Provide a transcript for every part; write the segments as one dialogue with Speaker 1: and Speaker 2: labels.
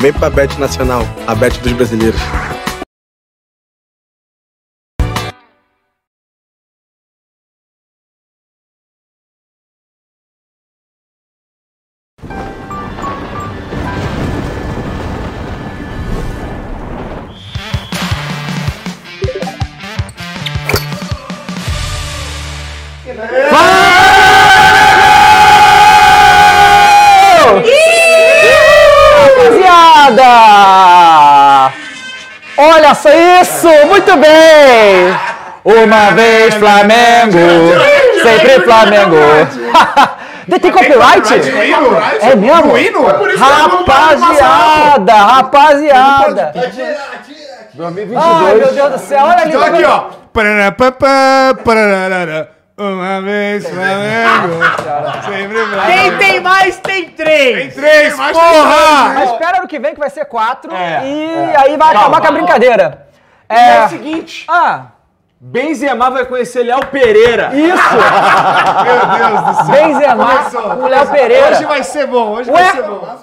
Speaker 1: Vem pra Bet Nacional, a Bet dos brasileiros.
Speaker 2: Rapaziada! Olha só isso! Muito bem! Uma vez Flamengo, sempre Flamengo. Tem tem copyright? É mesmo? Rapaziada, rapaziada! Ai, meu Deus do céu, olha ali!
Speaker 3: Então aqui, ó. Pararapapá, parararara. Uma vez Flamengo. Sempre Flamengo.
Speaker 4: tem mais, tem três!
Speaker 3: Tem três, porra!
Speaker 2: Mas espera no que vem que vai ser quatro e aí vai acabar com a brincadeira.
Speaker 4: É o
Speaker 2: É.
Speaker 4: seguinte,
Speaker 2: Ah,
Speaker 4: Benzema vai conhecer Léo Pereira.
Speaker 2: isso!
Speaker 3: Meu Deus do céu.
Speaker 2: Benzema
Speaker 3: Começou.
Speaker 2: com Léo Pereira.
Speaker 3: Hoje vai ser bom, hoje
Speaker 2: Ué?
Speaker 3: vai ser bom.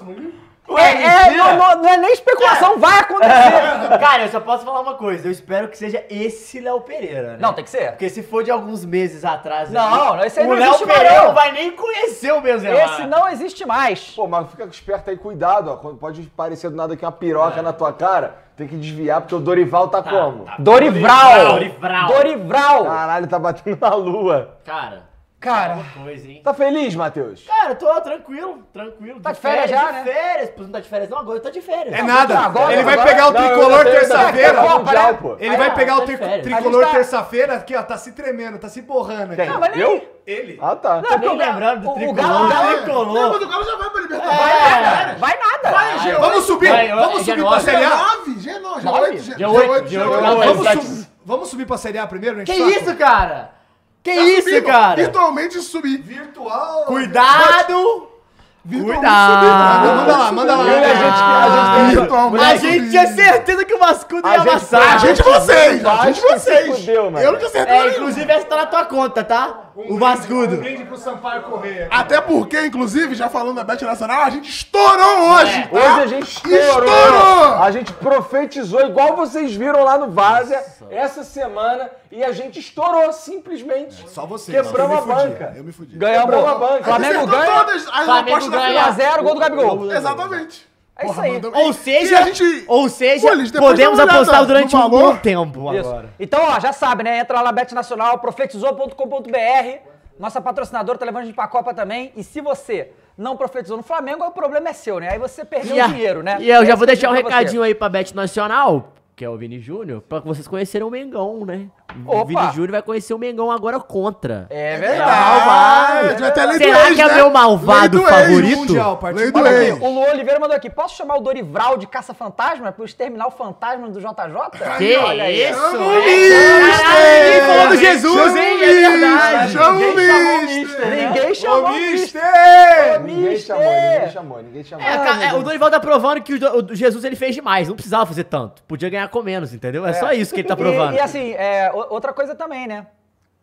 Speaker 2: É, é, não, não- não é nem especulação, vai acontecer.
Speaker 5: Cara, eu só posso falar uma coisa. Eu espero que seja esse Léo Pereira, né?
Speaker 2: Não, tem que ser.
Speaker 5: Porque se for de alguns meses atrás.
Speaker 2: Não,
Speaker 5: aí,
Speaker 2: esse aí
Speaker 5: o
Speaker 2: não
Speaker 5: Léo
Speaker 2: existe
Speaker 5: Pereira
Speaker 2: mais, não.
Speaker 5: não vai nem conhecer o Benzema.
Speaker 2: Esse não existe mais.
Speaker 6: Pô, mas fica esperto aí, cuidado, ó. Quando Pode parecer do nada que uma piroca na tua cara, tem que desviar, porque o Dorival tá, como?
Speaker 2: Dorivral.
Speaker 5: Dorivral.
Speaker 2: Dorivral.
Speaker 6: Caralho, tá batendo na lua.
Speaker 5: Cara,
Speaker 2: Cara,
Speaker 5: coisa, hein?
Speaker 6: Tá feliz, Matheus?
Speaker 5: Cara, eu tô tranquilo, tranquilo.
Speaker 2: Tá de férias já,
Speaker 5: de
Speaker 2: né?
Speaker 5: férias. Pô, não tá de férias não, agora eu tô de férias.
Speaker 3: É nada.
Speaker 2: Agora,
Speaker 3: Ele vai
Speaker 2: agora-
Speaker 3: pegar o
Speaker 6: Não, eu
Speaker 3: tricolor
Speaker 6: tenho-
Speaker 3: terça-feira.
Speaker 6: Tem mundial, pô.
Speaker 3: Ele vai pegar o
Speaker 5: tá de
Speaker 3: tri-
Speaker 5: férias.
Speaker 2: A
Speaker 3: tricolor
Speaker 2: gente tá-
Speaker 3: terça-feira aqui, ó. Tá se tremendo, tá se borrando aqui.
Speaker 6: Quem?
Speaker 2: mas nem-
Speaker 6: Eu?
Speaker 3: Ele.
Speaker 6: Ah, tá.
Speaker 2: Não, porque
Speaker 5: Nem lembrando do
Speaker 2: o- o
Speaker 5: tricolor.
Speaker 2: Galo- tá o Galo-
Speaker 5: tricolor.
Speaker 3: Mas o Galo já vai pra Libertadores.
Speaker 2: Vai nada.
Speaker 3: É, Vamos subir,
Speaker 5: Vai,
Speaker 3: vamos
Speaker 5: é
Speaker 3: subir
Speaker 5: dia
Speaker 3: pra
Speaker 5: nove.
Speaker 3: Série A.
Speaker 5: Dia oito, dia oito,
Speaker 3: Não,
Speaker 5: dia oito,
Speaker 3: Vamos,
Speaker 5: sete.
Speaker 3: su- vamos subir pra Série A primeiro? né,
Speaker 5: Que
Speaker 3: saco?
Speaker 5: isso, cara? Que
Speaker 4: Tá
Speaker 5: isso, cara?
Speaker 3: Virtualmente subir. Virtual.
Speaker 5: Cuidado!
Speaker 3: Manda, manda lá, manda lá.
Speaker 6: a gente- a gente tem-
Speaker 3: Virtualmente
Speaker 5: A gente
Speaker 3: subir.
Speaker 5: tinha certeza que o Vasco
Speaker 6: A
Speaker 5: ia
Speaker 6: gente-
Speaker 5: amassar.
Speaker 6: a gente-
Speaker 3: vocês! A gente
Speaker 6: Vasco se fudeu, mano.
Speaker 3: tinha certeza
Speaker 5: É,
Speaker 3: nenhuma.
Speaker 5: inclusive essa tá na tua conta, tá? o Vascudo.
Speaker 3: brinde pro Sampaio correr.
Speaker 4: Até porque, inclusive, já falando da Bet Nacional, a gente estourou hoje. tá?
Speaker 3: Tá?
Speaker 6: Hoje a gente estourou. A gente profetizou, igual vocês viram lá no Várzea, essa semana, e a gente estourou, simplesmente.
Speaker 3: É, Só você.
Speaker 6: Quebramos
Speaker 3: mano, eu me
Speaker 6: a
Speaker 3: fudi,
Speaker 6: banca.
Speaker 3: Eu me fudi.
Speaker 6: Quebramos a banca.
Speaker 2: Flamengo
Speaker 4: Acertou
Speaker 2: ganha.
Speaker 4: todas as
Speaker 5: Flamengo
Speaker 4: apostas da
Speaker 5: ganha.
Speaker 4: final.
Speaker 2: 1x0, gol do Gabigol.
Speaker 4: Exatamente.
Speaker 2: É isso aí.
Speaker 3: mandou-
Speaker 5: Ou
Speaker 4: E
Speaker 5: seja,
Speaker 4: a gente-
Speaker 5: ou seja,
Speaker 4: Pô, eles depois
Speaker 5: podemos
Speaker 4: dão uma olhada
Speaker 5: apostar
Speaker 4: no
Speaker 5: durante um
Speaker 4: valor.
Speaker 5: bom tempo agora.
Speaker 2: Então, ó, já sabe, né? Entra lá na Bet Nacional, profetizou.com.br. Nossa patrocinadora tá levando a gente pra Copa também. E se você não profetizou no Flamengo, o problema é seu, né? Aí você perdeu
Speaker 5: E a-
Speaker 2: dinheiro, né?
Speaker 5: E eu
Speaker 2: Esse
Speaker 5: já
Speaker 2: que
Speaker 5: vou
Speaker 2: digo
Speaker 5: deixar um
Speaker 2: pra você.
Speaker 5: recadinho aí pra Bet Nacional, que é o Vini Júnior, pra vocês conhecerem o Mengão, né?
Speaker 2: Opa!
Speaker 5: O Vini Júnior vai conhecer o Mengão agora contra.
Speaker 2: É verdade.
Speaker 4: Ah,
Speaker 3: Calma. Vai ter lei do
Speaker 5: Será
Speaker 3: ex,
Speaker 5: que é
Speaker 3: né?
Speaker 5: meu malvado
Speaker 3: Lei do ex,
Speaker 5: favorito?
Speaker 3: Mundial, partido
Speaker 4: Lei do
Speaker 3: do
Speaker 4: ex.
Speaker 3: ex.
Speaker 2: O Lu Oliveira mandou aqui. Posso chamar o Dorival de caça-fantasma pra exterminar o fantasma do JJ?
Speaker 5: Que
Speaker 2: Olha aí.
Speaker 5: isso?
Speaker 3: Chama o
Speaker 5: é? Caralho, ninguém falou do
Speaker 3: Mister!
Speaker 5: Jesus,
Speaker 3: Chama
Speaker 5: hein?
Speaker 3: o
Speaker 5: É verdade. É,
Speaker 3: Chama
Speaker 4: É
Speaker 3: o
Speaker 2: Ninguém chamou o
Speaker 3: Mister!
Speaker 2: Ninguém
Speaker 3: Ô,
Speaker 2: chamou o Mister.
Speaker 3: Mister!
Speaker 6: Ninguém chamou, ninguém chamou, ninguém chamou.
Speaker 5: É, ca- é, o Dorival tá provando que o, Do- o Jesus ele fez demais, não precisava fazer tanto. Podia ganhar com menos, entendeu? É, só isso que ele tá provando.
Speaker 2: E, e assim, é, o- outra coisa também, né?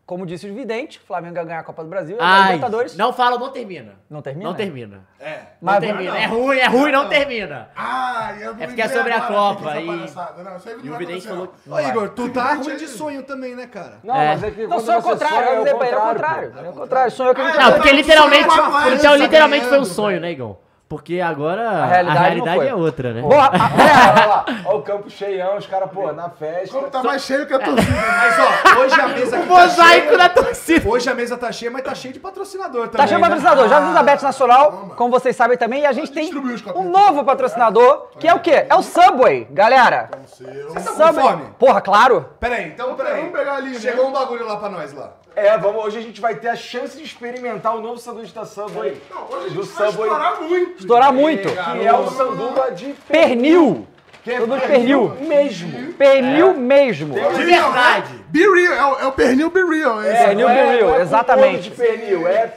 Speaker 2: Como disse o vidente, o Flamengo vai ganhar a Copa do Brasil, vai ganhar a
Speaker 5: Ai,
Speaker 2: Libertadores.
Speaker 5: não fala, não termina.
Speaker 2: Não termina? Ah,
Speaker 5: Não termina. Não
Speaker 2: Mas-
Speaker 5: termina. É ruim, é ruim, não termina.
Speaker 4: Ah, eu não
Speaker 5: É porque
Speaker 4: lembrei
Speaker 5: é sobre a
Speaker 4: agora
Speaker 5: Copa,
Speaker 4: dessa
Speaker 5: e-
Speaker 4: palhaçada. Não, isso aí
Speaker 5: E o
Speaker 4: não vai
Speaker 5: Vidente
Speaker 4: acontecer,
Speaker 5: falou.
Speaker 4: não.
Speaker 3: Ô, Igor, tu tá ruim de sonho também, né, cara?
Speaker 6: Não,
Speaker 5: É.
Speaker 6: mas é que
Speaker 2: Não,
Speaker 6: quando
Speaker 2: sou eu o
Speaker 6: você
Speaker 2: contrário,
Speaker 6: sonha,
Speaker 2: eu
Speaker 6: é o
Speaker 2: dizer pra ele, é o
Speaker 6: contrário, pô.
Speaker 2: contrário. É o contrário, sou eu que
Speaker 4: Ah,
Speaker 2: me
Speaker 4: é
Speaker 5: Não, porque
Speaker 4: Não,
Speaker 5: literalmente.
Speaker 4: isso é uma
Speaker 5: Então,
Speaker 4: coisa,
Speaker 5: literalmente foi um
Speaker 4: ganhando,
Speaker 5: sonho, né, Igor? Porque agora
Speaker 2: A
Speaker 5: a
Speaker 2: realidade
Speaker 5: realidade,
Speaker 2: não foi.
Speaker 5: é outra, né?
Speaker 2: Bom, a- a-
Speaker 6: Olha lá, olha o campo cheião, os caras, pô, na festa.
Speaker 4: Tá mais cheio que a torcida.
Speaker 7: É. Mas ó, hoje a mesa aqui.
Speaker 5: mosaico
Speaker 7: tá
Speaker 5: da torcida.
Speaker 7: Hoje a mesa tá cheia, mas tá cheia de patrocinador também.
Speaker 2: Tá cheio
Speaker 7: né?
Speaker 2: de patrocinador. Já vimos a Bet Nacional, como vocês sabem também, e a gente tem um novo patrocinador, que é o quê? É o Subway, galera.
Speaker 7: Vocês
Speaker 4: Tá
Speaker 7: estão com
Speaker 2: Subway.
Speaker 7: fome?
Speaker 2: Porra, claro.
Speaker 7: Peraí, então peraí.
Speaker 4: Vamos pegar ali, né?
Speaker 7: Chegou um bagulho lá pra nós lá.
Speaker 6: É, vamos, hoje a gente vai ter a chance de experimentar o novo sanduíche da Subway.
Speaker 4: Não, hoje a gente
Speaker 6: Do
Speaker 4: vai
Speaker 6: Subway.
Speaker 4: estourar muito.
Speaker 2: Estourar muito.
Speaker 6: Que é o sanduba de
Speaker 2: Pernil.
Speaker 6: Que é
Speaker 2: Sanduíche de pernil.
Speaker 6: mesmo.
Speaker 2: Pernil mesmo.
Speaker 4: De verdade. Be real. É o- É o pernil be real. esse.
Speaker 2: Pernil
Speaker 6: não é-
Speaker 2: Be Real,
Speaker 6: não é com
Speaker 2: exatamente.
Speaker 6: molho de pernil, é
Speaker 4: É, não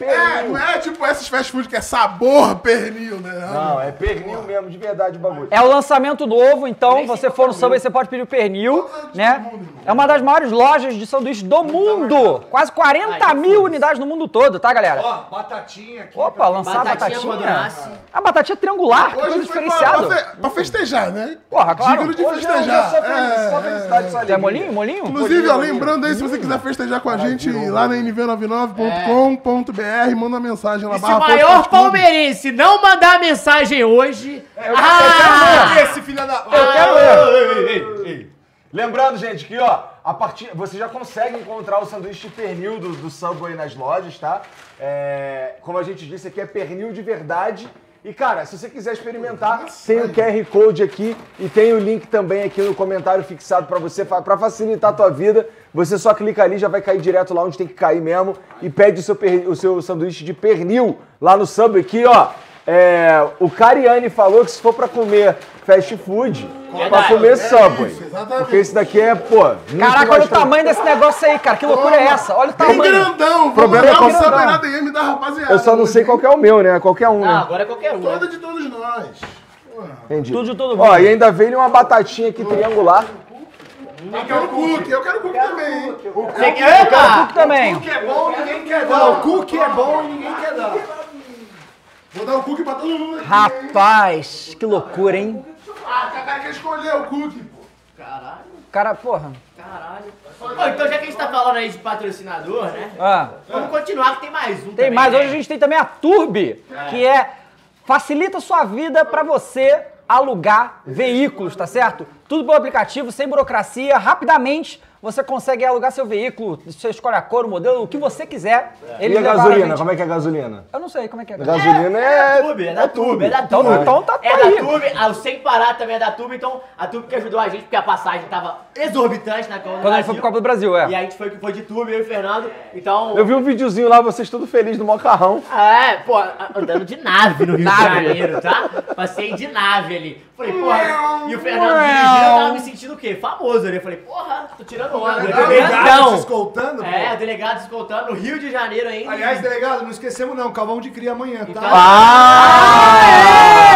Speaker 6: pernil.
Speaker 4: é tipo esses fast food que é sabor pernil, né?
Speaker 6: Não, é pernil mesmo, de verdade o bagulho.
Speaker 2: É o lançamento novo, então você for no Subway, você pode pedir o pernil, né? É uma das maiores lojas de sanduíche do mundo. Quase 40 mil unidades no mundo todo, tá, galera?
Speaker 7: Ó, batatinha aqui.
Speaker 2: Opa, lançar a
Speaker 5: Batatinha quando
Speaker 2: batatinha.
Speaker 5: nasce.
Speaker 2: A batatinha é triangular, que
Speaker 4: Hoje
Speaker 2: coisa
Speaker 4: foi pra,
Speaker 2: diferenciada.
Speaker 4: pra, fe- pra festejar, né?
Speaker 2: Porra, claro.
Speaker 4: Digno de
Speaker 6: Hoje é, hoje é
Speaker 4: festejar.
Speaker 6: só feliz, só
Speaker 4: É, é.
Speaker 6: felicidade, só
Speaker 2: É
Speaker 6: alegria.
Speaker 2: molinho, molinho?
Speaker 4: Inclusive, ó, lembrando aí, se você quiser festejar com a gente lá na nv99.com.br, manda uma mensagem lá.
Speaker 5: E se
Speaker 4: barra
Speaker 5: é o maior
Speaker 4: Podcast Clube.
Speaker 5: palmeirense não mandar mensagem hoje. ah,
Speaker 7: Esse filho da. Eu
Speaker 6: Lembrando, gente, que ó, a partir, você já consegue encontrar o sanduíche de pernil do, do Subway nas lojas, tá? É, como a gente disse aqui, é pernil de verdade. E, cara, se você quiser experimentar, tem o QR Code aqui e tem o link também aqui no comentário fixado pra você, fa- pra facilitar a tua vida. Você só clica ali, já vai cair direto lá onde tem que cair mesmo e pede o seu, per- o seu sanduíche de pernil lá no Subway aqui, ó. É, o Cariani falou que se for pra comer fast food, pra comer Subway.
Speaker 4: exatamente.
Speaker 6: Porque esse daqui é, pô. muito
Speaker 2: Caraca, olha o
Speaker 6: mais tra-
Speaker 2: tamanho desse negócio aí, cara. Que loucura é essa? Olha o
Speaker 4: Bem
Speaker 2: tamanho.
Speaker 4: grandão, vamos
Speaker 6: Problema é
Speaker 4: dar uma
Speaker 6: grandão.
Speaker 4: saberada DM da rapaziada.
Speaker 6: Eu só não sei qual que é o meu, né? Qualquer um, né?
Speaker 5: agora é qualquer um.
Speaker 4: Toda de todos nós.
Speaker 6: Entendi.
Speaker 2: Tudo de todo mundo.
Speaker 6: Ó, e ainda veio uma batatinha aqui triangular.
Speaker 4: Eu quero cookie, eu quero cookie também, hein?
Speaker 5: Você quer? Opa!
Speaker 2: Também.
Speaker 7: que é bom, ninguém quer dar. O cookie é bom e ninguém quer dar.
Speaker 4: Vou dar o
Speaker 7: é
Speaker 4: cookie pra todo mundo aqui. hein?
Speaker 2: Rapaz, que loucura, hein?
Speaker 4: Ah, cara quer escolher o cookie, pô.
Speaker 2: Cara, porra.
Speaker 5: Pô, então já que a gente tá falando aí de patrocinador, né?
Speaker 2: Ah.
Speaker 5: Vamos continuar que tem mais
Speaker 2: Tem
Speaker 5: um também,
Speaker 2: mais.
Speaker 6: é.
Speaker 5: né?
Speaker 2: Hoje a gente tem também a Turbi, que é facilita a sua vida para você alugar veículos, tá certo? Tudo pelo aplicativo, sem burocracia, rapidamente você consegue alugar seu veículo, você escolhe a cor, o modelo, o que você quiser. Ele
Speaker 6: E a gasolina? Como é que é a gasolina?
Speaker 2: Eu não sei como é que é.
Speaker 6: Gasolina é.
Speaker 5: É da Tube, é da Tube, é da
Speaker 2: Então-
Speaker 5: Tube.
Speaker 2: então tá- tá
Speaker 5: É
Speaker 2: aí.
Speaker 5: da Tube, ah, o Sem Parar também é da Tube, então a Tube que ajudou a gente, porque a passagem tava exorbitante na Copa do
Speaker 2: Quando a gente
Speaker 5: Brasil.
Speaker 2: foi pro Copa do Brasil,
Speaker 5: E
Speaker 2: é.
Speaker 5: a gente foi, foi de Tube, eu e o Fernando, então...
Speaker 6: Eu vi um videozinho lá, vocês tudo felizes no macarrão.
Speaker 5: É, pô, a- andando de nave no Rio de Janeiro, tá? Passei de nave ali. Falei, porra, e o Fernando dirigindo, eu tava me sentindo o quê? Famoso ali. Eu falei, porra, tô tirando onda.
Speaker 7: Delegado um se
Speaker 5: Grandão.
Speaker 7: escoltando, pô.
Speaker 5: É, delegado escoltando no Rio de Janeiro ainda.
Speaker 7: Aliás, delegado, não esquecemos não, Calvão de Cria amanhã,
Speaker 5: Então-
Speaker 7: tá?
Speaker 2: Ah,
Speaker 6: Ah!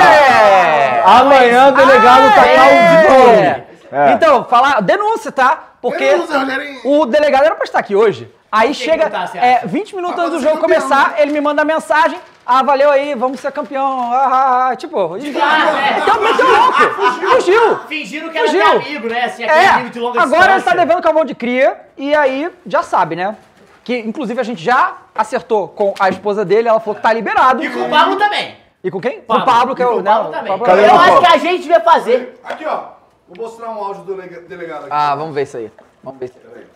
Speaker 6: Amanhã o delegado tá lá
Speaker 2: É. Então, falar, denúncia, tá? Porque
Speaker 4: Denúncia, Rogerinho.
Speaker 2: o delegado era pra estar aqui hoje. Aí
Speaker 5: que
Speaker 2: chega
Speaker 5: contar, você
Speaker 2: é,
Speaker 5: acha?
Speaker 2: 20 minutos antes do
Speaker 4: pode
Speaker 2: jogo
Speaker 4: ser campeão,
Speaker 2: começar,
Speaker 4: né?
Speaker 2: ele me manda mensagem. Ah, valeu aí, vamos ser campeão. Ah, ah, ah. Tipo, e-
Speaker 5: graça, é.
Speaker 2: então meteu louco. Fugiu.
Speaker 5: Fingiram que era
Speaker 2: Fugiu.
Speaker 5: meu amigo, né? Assim, aquele
Speaker 2: É,
Speaker 5: amigo de longa
Speaker 2: agora ele tá
Speaker 5: distância.
Speaker 2: devendo carvão de cria e aí já sabe, né? Que inclusive a gente já acertou com a esposa dele, ela falou que tá liberado.
Speaker 5: E com o Pablo também.
Speaker 2: E com quem? Com
Speaker 5: Pablo.
Speaker 2: o Pablo, que
Speaker 5: E
Speaker 2: é
Speaker 5: com
Speaker 2: o.
Speaker 5: o Pablo
Speaker 2: né,
Speaker 5: também.
Speaker 2: Pablo-
Speaker 6: Cadê
Speaker 5: Eu
Speaker 6: o
Speaker 5: acho
Speaker 6: Pablo?
Speaker 5: que a gente devia fazer.
Speaker 7: Aqui, ó. Vou mostrar um áudio do delega- delegado aqui.
Speaker 2: Ah, vamos ver isso aí. Vamos ver isso aí.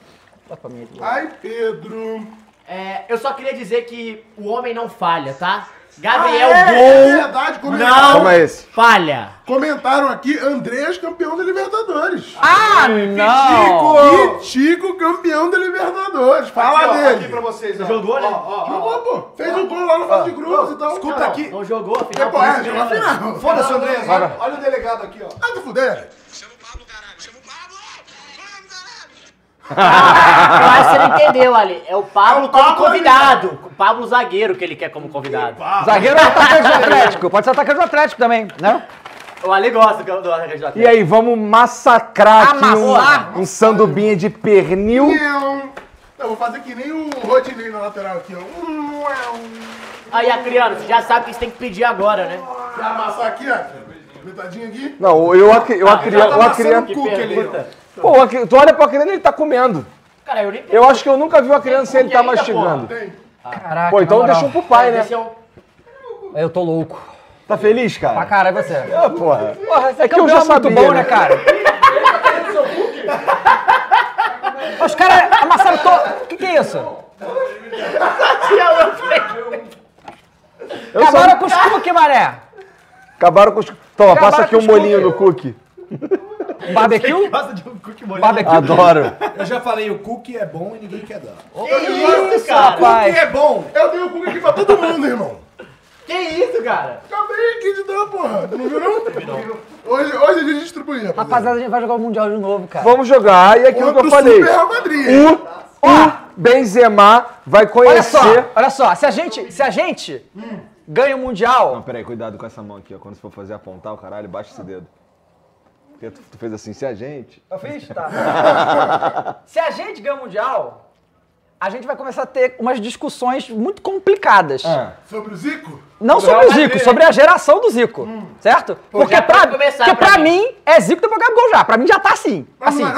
Speaker 2: Dá pra mim aqui.
Speaker 4: Ai, Pedro.
Speaker 5: É, eu só queria dizer que o homem não falha, tá? Gabriel
Speaker 4: Ah, é, é
Speaker 5: Gol
Speaker 4: verdade, comentaram,
Speaker 5: não
Speaker 6: Como é esse?
Speaker 5: falha.
Speaker 4: comentaram aqui, Andrés campeão da Libertadores.
Speaker 2: Ah, não!
Speaker 4: Tico! E Tico campeão da Libertadores. Fala
Speaker 7: Aqui, ó, aqui
Speaker 4: dele.
Speaker 7: pra vocês, ó.
Speaker 5: Jogou, né?
Speaker 7: Ó, ó, ó.
Speaker 4: Jogou, pô. Fez um gol lá no fase de grupos e tal.
Speaker 7: Escuta
Speaker 4: Cara,
Speaker 7: aqui.
Speaker 5: Não jogou, afinal.
Speaker 4: É, pô, é, jogou a final.
Speaker 7: Foda-se, Andrés. Olha, olha o delegado aqui, ó.
Speaker 4: Ah, tu fuder.
Speaker 5: Eu acho que você não entendeu ali. É o Pablo,
Speaker 7: É o Pablo
Speaker 5: como convidado. O Pablo zagueiro que ele quer como convidado.
Speaker 2: Zagueiro é atacante do Atlético. Pode ser atacante do Atlético também, né?
Speaker 5: O Ale gosta do do atacante do
Speaker 6: E
Speaker 5: Atlético.
Speaker 6: aí, vamos massacrar aqui
Speaker 2: Amassar.
Speaker 6: um, um sandubinha de pernil.
Speaker 4: Não, Eu vou fazer que nem o Rodinei na lateral aqui, ó. Hum, uau.
Speaker 5: Aí, a criança, você já sabe o que você tem que pedir agora, né?
Speaker 4: Pra amassar aqui, ó. Metadinha aqui.
Speaker 6: Não, eu, a, eu, a,
Speaker 7: Já tá
Speaker 6: criança. eu a
Speaker 7: amassando
Speaker 6: criança.
Speaker 7: o cookie ali, ó.
Speaker 6: Pô, o acri- tu olha pra criança ele tá comendo.
Speaker 5: Cara, eu nem entendi.
Speaker 6: Eu acho que eu nunca vi uma criança sem ele tá
Speaker 5: é Ainda, porra.
Speaker 6: mastigando.
Speaker 4: Tem.
Speaker 2: Caraca.
Speaker 6: Pô, então
Speaker 5: é
Speaker 2: na moral.
Speaker 6: deixou pro pai, né?
Speaker 5: Esse é um-
Speaker 2: Eu tô louco.
Speaker 6: Tá feliz, cara?
Speaker 2: Pra cara, é você.
Speaker 6: Ah, porra.
Speaker 2: Porra, você é
Speaker 6: É que eu
Speaker 2: campeão
Speaker 6: já
Speaker 2: é muito
Speaker 6: sabia,
Speaker 2: bom, né,
Speaker 6: né?
Speaker 2: cara? Os caras amassaram todo. O que, que é isso?
Speaker 6: Eu
Speaker 2: Acabaram
Speaker 6: sou-
Speaker 2: com os cookies, mané!
Speaker 6: Acabaram com os. Toma,
Speaker 2: Acabaram
Speaker 6: passa aqui
Speaker 2: com
Speaker 6: um
Speaker 2: os
Speaker 6: molinho do cookie.
Speaker 2: Barbecue?
Speaker 5: Gosta de um cookie molhado.
Speaker 2: Barbecue.
Speaker 6: Adoro.
Speaker 4: Eu já falei, o cookie é bom e ninguém quer dar.
Speaker 5: Que
Speaker 4: eu digo,
Speaker 5: isso,
Speaker 4: "Ah, o
Speaker 2: cara?
Speaker 4: cookie é bom. Eu tenho cookie aqui pra todo mundo, irmão.
Speaker 5: Que isso, cara?
Speaker 4: Acabei aqui de dar, porra. Tu não viu, não? Hoje, hoje a gente distribui, rapaziada.
Speaker 2: Rapaziada, a gente vai jogar o Mundial de novo, cara.
Speaker 6: Vamos jogar, e é aquilo que
Speaker 4: Contra
Speaker 6: eu
Speaker 4: o
Speaker 6: falei. Um,
Speaker 4: Super Real Madrid.
Speaker 6: O, o Benzema vai
Speaker 2: Olha só,
Speaker 6: conhecer.
Speaker 2: olha só, se a gente, se a gente ganha o Mundial,
Speaker 6: Peraí, cuidado com essa mão aqui, ó. Quando você for fazer apontar o caralho, baixa esse dedo. Porque tu, tu fez assim, se a gente.
Speaker 2: eu fiz? Tá. se a gente ganha o Mundial, a gente vai começar a ter umas discussões muito complicadas.
Speaker 4: Sobre o Zico?
Speaker 2: Não sobre o Zico, sobre a geração do Zico, certo? Porque
Speaker 5: já
Speaker 2: pra,
Speaker 5: pode começar
Speaker 2: porque
Speaker 5: pra
Speaker 2: pra
Speaker 5: mim.
Speaker 2: mim é Zico depois Gabigol já, pra mim já tá assim.
Speaker 4: Mas
Speaker 2: assim.
Speaker 4: não é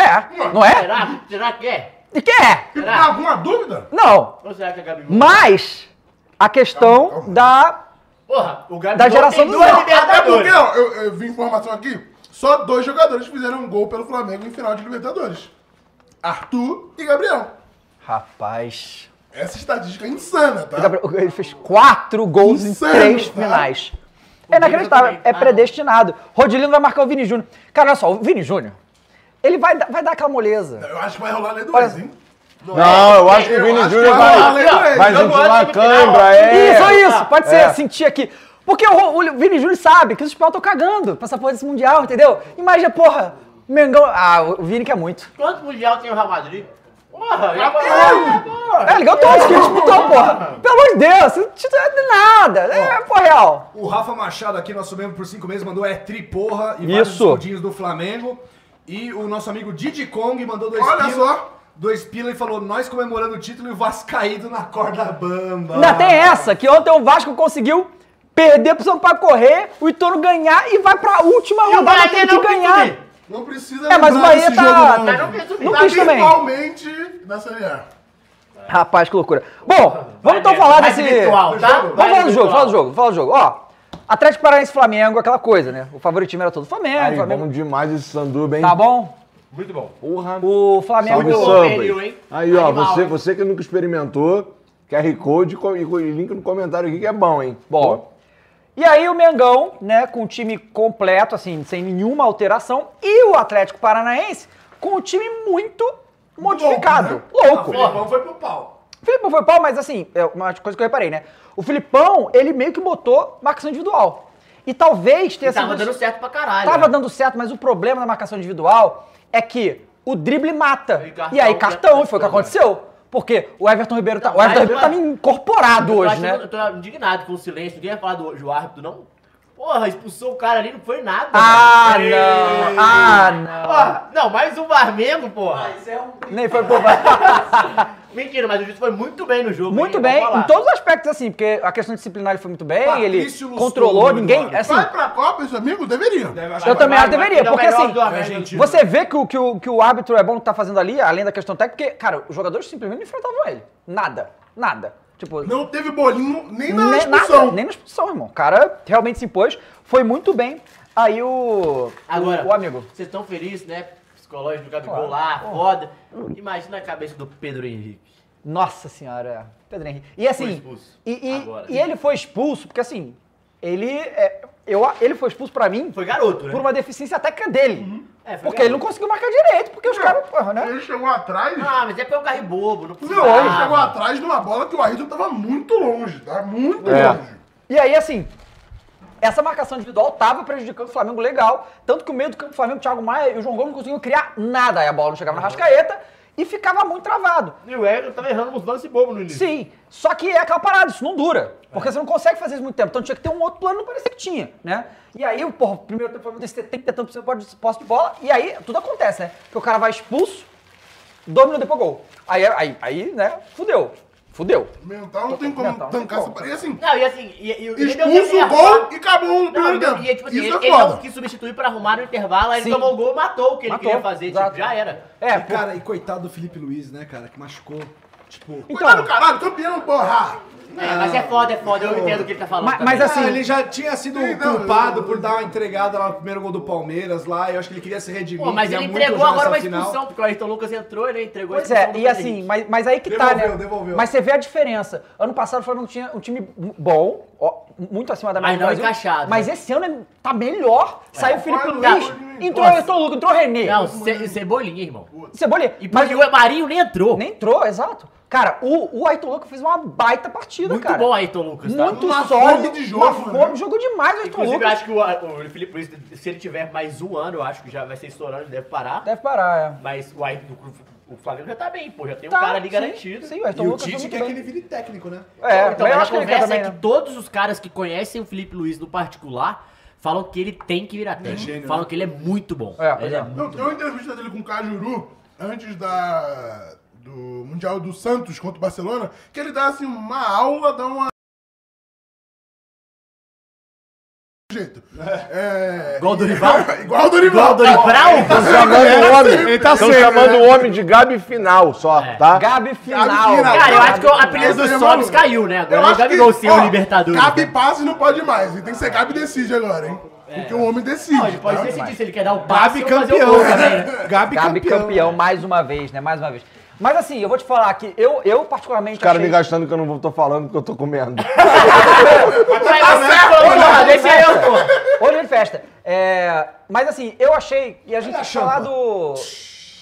Speaker 4: não?
Speaker 2: É, não é?
Speaker 5: Será? Será que é?
Speaker 2: E que é?
Speaker 4: Fica com alguma dúvida?
Speaker 2: Não,
Speaker 5: Ou será que é Gabigol?
Speaker 2: mas a questão da...
Speaker 5: Porra, o Gabigol
Speaker 2: Da geração
Speaker 5: tem
Speaker 2: do
Speaker 5: duas
Speaker 2: Zé.
Speaker 4: Até É porque,
Speaker 5: Libertadores.
Speaker 4: ó, eu, eu vi informação aqui, só dois jogadores fizeram um gol pelo Flamengo em final de Libertadores. Arthur e Gabriel.
Speaker 2: Rapaz...
Speaker 4: Essa estatística é insana,
Speaker 2: O
Speaker 4: tá?
Speaker 2: Gabriel- Ele fez quatro gols
Speaker 4: Insano,
Speaker 2: em três
Speaker 4: tá?
Speaker 2: finais. É inacreditável,
Speaker 5: também,
Speaker 2: é
Speaker 5: tá?
Speaker 2: predestinado. Rodilino vai marcar o Vini Júnior. Cara, olha só, o Vini Júnior, ele vai, dar- vai dar aquela moleza.
Speaker 4: Eu acho que vai rolar lei do ex, hein?
Speaker 6: Não, eu acho que o Vini Júnior
Speaker 4: rolar
Speaker 6: vai.
Speaker 4: lei do ex.
Speaker 6: Vai
Speaker 5: Jogo
Speaker 6: sentir uma
Speaker 5: antes de final.
Speaker 6: cãibra, é.
Speaker 2: Isso, isso, pode ser, sentir aqui. Porque o, Ro- o Vini Júnior sabe que os espanhóis estão cagando pra essa porra desse Mundial, entendeu? Imagina, porra, o Mengão... Ah, o Vini quer muito.
Speaker 5: Quanto Mundial tem o Real Madrid? Porra, já
Speaker 2: É, ele ganhou todos que ele disputou, porra. Pelo amor de Deus, isso não título é de nada. É, porra, real.
Speaker 8: O Rafa Machado aqui, nosso membro por cinco meses, mandou é triporra e vários
Speaker 2: Isso.
Speaker 8: escudinhos do Flamengo. E o nosso amigo Didi Kong mandou dois
Speaker 4: Olha
Speaker 8: pila,
Speaker 4: só.
Speaker 8: dois pila e falou, nós comemorando o título e o Vascaído na corda bamba.
Speaker 2: Ainda tem
Speaker 5: Ah.
Speaker 2: essa, que ontem o Vasco conseguiu perder pro Sampaio correr, o Ituano ganhar e vai pra última
Speaker 5: o
Speaker 2: rodada,
Speaker 5: Bahia
Speaker 2: tem que
Speaker 5: não quis
Speaker 2: ganhar.
Speaker 5: subir.
Speaker 4: Não precisa
Speaker 2: É, mas o
Speaker 4: lembrar
Speaker 2: Bahia
Speaker 4: desse
Speaker 2: tá.
Speaker 4: jogo,
Speaker 5: Mas não quis subir.
Speaker 2: não
Speaker 5: Tá
Speaker 2: quis também.
Speaker 4: Principalmente na Série A.
Speaker 2: Rapaz, que loucura. Bom, vamos então
Speaker 5: Vai
Speaker 2: falar
Speaker 5: mais
Speaker 2: desse.
Speaker 5: virtual, tá?
Speaker 2: Vamos falar do jogo, fala do jogo, fala do jogo. Ó, Atlético Paranaense e Flamengo, aquela coisa, né? O favoritismo era todo Flamengo,
Speaker 6: Ai,
Speaker 2: Flamengo.
Speaker 6: Tá bom demais esse sanduba, hein?
Speaker 2: Tá bom?
Speaker 8: Muito bom.
Speaker 6: Porra.
Speaker 2: O Flamengo.
Speaker 6: Salve,
Speaker 5: bom,
Speaker 6: Subway.
Speaker 5: Pedrinho, hein?
Speaker 6: Aí, ó,
Speaker 5: Animal,
Speaker 6: você,
Speaker 5: hein?
Speaker 6: você que nunca experimentou, QR Code co- e co- e link no comentário aqui que é bom, hein?
Speaker 2: Bom. E aí o Mengão, né, com o time completo, assim, sem nenhuma alteração, e o Atlético Paranaense com o time muito
Speaker 5: né?
Speaker 2: modificado. Louco.
Speaker 4: O
Speaker 5: Ah,
Speaker 4: Felipão foi pro pau.
Speaker 2: O Filipão foi pau, mas assim, é uma coisa que eu reparei, né? O Filipão, ele meio que botou marcação individual. E talvez tenha
Speaker 5: E tava
Speaker 2: sido-
Speaker 5: dando certo pra caralho.
Speaker 2: Tava
Speaker 5: né?
Speaker 2: dando certo, mas o problema da marcação individual é que o drible mata.
Speaker 5: E cartão,
Speaker 2: E aí, cartão,
Speaker 5: né?
Speaker 2: e foi o que aconteceu. Porque o Everton Ribeiro tá.
Speaker 5: Não,
Speaker 2: O Everton
Speaker 5: mas-
Speaker 2: Ribeiro tava incorporado
Speaker 5: Eu
Speaker 2: hoje,
Speaker 5: acho-
Speaker 2: né?
Speaker 5: Eu tô indignado com o silêncio. Ninguém vai falar do, do árbitro, não? Porra, expulsou o cara ali, não foi nada.
Speaker 2: Ah,
Speaker 5: velho.
Speaker 2: não! Ah, não!
Speaker 5: Porra, não, mais um VAR mesmo,
Speaker 4: Ah,
Speaker 5: porra.
Speaker 4: é um-
Speaker 2: Nem foi bobagem.
Speaker 5: Mentira, mas o juiz foi muito bem no jogo.
Speaker 2: Muito
Speaker 5: hein,
Speaker 2: bem,
Speaker 5: vamos falar.
Speaker 2: em todos os aspectos, assim, porque a questão disciplinar ele foi muito bem,
Speaker 8: Patrício
Speaker 2: ele
Speaker 8: Lustoso,
Speaker 2: controlou, ninguém.
Speaker 8: Eduardo.
Speaker 2: Assim,
Speaker 4: Vai pra Copa, esse amigo? Deveria.
Speaker 2: eu também acho que deveria,
Speaker 5: Ele é o
Speaker 2: porque
Speaker 5: melhor
Speaker 2: assim.
Speaker 5: do América.
Speaker 8: Argentina.
Speaker 2: Você vê que o, que, o, que o árbitro é bom que tá fazendo ali, além da questão técnica, porque, cara, os jogadores simplesmente não enfrentavam ele. Nada. Nada. Tipo,
Speaker 4: Não teve bolinho nem na
Speaker 2: nem,
Speaker 4: expulsão.
Speaker 2: nada, nem na expulsão, irmão. O cara realmente se impôs, foi muito bem. Aí o.
Speaker 5: Agora,
Speaker 2: o, o amigo.
Speaker 5: Vocês estão felizes, né? Psicológico do Gabigol lá, foda. Imagina a cabeça do Pedro Henrique.
Speaker 2: Nossa senhora, Pedro Henrique. E assim.
Speaker 5: Foi expulso.
Speaker 2: E, e-
Speaker 5: Agora.
Speaker 2: e ele foi expulso, porque assim, ele. é, eu, ele foi expulso pra mim
Speaker 5: Foi garoto, né?
Speaker 2: por uma deficiência técnica dele.
Speaker 5: É, foi
Speaker 2: porque ele não
Speaker 5: garoto.
Speaker 2: conseguiu marcar direito, porque os caras, porra, né?
Speaker 4: Ele chegou atrás.
Speaker 5: Ah, mas é porque é um carro bobo, não
Speaker 4: Não, ele chegou atrás de uma bola que o Ayrton tava muito longe, tá? Muito
Speaker 6: É.
Speaker 4: longe.
Speaker 2: E aí, assim, essa marcação individual tava prejudicando o Flamengo legal. Tanto que o meio do campo do Flamengo, o Thiago Maia e o João Gomes não conseguiam criar nada. Aí a bola não chegava na
Speaker 5: Uhum.
Speaker 2: rascaeta e ficava muito travado.
Speaker 5: E o Everton tava errando uns lances bobos no início.
Speaker 2: Sim, só que é aquela parada, isso não dura.
Speaker 8: É.
Speaker 2: Porque você não consegue fazer isso muito tempo. Então tinha que ter um outro plano, não parecia que tinha, né? E aí, porra, o primeiro tempo o Flamengo tem 70 e tanto por cento de posse de bola. E aí tudo acontece, né? Porque o cara vai expulso, dois minutos depois gol. Aí, aí, aí né? Fudeu. Fudeu.
Speaker 4: Mental não tem como
Speaker 2: Mental não tem
Speaker 4: tancar essa
Speaker 2: como.
Speaker 4: parede assim.
Speaker 5: Não, e assim, e, e, e
Speaker 4: Expulso o gol e acabou no
Speaker 5: Não,
Speaker 4: primeiro
Speaker 5: não,
Speaker 4: tempo.
Speaker 5: e, tipo assim,
Speaker 4: Isso
Speaker 5: ele,
Speaker 4: é
Speaker 5: ele não
Speaker 4: foda.
Speaker 5: quis substituir pra arrumar no intervalo, aí
Speaker 2: Sim.
Speaker 5: ele tomou o gol, matou o que ele
Speaker 2: Matou,
Speaker 5: queria fazer,
Speaker 2: exato.
Speaker 5: tipo, já era.
Speaker 2: É,
Speaker 8: E, cara, e coitado do Felipe Luiz, né, cara, que machucou. Tipo,
Speaker 2: então,
Speaker 4: Coitado do caralho, campeão, porra!
Speaker 5: É, mas é foda, é foda, eu entendo o que ele tá falando.
Speaker 8: Mas,
Speaker 5: também.
Speaker 8: assim, ele já tinha sido culpado por dar uma entregada lá no primeiro gol do Palmeiras lá. Eu acho que ele queria se redimir.
Speaker 5: Pô, mas
Speaker 8: queria
Speaker 5: ele
Speaker 8: muito
Speaker 5: entregou
Speaker 8: jogar
Speaker 5: agora
Speaker 8: essa
Speaker 5: uma
Speaker 8: final.
Speaker 5: expulsão, porque o Ayrton Lucas entrou, ele entregou a
Speaker 2: Pois
Speaker 5: expulsão
Speaker 2: é,
Speaker 5: do
Speaker 2: e
Speaker 5: Frederico.
Speaker 2: assim, mas, mas aí que tá, né?
Speaker 5: Devolveu, devolveu.
Speaker 2: Mas você vê a diferença. Ano passado o Flamengo tinha um time bom, ó, muito acima da média.
Speaker 5: Mas
Speaker 2: do
Speaker 5: não
Speaker 2: Brasil,
Speaker 5: encaixado. né?
Speaker 2: Mas esse ano é- tá melhor. Saiu o Felipe
Speaker 5: Olha,
Speaker 8: um
Speaker 2: Luiz,
Speaker 5: olha,
Speaker 2: entrou o
Speaker 5: olha.
Speaker 2: Ayrton Lucas, entrou o René.
Speaker 5: Não, Ce- Cebolinha, irmão.
Speaker 2: Cebolinha.
Speaker 5: E mas o Marinho nem entrou.
Speaker 2: Nem entrou, exato. Cara, o, o Ayrton Lucas fez uma baita partida,
Speaker 5: Muito
Speaker 2: cara.
Speaker 5: bom, Ayrton Lucas, tá?
Speaker 2: Muito
Speaker 5: Uma
Speaker 2: sólido.
Speaker 5: fome de jogo,
Speaker 2: uma
Speaker 8: né?
Speaker 2: fome, jogou demais o Ayrton
Speaker 5: Inclusive, eu
Speaker 2: Lucas.
Speaker 5: acho que o, o Felipe Luiz, se ele tiver mais um ano, eu acho que já vai ser estourando, ele deve parar.
Speaker 2: Deve parar, é.
Speaker 5: Mas o, Ayrton- o Flamengo já tá bem, pô. Já tem
Speaker 2: Tá,
Speaker 5: um cara ali
Speaker 2: sim,
Speaker 5: garantido.
Speaker 2: sim, o Ayrton
Speaker 8: E o
Speaker 2: Lucas foi
Speaker 8: Tite
Speaker 2: muito
Speaker 8: quer
Speaker 2: bem.
Speaker 8: que ele vire técnico, né?
Speaker 2: É,
Speaker 5: então,
Speaker 2: eu
Speaker 5: mas
Speaker 2: acho
Speaker 5: a
Speaker 2: que ele quer
Speaker 5: conversa
Speaker 2: também,
Speaker 5: é que
Speaker 2: né?
Speaker 5: todos os caras que conhecem o Felipe Luiz no particular falam que ele tem que virar técnico.
Speaker 4: gênio,
Speaker 5: falam
Speaker 4: né?
Speaker 5: que ele é muito bom. ele é
Speaker 4: Eu,
Speaker 5: muito
Speaker 4: eu entrevistei dele com o Cajuru antes da, do Mundial do Santos contra o Barcelona, que ele dá assim uma aula, dá uma. jeito. É...
Speaker 5: Igual do rival?
Speaker 4: Igual ao Dorival. Ele tá cego, ele tá cego.
Speaker 6: Estão chamando
Speaker 5: né?
Speaker 6: o homem de Gabi final só, tá?
Speaker 2: Gabi
Speaker 5: Cara, eu acho que o
Speaker 4: Tá
Speaker 5: apelido dos Sobs caiu, né?
Speaker 4: Eu
Speaker 5: Agora o
Speaker 4: acho
Speaker 5: Gabigol
Speaker 4: que,
Speaker 5: sem o Libertadores.
Speaker 4: Cabe
Speaker 5: né?
Speaker 4: passe não pode mais. Tem que ser Gabi decide agora, hein? Porque o homem decide.
Speaker 5: É. Não, ele pode
Speaker 4: tá?
Speaker 5: decidir se ele quer dar o passe ou fazer o
Speaker 2: campeão.
Speaker 5: gol também. né?
Speaker 2: Gabi, campeão. mais uma vez, né? Mais uma vez. Mas assim, eu vou te falar que eu, eu particularmente
Speaker 6: Os caras me
Speaker 2: achei...
Speaker 6: gastando que eu não vou- tô falando porque eu tô comendo.
Speaker 5: Mas tá certo, porra, deixa eu, pô.
Speaker 2: Olho de festa. É, mas assim, eu achei. E a gente tinha falado.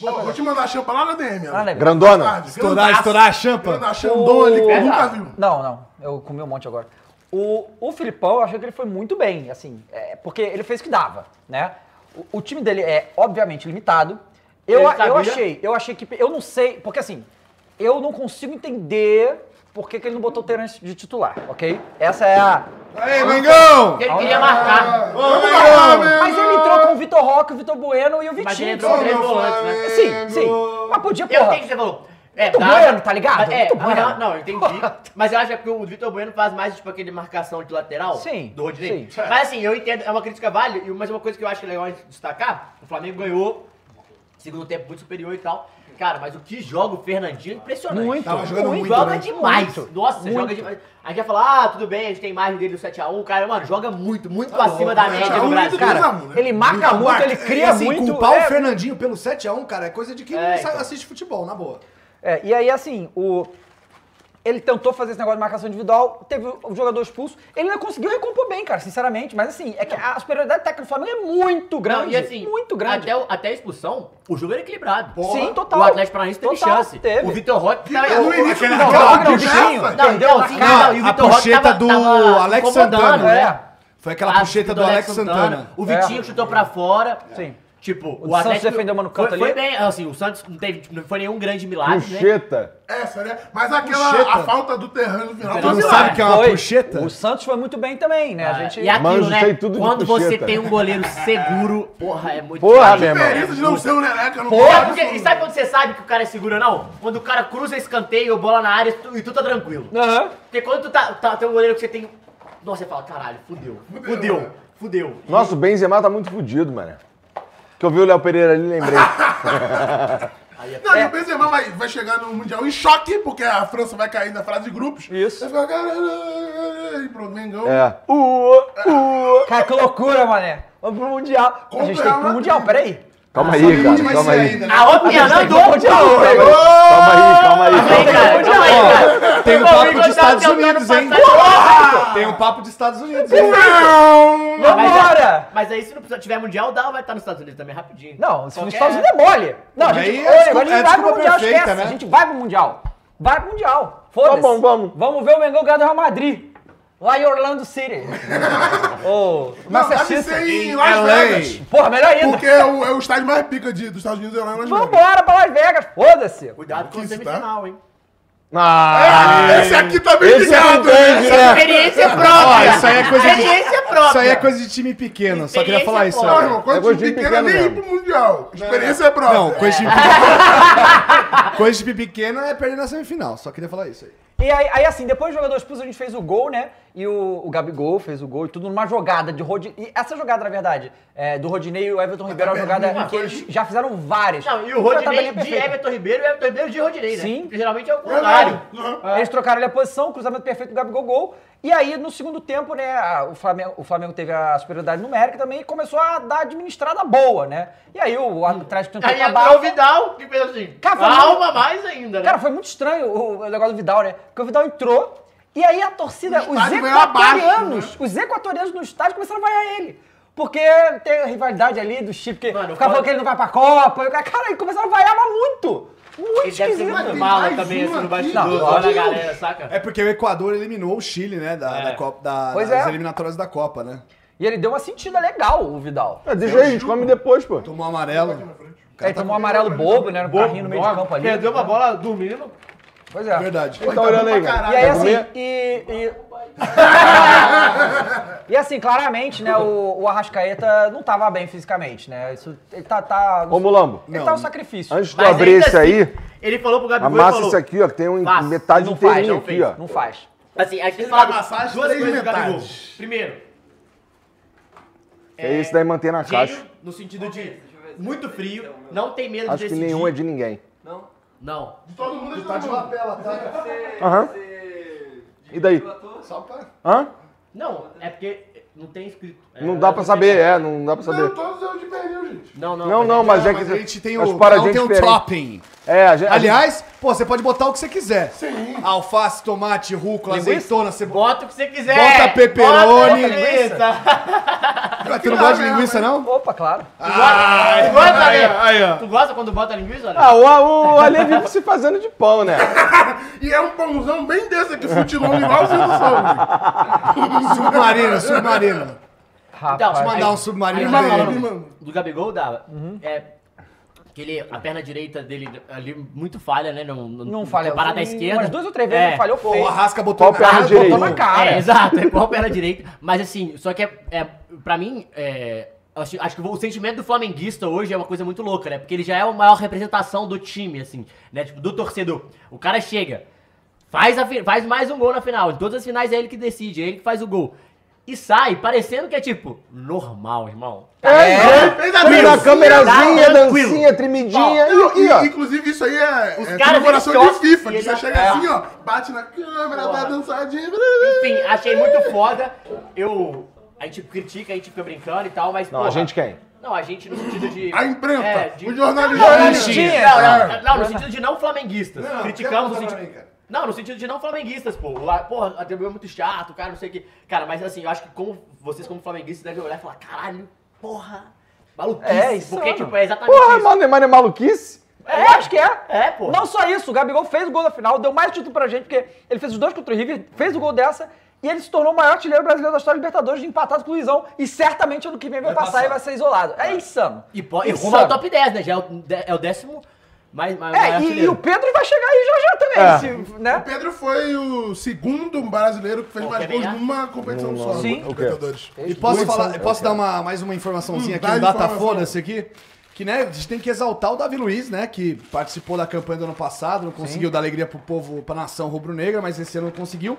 Speaker 4: Vou, vou te mandar a champa lá na DM.
Speaker 2: Lá na DM.
Speaker 6: Grandona?
Speaker 3: Estourar, estourar a champa?
Speaker 4: Grandona, Xandona um ali, que eu
Speaker 2: O-
Speaker 4: nunca vi.
Speaker 2: Não, não. Eu comi um monte agora. O, o Filipão, eu achei que ele foi muito bem, assim. é, porque ele fez o que dava, né? O, o time dele é, obviamente, limitado. Eu,
Speaker 5: Ele
Speaker 2: eu
Speaker 5: sabia?
Speaker 2: achei, eu achei que. Eu não sei, porque assim, eu não consigo entender por que, que ele não botou o Terence de titular, ok? Essa é a.
Speaker 3: Aí, Mengão!
Speaker 5: Ele queria marcar.
Speaker 3: Vamos
Speaker 2: Mas ele entrou com o Vitor Roque, o Vitor Bueno e o Vitinho.
Speaker 5: Mas ele entrou com três volantes, né?
Speaker 2: Sim, sim. Mas podia,
Speaker 5: Eu
Speaker 2: porra.
Speaker 5: entendi o que você falou. É,
Speaker 2: Vitor
Speaker 5: dá-
Speaker 2: Bueno, tá ligado?
Speaker 5: É,
Speaker 2: Vitor Bueno.
Speaker 5: aham, não, eu entendi. Mas eu acho que é porque o Vitor Bueno faz mais tipo aquele marcação de lateral
Speaker 2: Sim,
Speaker 5: do Rodinei.
Speaker 2: sim.
Speaker 5: Mas assim, eu entendo, é uma crítica válida, e- mas uma coisa que eu acho que é legal a gente destacar: o Flamengo ganhou, segundo tempo muito superior e tal. Cara, mas o que joga o Fernandinho é impressionante.
Speaker 2: Muito, Tava jogando muito,
Speaker 5: Joga
Speaker 2: né?
Speaker 5: demais.
Speaker 2: Muito,
Speaker 5: Nossa, joga
Speaker 2: muito.
Speaker 5: demais. A gente vai falar, ah, tudo bem, a gente tem imagem dele no 7x1. Cara, mano, joga muito, muito
Speaker 2: Tá
Speaker 5: acima da
Speaker 4: é
Speaker 5: média do Brasil.
Speaker 4: Cara,
Speaker 5: Cara,
Speaker 2: Ele marca muito, ele cria
Speaker 8: assim,
Speaker 2: muito.
Speaker 8: culpar
Speaker 2: é,
Speaker 8: o Fernandinho pelo 7x1, cara, é coisa de quem
Speaker 5: É,
Speaker 8: não sa-
Speaker 5: então.
Speaker 8: assiste futebol, na boa.
Speaker 2: É, e aí, assim, o... ele tentou fazer esse negócio de marcação individual, teve o jogador expulso. Ele não conseguiu recompor bem, cara, sinceramente. Mas, assim, é que a superioridade técnica do Flamengo é muito grande.
Speaker 5: Não, e assim,
Speaker 2: muito grande.
Speaker 5: Até, o- até a expulsão, o jogo era equilibrado.
Speaker 2: Sim, total.
Speaker 5: O Atlético Paranaense teve
Speaker 2: Total,
Speaker 5: chance.
Speaker 2: teve.
Speaker 5: O Vitor Roque tá.
Speaker 4: No início
Speaker 3: aquela-
Speaker 4: do
Speaker 2: Não,
Speaker 4: jogo,
Speaker 2: não,
Speaker 4: que
Speaker 2: Vitinho,
Speaker 4: chefa.
Speaker 5: Não,
Speaker 2: entendeu?
Speaker 5: então, assim, não, e o
Speaker 3: a
Speaker 5: Vitor Roque
Speaker 3: puxeta
Speaker 5: tava-
Speaker 3: do
Speaker 5: tava
Speaker 3: Alex
Speaker 5: incomodando,
Speaker 3: Santana,
Speaker 2: né?
Speaker 3: Foi aquela puxeta do Alex Santana.
Speaker 5: né? O Vitinho chutou pra fora.
Speaker 2: Sim.
Speaker 5: Tipo, É. o,
Speaker 2: Santos
Speaker 5: Atlético
Speaker 2: defendeu uma no canto
Speaker 5: foi, foi
Speaker 2: ali.
Speaker 5: bem, assim, o Santos não teve, não foi nenhum grande milagre, né?
Speaker 6: Puxeta.
Speaker 4: Essa, né? Mas aquela a falta do terreno no final.
Speaker 5: Não
Speaker 4: foi um
Speaker 3: Não
Speaker 4: milagre.
Speaker 3: sabe o que é uma
Speaker 2: Foi.
Speaker 3: puxeta?
Speaker 2: O Santos foi muito bem também, né? A gente...
Speaker 5: E aquilo,
Speaker 6: Manjo
Speaker 5: né?
Speaker 6: sei tudo de
Speaker 5: Quando você
Speaker 6: puxeta.
Speaker 5: tem um goleiro seguro, porra, é muito
Speaker 6: Porra,
Speaker 5: difícil.
Speaker 6: meu irmão.
Speaker 4: A diferença de não ser um Nereca no
Speaker 5: É porque- e sabe quando você sabe que o cara é seguro ou não? Quando o cara cruza escanteio ou bola na área e tu, e tu tá tranquilo.
Speaker 2: Aham.
Speaker 5: Porque quando tu tá, tá- tem um goleiro que você tem. Nossa, você fala, caralho, fudeu. né?" Fudeu, fudeu.
Speaker 6: Nossa, o Benzema tá muito fudido, mano. Que eu vi o Léo Pereira ali, lembrei.
Speaker 4: Não, e o Benzema vai, vai chegar no Mundial em choque, porque a França vai cair na fase de grupos.
Speaker 2: Isso.
Speaker 4: Vai ficar, caralho, e pro Mengão.
Speaker 6: É. Uh, uh.
Speaker 2: Cara, que loucura, mané. Vamos pro Mundial. a
Speaker 4: Como
Speaker 2: gente tem
Speaker 4: é,
Speaker 2: que ir pro
Speaker 4: mano?
Speaker 2: Mundial, peraí.
Speaker 6: Calma aí,
Speaker 4: Onde vai
Speaker 6: cara. Calma
Speaker 4: ser
Speaker 6: aí.
Speaker 4: ainda, né?
Speaker 5: A outra é
Speaker 2: Tem que ir pro
Speaker 5: Fernando!
Speaker 2: Mundial, velho.
Speaker 6: Calma aí, calma aí.
Speaker 5: Vem, cara, calma aí, cara.
Speaker 3: Tem um
Speaker 5: Ô,
Speaker 3: papo
Speaker 5: Igor,
Speaker 3: de
Speaker 5: tá
Speaker 3: Estados
Speaker 5: tentando
Speaker 3: Unidos, hein?
Speaker 5: passar de volta.
Speaker 3: Tem um papo de Estados Unidos, hein?
Speaker 4: Não!
Speaker 5: Mas,
Speaker 2: Vambora!
Speaker 5: mas aí, se não precisar- tiver mundial, dá, vai estar nos Estados Unidos também rapidinho.
Speaker 2: Não, se
Speaker 5: Qualquer-
Speaker 2: nos Estados Unidos é mole. Não, a gente,
Speaker 3: Aí é
Speaker 2: ô, Igor,
Speaker 3: desculpa-
Speaker 2: a gente
Speaker 3: é
Speaker 2: vai pro
Speaker 3: desculpa
Speaker 2: Mundial,
Speaker 3: perfeita,
Speaker 2: esquece.
Speaker 3: né?
Speaker 2: A gente vai pro Mundial. Vai pro Mundial. Foda-se.
Speaker 6: Tá bom, vamos.
Speaker 2: Vamos ver o Mengão ganhar do Real Madrid. Lá em Orlando City. Ô,
Speaker 4: Não, deve ser
Speaker 2: Massachusetts.
Speaker 4: em Las
Speaker 3: LA.
Speaker 4: Vegas.
Speaker 2: Porra, melhor ainda.
Speaker 4: Porque é o, é o estádio mais pica de, dos Estados Unidos, é lá em Las Vegas.
Speaker 2: Vambora pra Las Vegas, foda-se.
Speaker 5: Cuidado com o
Speaker 4: Isso, tá?
Speaker 5: semifinal, hein?
Speaker 6: Ah,
Speaker 4: Esse aqui tá bem
Speaker 3: é um
Speaker 6: esse não
Speaker 4: ligado,
Speaker 6: entende,
Speaker 4: né?
Speaker 6: né?
Speaker 5: Experiência
Speaker 3: Ó,
Speaker 5: própria!
Speaker 3: isso aí é coisa de-
Speaker 5: Experiência própria!
Speaker 3: Isso aí é coisa de time pequeno, só queria falar isso.
Speaker 4: Não,
Speaker 3: ó.
Speaker 5: Experiência,
Speaker 4: irmão, quando
Speaker 6: É
Speaker 4: time
Speaker 6: gostinho
Speaker 4: pequeno
Speaker 6: pequeno
Speaker 4: nem ir
Speaker 6: mesmo.
Speaker 4: pro Mundial. Experiência é própria.
Speaker 3: Não, coisa de time pequeno. Coisa de time pequeno é perder na semifinal, só queria falar isso aí.
Speaker 2: E aí, aí, assim, depois do jogador expulso, a gente fez o gol, né? E o, o Gabigol fez o gol e tudo numa jogada de Rodinei. E essa jogada, na verdade, é, do Rodinei e o Everton Ribeiro é uma jogada
Speaker 5: Não,
Speaker 2: que
Speaker 5: foi-
Speaker 2: eles já fizeram várias. é
Speaker 5: Não, e o Rodinei de Everton Ribeiro e o Everton Ribeiro de Rodinei, né?
Speaker 2: tá Sim.
Speaker 5: Porque geralmente é o contrário.
Speaker 2: Verdade.
Speaker 5: Ah.
Speaker 2: Eles trocaram ali a posição, cruzamento perfeito do Gabigol gol. E aí, no segundo tempo, né, a- o Flamengo, o Flamengo teve a superioridade numérica também e começou a dar administrada boa, né? E aí o arbitragem tentou
Speaker 5: Hum. Aí
Speaker 2: acabar.
Speaker 5: entrou o Vidal, que fez assim, calma mais ainda, né?
Speaker 2: Cara, foi muito estranho o, o negócio do Vidal, né? Porque o Vidal entrou e aí a torcida, os
Speaker 5: estádio veio abaixo, né?
Speaker 2: equatorianos, os equatorianos no estádio começaram a vaiar ele. Porque tem a rivalidade ali do Chip, que ficava falando que ele não vai pra Copa. e o cara- Cara, e começaram a vaiar mas muito. Muito
Speaker 5: Ele deve ser
Speaker 2: esquisito.
Speaker 5: muito mala
Speaker 6: um
Speaker 5: também, assim, no bastidor, lá na galera, saca?
Speaker 8: É porque o Equador eliminou o Chile, né? Da, da Copa, da,
Speaker 2: Pois
Speaker 8: das
Speaker 2: é.
Speaker 8: eliminatórias da Copa, né?
Speaker 2: E ele deu uma sentida legal, o Vidal.
Speaker 8: É,
Speaker 6: deixa aí, a gente come depois, pô.
Speaker 8: Tomou amarelo.
Speaker 3: Então,
Speaker 5: é,
Speaker 2: Ele
Speaker 5: tá
Speaker 2: tomou um amarelo bobo, né? No carrinho no meio de campo ali.
Speaker 5: Perdeu uma bola dormindo.
Speaker 2: Pois é.
Speaker 8: Verdade.
Speaker 6: Ele tá olhando aí, cara.
Speaker 2: E aí,
Speaker 6: Quer
Speaker 2: assim,
Speaker 6: comer?
Speaker 2: e... e- E assim, claramente, né, o, o Arrascaeta não tava bem fisicamente, né? Isso, ele tá... tá
Speaker 6: Ô, Mulambo.
Speaker 2: Ele tá um sacrifício.
Speaker 6: Antes de tu abrir esse aí,
Speaker 5: assim, Ele falou pro Gabigol,
Speaker 6: amassa
Speaker 5: ele falou...
Speaker 6: isso aqui, ó, que tem um,
Speaker 5: Faz.
Speaker 6: metade
Speaker 5: Não faz,
Speaker 6: inteirinho
Speaker 5: não
Speaker 6: aqui,
Speaker 5: fez,
Speaker 6: ó.
Speaker 2: Não faz.
Speaker 5: Assim, a gente tem
Speaker 6: Ele vai
Speaker 5: falado
Speaker 6: amassar as
Speaker 5: duas
Speaker 6: três
Speaker 5: coisas do Gabigol.
Speaker 6: metades.
Speaker 5: Primeiro,
Speaker 6: É isso daí manter na
Speaker 5: gênio,
Speaker 6: caixa.
Speaker 5: no sentido de muito frio, não tem medo
Speaker 6: Acho
Speaker 5: de
Speaker 6: que
Speaker 5: decidir.
Speaker 6: nenhum é de ninguém.
Speaker 5: Não. Não.
Speaker 4: De todo mundo, de todo mundo. lapela, tá?
Speaker 6: Aham. E daí?
Speaker 4: Só pra...
Speaker 6: Hã?
Speaker 5: Não, é porque não tem escrito. É,
Speaker 6: Não dá pra saber, é, não dá pra saber.
Speaker 4: Não, todos eles de pernil, gente.
Speaker 5: Não,
Speaker 6: Não, não, mas é que
Speaker 8: Ah, a gente tem
Speaker 6: as
Speaker 8: o.
Speaker 6: paradinhas
Speaker 8: Cada um tem um
Speaker 6: diferentes.
Speaker 8: topping.
Speaker 6: É, a gente,
Speaker 8: Aliás, pô, você pode botar o que você quiser.
Speaker 4: Sim.
Speaker 8: Alface, tomate, rúcula,
Speaker 5: Linguiça?
Speaker 8: azeitona, cebola.
Speaker 5: Bota o que você quiser.
Speaker 8: Bota pepperoni.
Speaker 5: Bota linguiça.
Speaker 6: Ah,
Speaker 8: Tu não gosta de linguiça,
Speaker 4: né?
Speaker 8: não?
Speaker 2: Opa, claro.
Speaker 5: tu gosta,
Speaker 6: aí,
Speaker 5: Ale?
Speaker 6: aí, ó.
Speaker 5: Tu gosta quando bota linguiça? Ale?
Speaker 6: Ah, o, o, o Ale vive se fazendo de pão, né?
Speaker 4: E é um pãozão bem desse aqui, futilão igualzinho do Sandro.
Speaker 8: Submarino, submarino.
Speaker 5: Então,
Speaker 8: Deixa eu mandar
Speaker 5: aí-
Speaker 8: um submarino
Speaker 5: aí tava
Speaker 8: dele.
Speaker 5: falando Do Gabigol dava.
Speaker 2: Uhum.
Speaker 5: É. Que ele, a perna direita dele ali muito falha, né? Não, não,
Speaker 2: Não falha.
Speaker 5: Parada à
Speaker 2: um-
Speaker 5: esquerda.
Speaker 2: Umas duas ou três vezes ele falhou
Speaker 8: Pô,
Speaker 2: feio.
Speaker 8: o Arrasca botou
Speaker 6: Qual é perna
Speaker 8: Ah,
Speaker 6: direita?
Speaker 8: botou
Speaker 2: na cara.
Speaker 5: É, exato, é igual perna direita. Mas assim, só que é, é pra mim, é, acho, acho que o sentimento do flamenguista hoje é uma coisa muito louca, né? Porque ele já é a maior representação do time, assim, né? Tipo, do torcedor. O cara chega, faz, a fi- faz mais um gol na final. Em todas as finais é ele que decide, é ele que faz o gol. E sai parecendo que é tipo, normal, irmão.
Speaker 6: É,
Speaker 4: Fez a
Speaker 6: Fez
Speaker 4: dancinha,
Speaker 6: a câmerazinha,
Speaker 5: Tá tranquilo.
Speaker 6: dancinha, tremidinha.
Speaker 4: Não,
Speaker 6: E, e, ó,
Speaker 4: e, inclusive, isso aí é,
Speaker 5: Os
Speaker 4: é
Speaker 5: caras,
Speaker 4: comemoração
Speaker 5: eles
Speaker 4: de
Speaker 5: tocam
Speaker 4: FIFA,
Speaker 5: e
Speaker 4: que você
Speaker 5: ele-
Speaker 4: chega
Speaker 5: é.
Speaker 4: assim, ó, bate na câmera, dá dançadinha.
Speaker 5: Enfim, achei muito foda. Eu. A gente critica, a gente fica brincando e tal, mas.
Speaker 6: Não, a gente quem?
Speaker 5: Não, a gente no sentido de.
Speaker 4: A imprensa,
Speaker 5: É,
Speaker 4: os
Speaker 5: Não,
Speaker 4: jornalistas.
Speaker 5: não, não, não, no sentido de não flamenguistas.
Speaker 4: Não,
Speaker 5: Criticamos no
Speaker 4: quer botar pra
Speaker 5: sentido.
Speaker 4: mim, cara?
Speaker 5: Não, no sentido de não flamenguistas, pô. Lá, Porra, atribuiu muito chato, cara, não sei o que. Cara, mas assim, eu acho que como vocês, como flamenguistas, devem olhar e falar, caralho, porra, maluquice.
Speaker 2: É, insano.
Speaker 5: Porque, tipo, é exatamente
Speaker 6: Porra,
Speaker 5: isso.
Speaker 6: mano, mano, é maluquice?
Speaker 2: É, acho que é.
Speaker 5: É, pô.
Speaker 2: Não só isso, o Gabigol fez o gol da final, deu mais título pra gente, porque ele fez os dois contra o River, fez o gol dessa, e ele se tornou o maior artilheiro brasileiro da história da Libertadores, empatado com o Luizão, e certamente ano que vem vai, passar, e vai ser isolado. É insano.
Speaker 5: E, pô, e
Speaker 2: Insano.
Speaker 5: rumo ao top 10, né? Já é o, de- é o décimo mais. mais
Speaker 2: É,
Speaker 5: maior
Speaker 2: e, e
Speaker 5: artilheiro.
Speaker 2: o Pedro vai chegar aí já já também,
Speaker 6: É.
Speaker 2: se- né?
Speaker 4: O Pedro foi o segundo brasileiro que fez
Speaker 5: Pô,
Speaker 4: mais
Speaker 5: quer
Speaker 4: gols
Speaker 5: ganhar?
Speaker 4: numa competição só.
Speaker 2: Sim.
Speaker 4: na Libertadores.
Speaker 8: E posso,
Speaker 4: Muito
Speaker 8: falar,
Speaker 4: bom.
Speaker 8: posso dar uma, mais uma informaçãozinha
Speaker 4: Hum,
Speaker 8: aqui
Speaker 4: dá
Speaker 8: no
Speaker 4: informação.
Speaker 8: Data Foda-se aqui? Que né, a gente tem que exaltar o Davi Luiz, né? Que participou da campanha do ano passado, não conseguiu dar alegria pro povo, pra nação rubro-negra, mas esse ano conseguiu.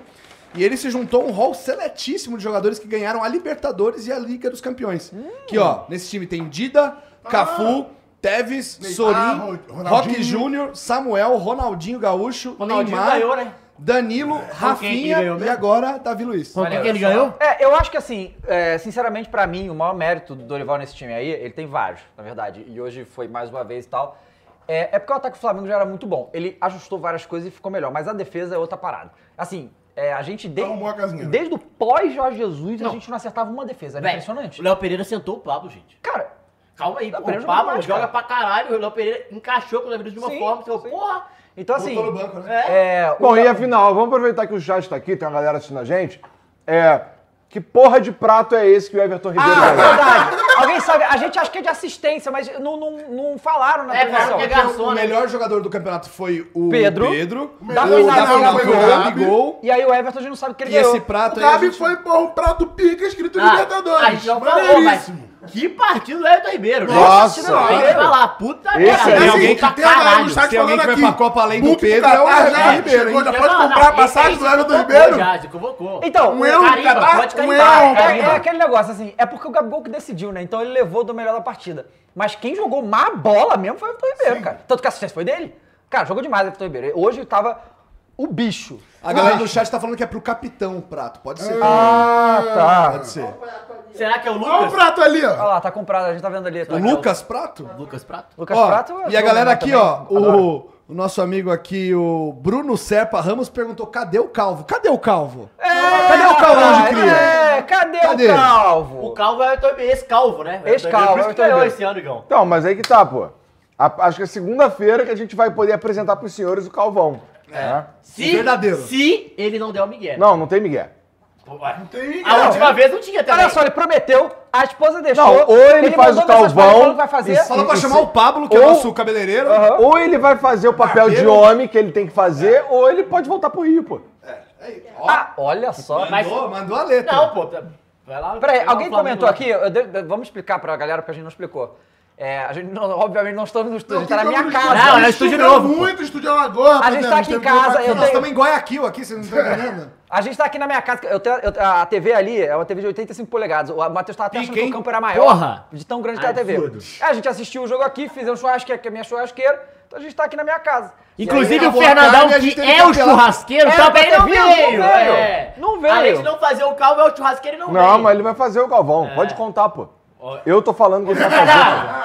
Speaker 8: E ele se juntou a um hall seletíssimo de jogadores que ganharam a Libertadores e a Liga dos Campeões.
Speaker 4: Hum.
Speaker 8: Que, ó, nesse time tem Dida, Cafu, Tevez,
Speaker 4: Ah. Neymar,
Speaker 8: Sorin,
Speaker 4: Ro-
Speaker 8: Roque
Speaker 4: Ronaldinho.
Speaker 8: Júnior, Samuel, Ronaldinho Gaúcho,
Speaker 5: Ronaldinho
Speaker 8: Neymar,
Speaker 5: ganhou, né?
Speaker 8: Danilo,
Speaker 5: quem que
Speaker 8: Rafinha
Speaker 5: ganhou
Speaker 8: e
Speaker 5: mesmo?
Speaker 8: agora Davi Luiz.
Speaker 5: Com quem que ele ganhou?
Speaker 2: É, eu acho que assim, é, sinceramente, pra mim, o maior mérito do Dorival nesse time aí, ele tem vários, na verdade, e hoje foi mais uma vez e tal. É, é porque o ataque do Flamengo já era muito bom. Ele ajustou várias coisas e ficou melhor, mas a defesa é outra parada. Assim, é, a gente desde,
Speaker 4: Arrumou a casinha. né?
Speaker 2: desde o pós-Jorge Jesus, a
Speaker 5: Não.
Speaker 2: gente não acertava uma defesa. Era
Speaker 5: Véi,
Speaker 2: É impressionante.
Speaker 5: O Léo Pereira sentou o Pablo, gente.
Speaker 2: Cara,
Speaker 5: Calma aí,
Speaker 2: Léo
Speaker 5: pô,
Speaker 2: Pereira
Speaker 5: o
Speaker 2: joga
Speaker 5: Pablo
Speaker 2: demais,
Speaker 5: joga
Speaker 2: cara.
Speaker 5: pra caralho. O Léo Pereira encaixou com o Léo Pereira de uma
Speaker 2: Sim,
Speaker 5: forma. Você falou, porra.
Speaker 2: então assim.
Speaker 4: Botou no banco, né?
Speaker 2: É, o
Speaker 6: Bom, e
Speaker 2: Léo-
Speaker 6: afinal, vamos aproveitar que o chat tá aqui, tem uma galera assistindo a gente. É. Que porra de prato é esse que o Everton Ribeiro
Speaker 2: Ah,
Speaker 6: ganhou?
Speaker 2: verdade. Alguém sabe, a gente acha que é de assistência, mas não, não, não falaram na
Speaker 5: É,
Speaker 2: transmissão.
Speaker 5: porque é
Speaker 8: Porque
Speaker 5: garçom,
Speaker 8: o
Speaker 5: né?
Speaker 8: melhor jogador do campeonato foi o
Speaker 2: Pedro.
Speaker 8: Pedro.
Speaker 2: Da
Speaker 8: o
Speaker 2: final
Speaker 8: da final
Speaker 4: foi
Speaker 8: foi o
Speaker 4: o
Speaker 8: Gabigol.
Speaker 2: E aí o Everton a gente não sabe o é que ele
Speaker 8: E
Speaker 2: ganhou.
Speaker 8: esse prato
Speaker 4: O
Speaker 8: aí. é a
Speaker 4: Gabi
Speaker 8: gente-
Speaker 4: foi, porra, um prato pica escrito
Speaker 5: Ah,
Speaker 4: Libertadores.
Speaker 5: a gente não falou, mas
Speaker 4: Maneiríssimo.
Speaker 5: Que partido é o Everton Ribeiro, né?
Speaker 3: Nossa,
Speaker 5: tem que falar, puta
Speaker 3: Esse
Speaker 5: merda.
Speaker 3: aí,
Speaker 5: Assim, Tem
Speaker 3: alguém
Speaker 5: pra
Speaker 3: que tem a galera no
Speaker 5: caralho.
Speaker 3: chat Tem alguém falando que vai aqui, pra Copa além do Hulk do Pedro,
Speaker 4: né?
Speaker 3: Catar é o Everton já Ribeiro, chegou, hein? já pode comprar a passagem do Everton
Speaker 5: tá-
Speaker 3: Ribeiro?
Speaker 5: Já, se convocou.
Speaker 2: Então,
Speaker 5: um euro, carimba,
Speaker 2: Catar,
Speaker 5: pode
Speaker 2: um
Speaker 5: carimbar.
Speaker 2: euro. É,
Speaker 5: carimba.
Speaker 2: é aquele negócio assim, é porque o Gabigol que decidiu, né? Então ele levou do melhor da partida. Mas quem jogou má bola mesmo foi o Everton Ribeiro, cara. Tanto que a assistência foi dele. Cara, jogou demais o Everton Ribeiro. Hoje tava o bicho.
Speaker 8: A galera do chat tá falando que é pro capitão o prato. Pode ser.
Speaker 2: Ah,
Speaker 8: também.
Speaker 2: tá.
Speaker 8: Pode ser.
Speaker 5: Será que é o Lucas?
Speaker 2: Olha o prato ali, ó. Olha lá, tá com prato, a gente tá vendo ali.
Speaker 8: O Lucas Prato?
Speaker 5: Lucas Prato?
Speaker 2: Lucas
Speaker 8: Ó,
Speaker 2: Prato é
Speaker 8: E a
Speaker 2: bom,
Speaker 8: galera
Speaker 2: né,
Speaker 8: aqui,
Speaker 2: também.
Speaker 8: ó. O, o nosso amigo aqui, o Bruno Serpa Ramos, perguntou: cadê o calvo? Cadê o calvo? cadê o calvão de cria?
Speaker 2: É, cadê,
Speaker 8: Cadê?
Speaker 2: o calvo?
Speaker 5: O calvo é o Everton Ribeiro, esse calvo, né?
Speaker 6: Escalvo,
Speaker 5: Por isso que ganhou esse ano, Igão.
Speaker 6: Então, mas aí que tá, pô. A- acho que é segunda-feira que a gente vai poder apresentar pros senhores o Calvão. É.
Speaker 5: Se, Se ele não der o Miguel.
Speaker 6: Não, não tem Miguel.
Speaker 5: Não tem
Speaker 2: Miguel.
Speaker 5: A última vez não tinha também.
Speaker 2: Olha só, ele prometeu, a esposa deixou.
Speaker 6: Não, ou ele, faz o
Speaker 2: mandou mensagem pra ele
Speaker 6: Calvão.
Speaker 2: falando que vai fazer.
Speaker 6: Ou-
Speaker 8: é cabeleireiro.
Speaker 6: Aham. Ou ele vai fazer o papel de
Speaker 2: Barbeiro.
Speaker 6: homem que ele tem que fazer, ou ele pode voltar pro Rio, pô.
Speaker 2: Ah, olha só.
Speaker 5: Mandou-
Speaker 8: mandou a letra.
Speaker 5: Não, pô. tá- Vai lá.
Speaker 2: Peraí,
Speaker 5: vai lá,
Speaker 2: alguém
Speaker 5: Flamengo
Speaker 2: comentou
Speaker 5: lá.
Speaker 2: aqui, eu de- de- vamos explicar pra galera, porque a gente não explicou. É, a gente, não- obviamente, não estamos no estúdio, a gente tá na minha casa.
Speaker 4: Muito estúdio Alagoas.
Speaker 2: A
Speaker 8: né?
Speaker 2: gente tá aqui em casa, eu
Speaker 8: Nós
Speaker 2: tenho-
Speaker 8: estamos em Guayaquil aqui, vocês não estão entendendo?
Speaker 2: A gente tá aqui na minha casa, eu tenho- eu- a TV ali é uma TV de 85 polegadas. O Matheus tava até achando que o campo era maior.
Speaker 5: Porra!
Speaker 2: De tão grande que era a TV.
Speaker 5: Absurdo.
Speaker 2: É, a gente assistiu o jogo aqui, fizemos churrasqueira, que é a minha churrasqueira, então a gente tá aqui na minha casa.
Speaker 5: Inclusive o Fernandão, que é o churrasqueiro, tá também não veio. é.
Speaker 2: Não veio.
Speaker 5: Além de não fazer o calvo, é o churrasqueiro e não,
Speaker 6: Não,
Speaker 5: veio.
Speaker 6: mas ele vai fazer o Galvão. Pode contar, pô. Eu tô falando que ele vai fazer.
Speaker 5: Caralho!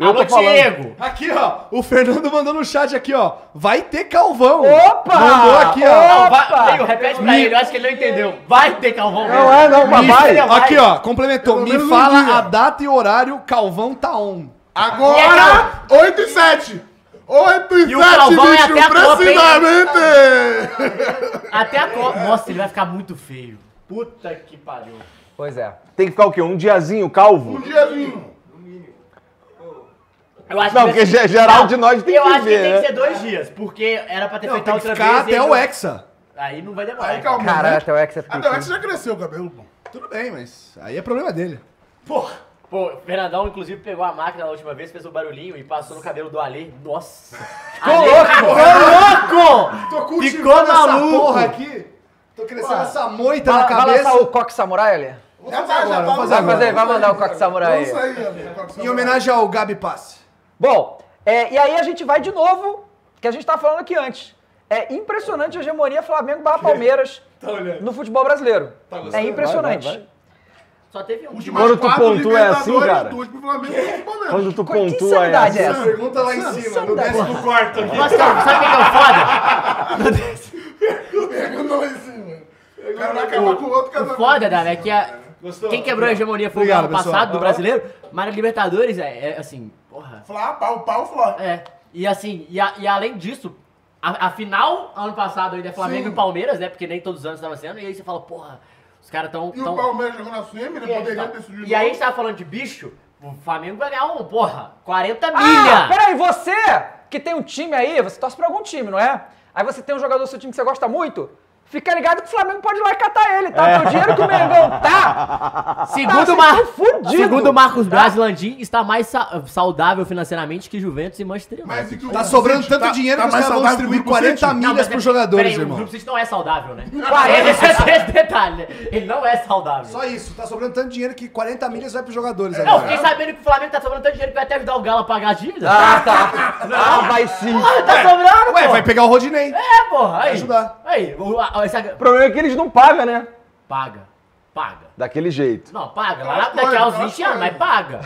Speaker 6: Eu
Speaker 8: Alô,
Speaker 6: tô falando.
Speaker 8: Diego. Aqui, ó. O Fernando mandou no chat aqui, ó. Vai ter calvão.
Speaker 5: Opa!
Speaker 8: Mandou aqui, ó.
Speaker 5: Não, vai- Diego, repete pra ele, eu acho que ele não entendeu. Vai ter calvão mesmo.
Speaker 8: Me- Aqui, ó, complementou. Me
Speaker 3: um
Speaker 8: fala a data e horário, Calvão tá on.
Speaker 4: Agora, 8 e 7. 8 e,
Speaker 5: E o
Speaker 4: 7,
Speaker 5: Calvão é
Speaker 4: bicho,
Speaker 5: até a Copa, hein?
Speaker 4: precisamente.
Speaker 5: Até a Copa. Nossa, ele vai ficar muito feio. Puta que pariu.
Speaker 2: Pois é.
Speaker 6: Tem que ficar o quê? Um diazinho calvo?
Speaker 4: Um diazinho.
Speaker 5: Eu acho
Speaker 6: Não,
Speaker 5: que-
Speaker 6: porque ge- geral de nós tem
Speaker 5: eu
Speaker 6: que
Speaker 5: acho
Speaker 6: ver,
Speaker 5: que tem
Speaker 6: né?
Speaker 5: que ser dois dias, porque era pra ter feito
Speaker 8: tem
Speaker 5: a
Speaker 8: que
Speaker 5: outra
Speaker 8: ficar
Speaker 5: vez. e
Speaker 8: até
Speaker 5: ele
Speaker 8: o
Speaker 5: não-
Speaker 8: Hexa.
Speaker 5: Aí não vai demorar. então.
Speaker 4: Aí calma,
Speaker 8: Caraca,
Speaker 4: né?
Speaker 8: até o Hexa é
Speaker 4: Até o
Speaker 8: pica,
Speaker 4: Hexa já cresceu o cabelo, pô.
Speaker 8: Tudo bem, mas aí é problema dele.
Speaker 5: Porra! Pô, o Fernandão, inclusive, pegou a máquina da última vez, fez um barulhinho e passou no cabelo do Ale. Nossa!
Speaker 8: Ficou
Speaker 5: Ale
Speaker 8: louco,
Speaker 5: ficou louco!
Speaker 8: Tô
Speaker 5: Ficou
Speaker 8: cultivando essa
Speaker 5: maluco!
Speaker 8: porra aqui. Tô crescendo
Speaker 2: Porra.
Speaker 8: essa moita na
Speaker 2: Vai- Vai
Speaker 8: cabeça.
Speaker 2: lançar o Coque Samurai ali?
Speaker 8: Já
Speaker 4: é
Speaker 8: tá, já tá.
Speaker 2: Vai
Speaker 8: Vamos
Speaker 2: fazer,
Speaker 8: fazer agora.
Speaker 2: vai mandar o Coque Samurai aí.
Speaker 8: Em homenagem ao Gabi Passe.
Speaker 2: Bom, é, e aí a gente vai de novo, que a gente tá falando aqui antes. É impressionante a hegemonia Flamengo barra Palmeiras
Speaker 4: Tá
Speaker 2: no futebol brasileiro. é impressionante.
Speaker 6: Tá Vai, vai,
Speaker 5: Só teve um.
Speaker 6: Quando tu pontua é assim, cara?
Speaker 4: Duas pro Flamengo, duas pro Palmeiras.
Speaker 6: Quando tu
Speaker 4: Que
Speaker 6: pontua é assim.
Speaker 4: insanidade é essa?
Speaker 8: Pergunta lá em
Speaker 4: Insanidade.
Speaker 8: cima, no décimo quarto aqui.
Speaker 5: Nossa, cara, sabe o que é o foda?
Speaker 4: Pergunta lá em cima. O cara vai acabar com o outro
Speaker 5: O
Speaker 4: casamento.
Speaker 5: foda, Dara, é que a- quem quebrou a hegemonia foi o
Speaker 4: Obrigado,
Speaker 5: ano
Speaker 4: pessoal.
Speaker 5: passado do
Speaker 4: Aham.
Speaker 5: brasileiro, mas na Libertadores é, é assim, porra.
Speaker 4: Flá, ah, pau, pau, flá.
Speaker 5: É. E assim, e, a- e além disso, a, a final ano passado ainda é Flamengo
Speaker 4: Sim.
Speaker 5: e Palmeiras, né? Porque nem todos os anos estava sendo, e aí você fala, porra, os caras estão.
Speaker 4: E o Palmeiras jogou na Semi, né? Poderia ter subido.
Speaker 5: então, E então. aí a gente tava falando de bicho, o Flamengo vai ganhar um, porra, 40 milha!
Speaker 2: Ah, peraí, você que tem um time aí, você torce pra algum time, não é? Aí você tem um jogador do seu time que você gosta muito, fica ligado que o Flamengo pode ir lá e catar ele,
Speaker 6: É.
Speaker 2: tá? Porque o dinheiro que o Mengão tá...
Speaker 5: Segundo,
Speaker 2: tá
Speaker 5: o Mar-
Speaker 2: sendo fudido.
Speaker 5: Segundo o Marcos Braz, Landim está mais sa- saudável financeiramente que Juventus e Manchester United.
Speaker 8: Tá sobrando tanto dinheiro que os caras vão distribuir 40 milhas
Speaker 4: é
Speaker 8: pros jogadores,
Speaker 5: é, O
Speaker 8: irmão.
Speaker 5: Grupo City não é saudável, né?
Speaker 8: Quarenta-
Speaker 5: Esse é esse detalhe, né? Ele não é saudável.
Speaker 8: Só isso, tá sobrando tanto dinheiro que 40 milhas vai pros jogadores
Speaker 5: Não,
Speaker 8: agora.
Speaker 5: fiquei sabendo que o Flamengo tá sobrando tanto dinheiro que vai até ajudar o Galo a pagar a dívida.
Speaker 8: Ah,
Speaker 2: tá. Ah, vai sim.
Speaker 5: Porra, tá sobrando,
Speaker 8: Ué,
Speaker 5: pô.
Speaker 8: vai pegar o Rodinei.
Speaker 5: É, porra. Aí,
Speaker 8: Vai ajudar.
Speaker 5: Aí, o, a- a- essa-
Speaker 6: O problema é que eles não pagam, né?
Speaker 5: Paga. Paga.
Speaker 6: Daquele jeito.
Speaker 5: Não, paga.
Speaker 6: Ela
Speaker 5: Lá daqui
Speaker 6: foi,
Speaker 5: aos
Speaker 6: ela
Speaker 5: 20 anos, mas paga.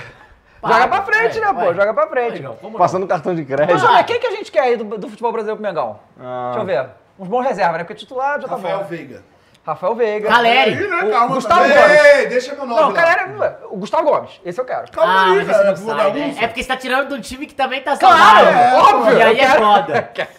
Speaker 2: Joga pra frente, né, pô? Joga pra frente.
Speaker 6: Passando cartão de crédito.
Speaker 2: Deixa eu ver, quem que a gente quer aí do, do futebol brasileiro pro Mengão? Deixa eu ver. Uns bons reservas, né? Porque titular já tá bom. Rafael
Speaker 8: Veiga.
Speaker 2: Rafael Veiga.
Speaker 8: Caleri.
Speaker 2: O-
Speaker 8: Ih, né, calma,
Speaker 2: Gustavo
Speaker 8: mas-
Speaker 2: Gomes.
Speaker 8: Ei, deixa meu nome
Speaker 2: Não,
Speaker 8: lá.
Speaker 2: Caleri, não é. o Gustavo Gomes. Esse eu quero.
Speaker 5: ah, mas esse não sai, né? É porque você tá tirando de um time que também tá
Speaker 2: Claro,
Speaker 5: saudável.
Speaker 2: é, óbvio.
Speaker 5: E aí é
Speaker 2: Eu quero-
Speaker 5: foda.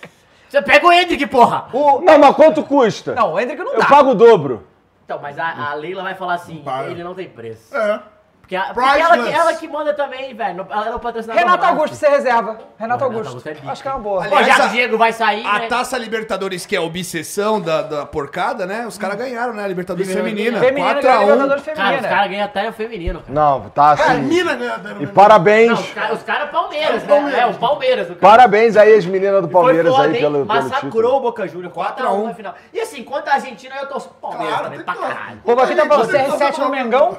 Speaker 5: Você pega o Hendrick, porra.
Speaker 6: Não, mas quanto custa?
Speaker 5: Não, o Hendrick não
Speaker 6: Eu
Speaker 5: dá.
Speaker 6: pago o dobro.
Speaker 5: Então, mas a, a Leila vai falar assim, ele não tem preço.
Speaker 4: É.
Speaker 5: Porque, a- porque ela, que- ela que manda também, velho. Ela é o patrocinador.
Speaker 2: Renato
Speaker 5: do
Speaker 2: Augusto, você reserva. Renato
Speaker 5: Renato
Speaker 2: Augusto.
Speaker 5: Augusto é bico.
Speaker 2: Acho que é uma boa.
Speaker 5: Pô, já que o Diego vai sair,
Speaker 8: A
Speaker 5: né?
Speaker 8: Taça Libertadores, que é a obsessão da, da porcada, né? Os
Speaker 2: Hum.
Speaker 8: caras ganharam, né? A Libertadores
Speaker 5: Libertadores.
Speaker 8: feminina.
Speaker 5: Feminina
Speaker 8: 4x1.
Speaker 2: é
Speaker 5: Cara, os caras ganham até o feminino, cara.
Speaker 6: Não, tá assim.
Speaker 8: Carmina
Speaker 6: E parabéns.
Speaker 5: Não, os caras cara Palmeiras, né? É, o Palmeiras. O cara.
Speaker 6: Parabéns aí as meninas do Palmeiras
Speaker 5: Foi foda,
Speaker 6: aí
Speaker 5: hein?
Speaker 6: pelo, pelo título.
Speaker 5: Massacrou o Boca Júnior, 4x1 na final. E assim, contra a Argentina, eu torço pro Palmeiras também, pra caralho.
Speaker 2: O povo aqui tá falando CR7 no Mengão.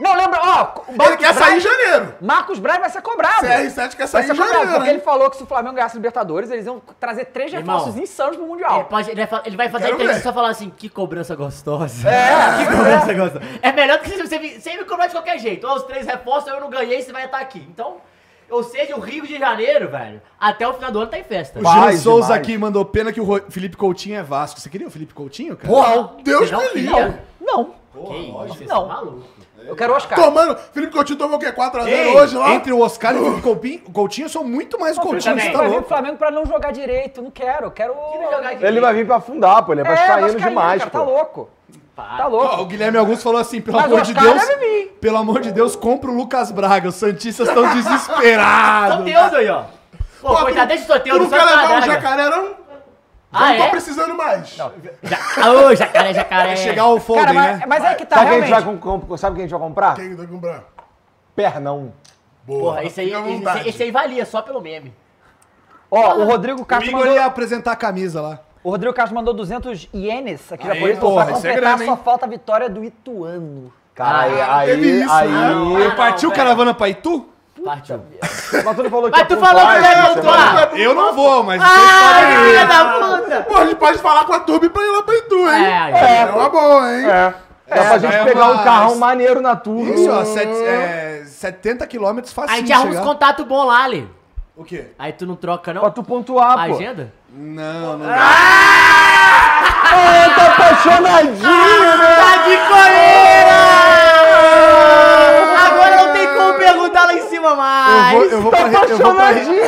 Speaker 2: Não, lembra, ó. o Marcos
Speaker 5: quer sair em
Speaker 4: janeiro.
Speaker 2: Marcos Braz vai ser cobrado.
Speaker 4: CR7 quer sair
Speaker 2: vai ser
Speaker 4: em
Speaker 2: cobrado,
Speaker 4: janeiro,
Speaker 2: Porque
Speaker 4: hein?
Speaker 2: ele falou que se o Flamengo ganhasse a Libertadores, eles iam trazer três
Speaker 5: Irmão, é
Speaker 2: reforços insanos pro Mundial.
Speaker 5: Ele, pode- ele vai, fa- ele vai fazer a
Speaker 2: Quero
Speaker 5: entrevista
Speaker 2: ver.
Speaker 5: e só falar assim, que cobrança gostosa.
Speaker 2: É.
Speaker 5: que cobrança gostosa. É melhor do que você, você, me- você me cobrar de qualquer jeito. Ó, os três reforços eu não ganhei, você vai estar aqui. Então, ou seja, o Rio de Janeiro, velho, até o final do ano tá em festa.
Speaker 8: O Gil Souza aqui mandou pena que o Ro- Felipe Coutinho é Vasco. Você queria o Felipe Coutinho, cara?
Speaker 4: Porra, Deus
Speaker 5: Você não
Speaker 4: me
Speaker 5: queria?
Speaker 4: livre.
Speaker 2: Não.
Speaker 5: Que isso, é
Speaker 2: Não.
Speaker 5: maluco.
Speaker 2: Eu quero o Oscar.
Speaker 4: Tomando. Felipe Coutinho tomou o quê? 4x0
Speaker 8: Ei,
Speaker 4: hoje lá?
Speaker 8: Entre o Oscar e o Felipe Coutinho, o Coutinho são muito mais o
Speaker 2: Não,
Speaker 8: Coutinho,
Speaker 2: eu
Speaker 8: você
Speaker 2: também.
Speaker 8: tá
Speaker 2: Vai vir pro
Speaker 8: louco.
Speaker 2: Flamengo pra não jogar direito. Eu Não quero, eu quero.
Speaker 6: Ele É, vai vir pra afundar, pô. Ele é vascaíno demais,
Speaker 2: cara,
Speaker 6: pô.
Speaker 2: Tá louco. Tá louco.
Speaker 8: Ó, o Guilherme Augusto falou assim, pelo
Speaker 2: Mas o
Speaker 8: amor de
Speaker 2: Oscar
Speaker 8: Deus,
Speaker 2: deve vir.
Speaker 8: pelo amor de Deus, compra o Lucas Braga. Os Santistas estão desesperados.
Speaker 5: Só Deus aí, ó. Pô, coitado desse
Speaker 8: é
Speaker 5: sorteio,
Speaker 4: Tu não
Speaker 5: não só
Speaker 4: quer levar o
Speaker 8: né?
Speaker 5: Braga.
Speaker 4: é jacaré, não?
Speaker 5: Ah,
Speaker 4: não tô
Speaker 5: é?
Speaker 4: precisando mais.
Speaker 5: Ja- Ô, jacaré,
Speaker 8: é.
Speaker 5: jacaré.
Speaker 2: Cara, mas,
Speaker 4: né?
Speaker 2: mas é que tá,
Speaker 6: sabe quem a
Speaker 2: realmente.
Speaker 6: gente vai com- com- sabe quem a gente vai comprar?
Speaker 8: é
Speaker 4: Quem vai
Speaker 8: Tá
Speaker 4: comprar?
Speaker 6: Pernão.
Speaker 5: Porra, esse aí,
Speaker 4: Fica à
Speaker 5: esse,
Speaker 4: vontade.
Speaker 5: esse aí valia só pelo meme.
Speaker 2: Ó, o Rodrigo
Speaker 8: O
Speaker 2: Castro
Speaker 8: Igor
Speaker 2: mandou...
Speaker 8: ia apresentar a camisa lá.
Speaker 2: O Rodrigo Castro mandou 200 ienes aqui
Speaker 8: Aí,
Speaker 2: já por isso.
Speaker 8: porra,
Speaker 2: Pra
Speaker 8: isso é
Speaker 2: completar,
Speaker 8: grana,
Speaker 2: só
Speaker 8: hein?
Speaker 2: falta a vitória do Ituano.
Speaker 6: Cara,
Speaker 8: Ah,
Speaker 6: aí,
Speaker 8: teve
Speaker 6: aí,
Speaker 8: isso,
Speaker 6: aí.
Speaker 4: Ah,
Speaker 8: né? Partiu
Speaker 6: o
Speaker 8: caravana pra Itu?
Speaker 5: Partiu.
Speaker 6: Mas tu não falou que
Speaker 5: Mas
Speaker 6: ia
Speaker 5: tu
Speaker 6: pontuar,
Speaker 5: falou
Speaker 6: né?
Speaker 5: que ia
Speaker 6: Você
Speaker 5: pontuar.
Speaker 4: é
Speaker 6: vai-
Speaker 8: Eu não vou,
Speaker 4: Ah,
Speaker 8: mas
Speaker 5: Ai, filha
Speaker 8: vocês podem ir.
Speaker 5: da puta!
Speaker 4: Pô, a gente pode falar com a turma pra ir lá pra Itu, hein?
Speaker 5: É,
Speaker 4: É, uma boa, hein?
Speaker 6: Dá pra gente
Speaker 8: é
Speaker 6: pegar
Speaker 8: uma-
Speaker 6: um carrão maneiro na turma.
Speaker 8: Isso, ó, set, é, 70 quilômetros facinho
Speaker 5: A gente arruma uns
Speaker 8: chegar.
Speaker 5: contatos bons lá, ali.
Speaker 8: O quê?
Speaker 5: Aí tu não troca, não?
Speaker 6: Pra tu pontuar,
Speaker 5: a
Speaker 6: pô.
Speaker 5: agenda?
Speaker 8: Não, não.
Speaker 4: Ah,
Speaker 6: Eu tô apaixonadinho, né?
Speaker 5: Tá de coleira! Agora não tem como perguntar lá em cima
Speaker 8: Eu
Speaker 5: mais.
Speaker 8: vou, eu vou
Speaker 4: tá
Speaker 8: pra, Ri- eu vou pra, Ri-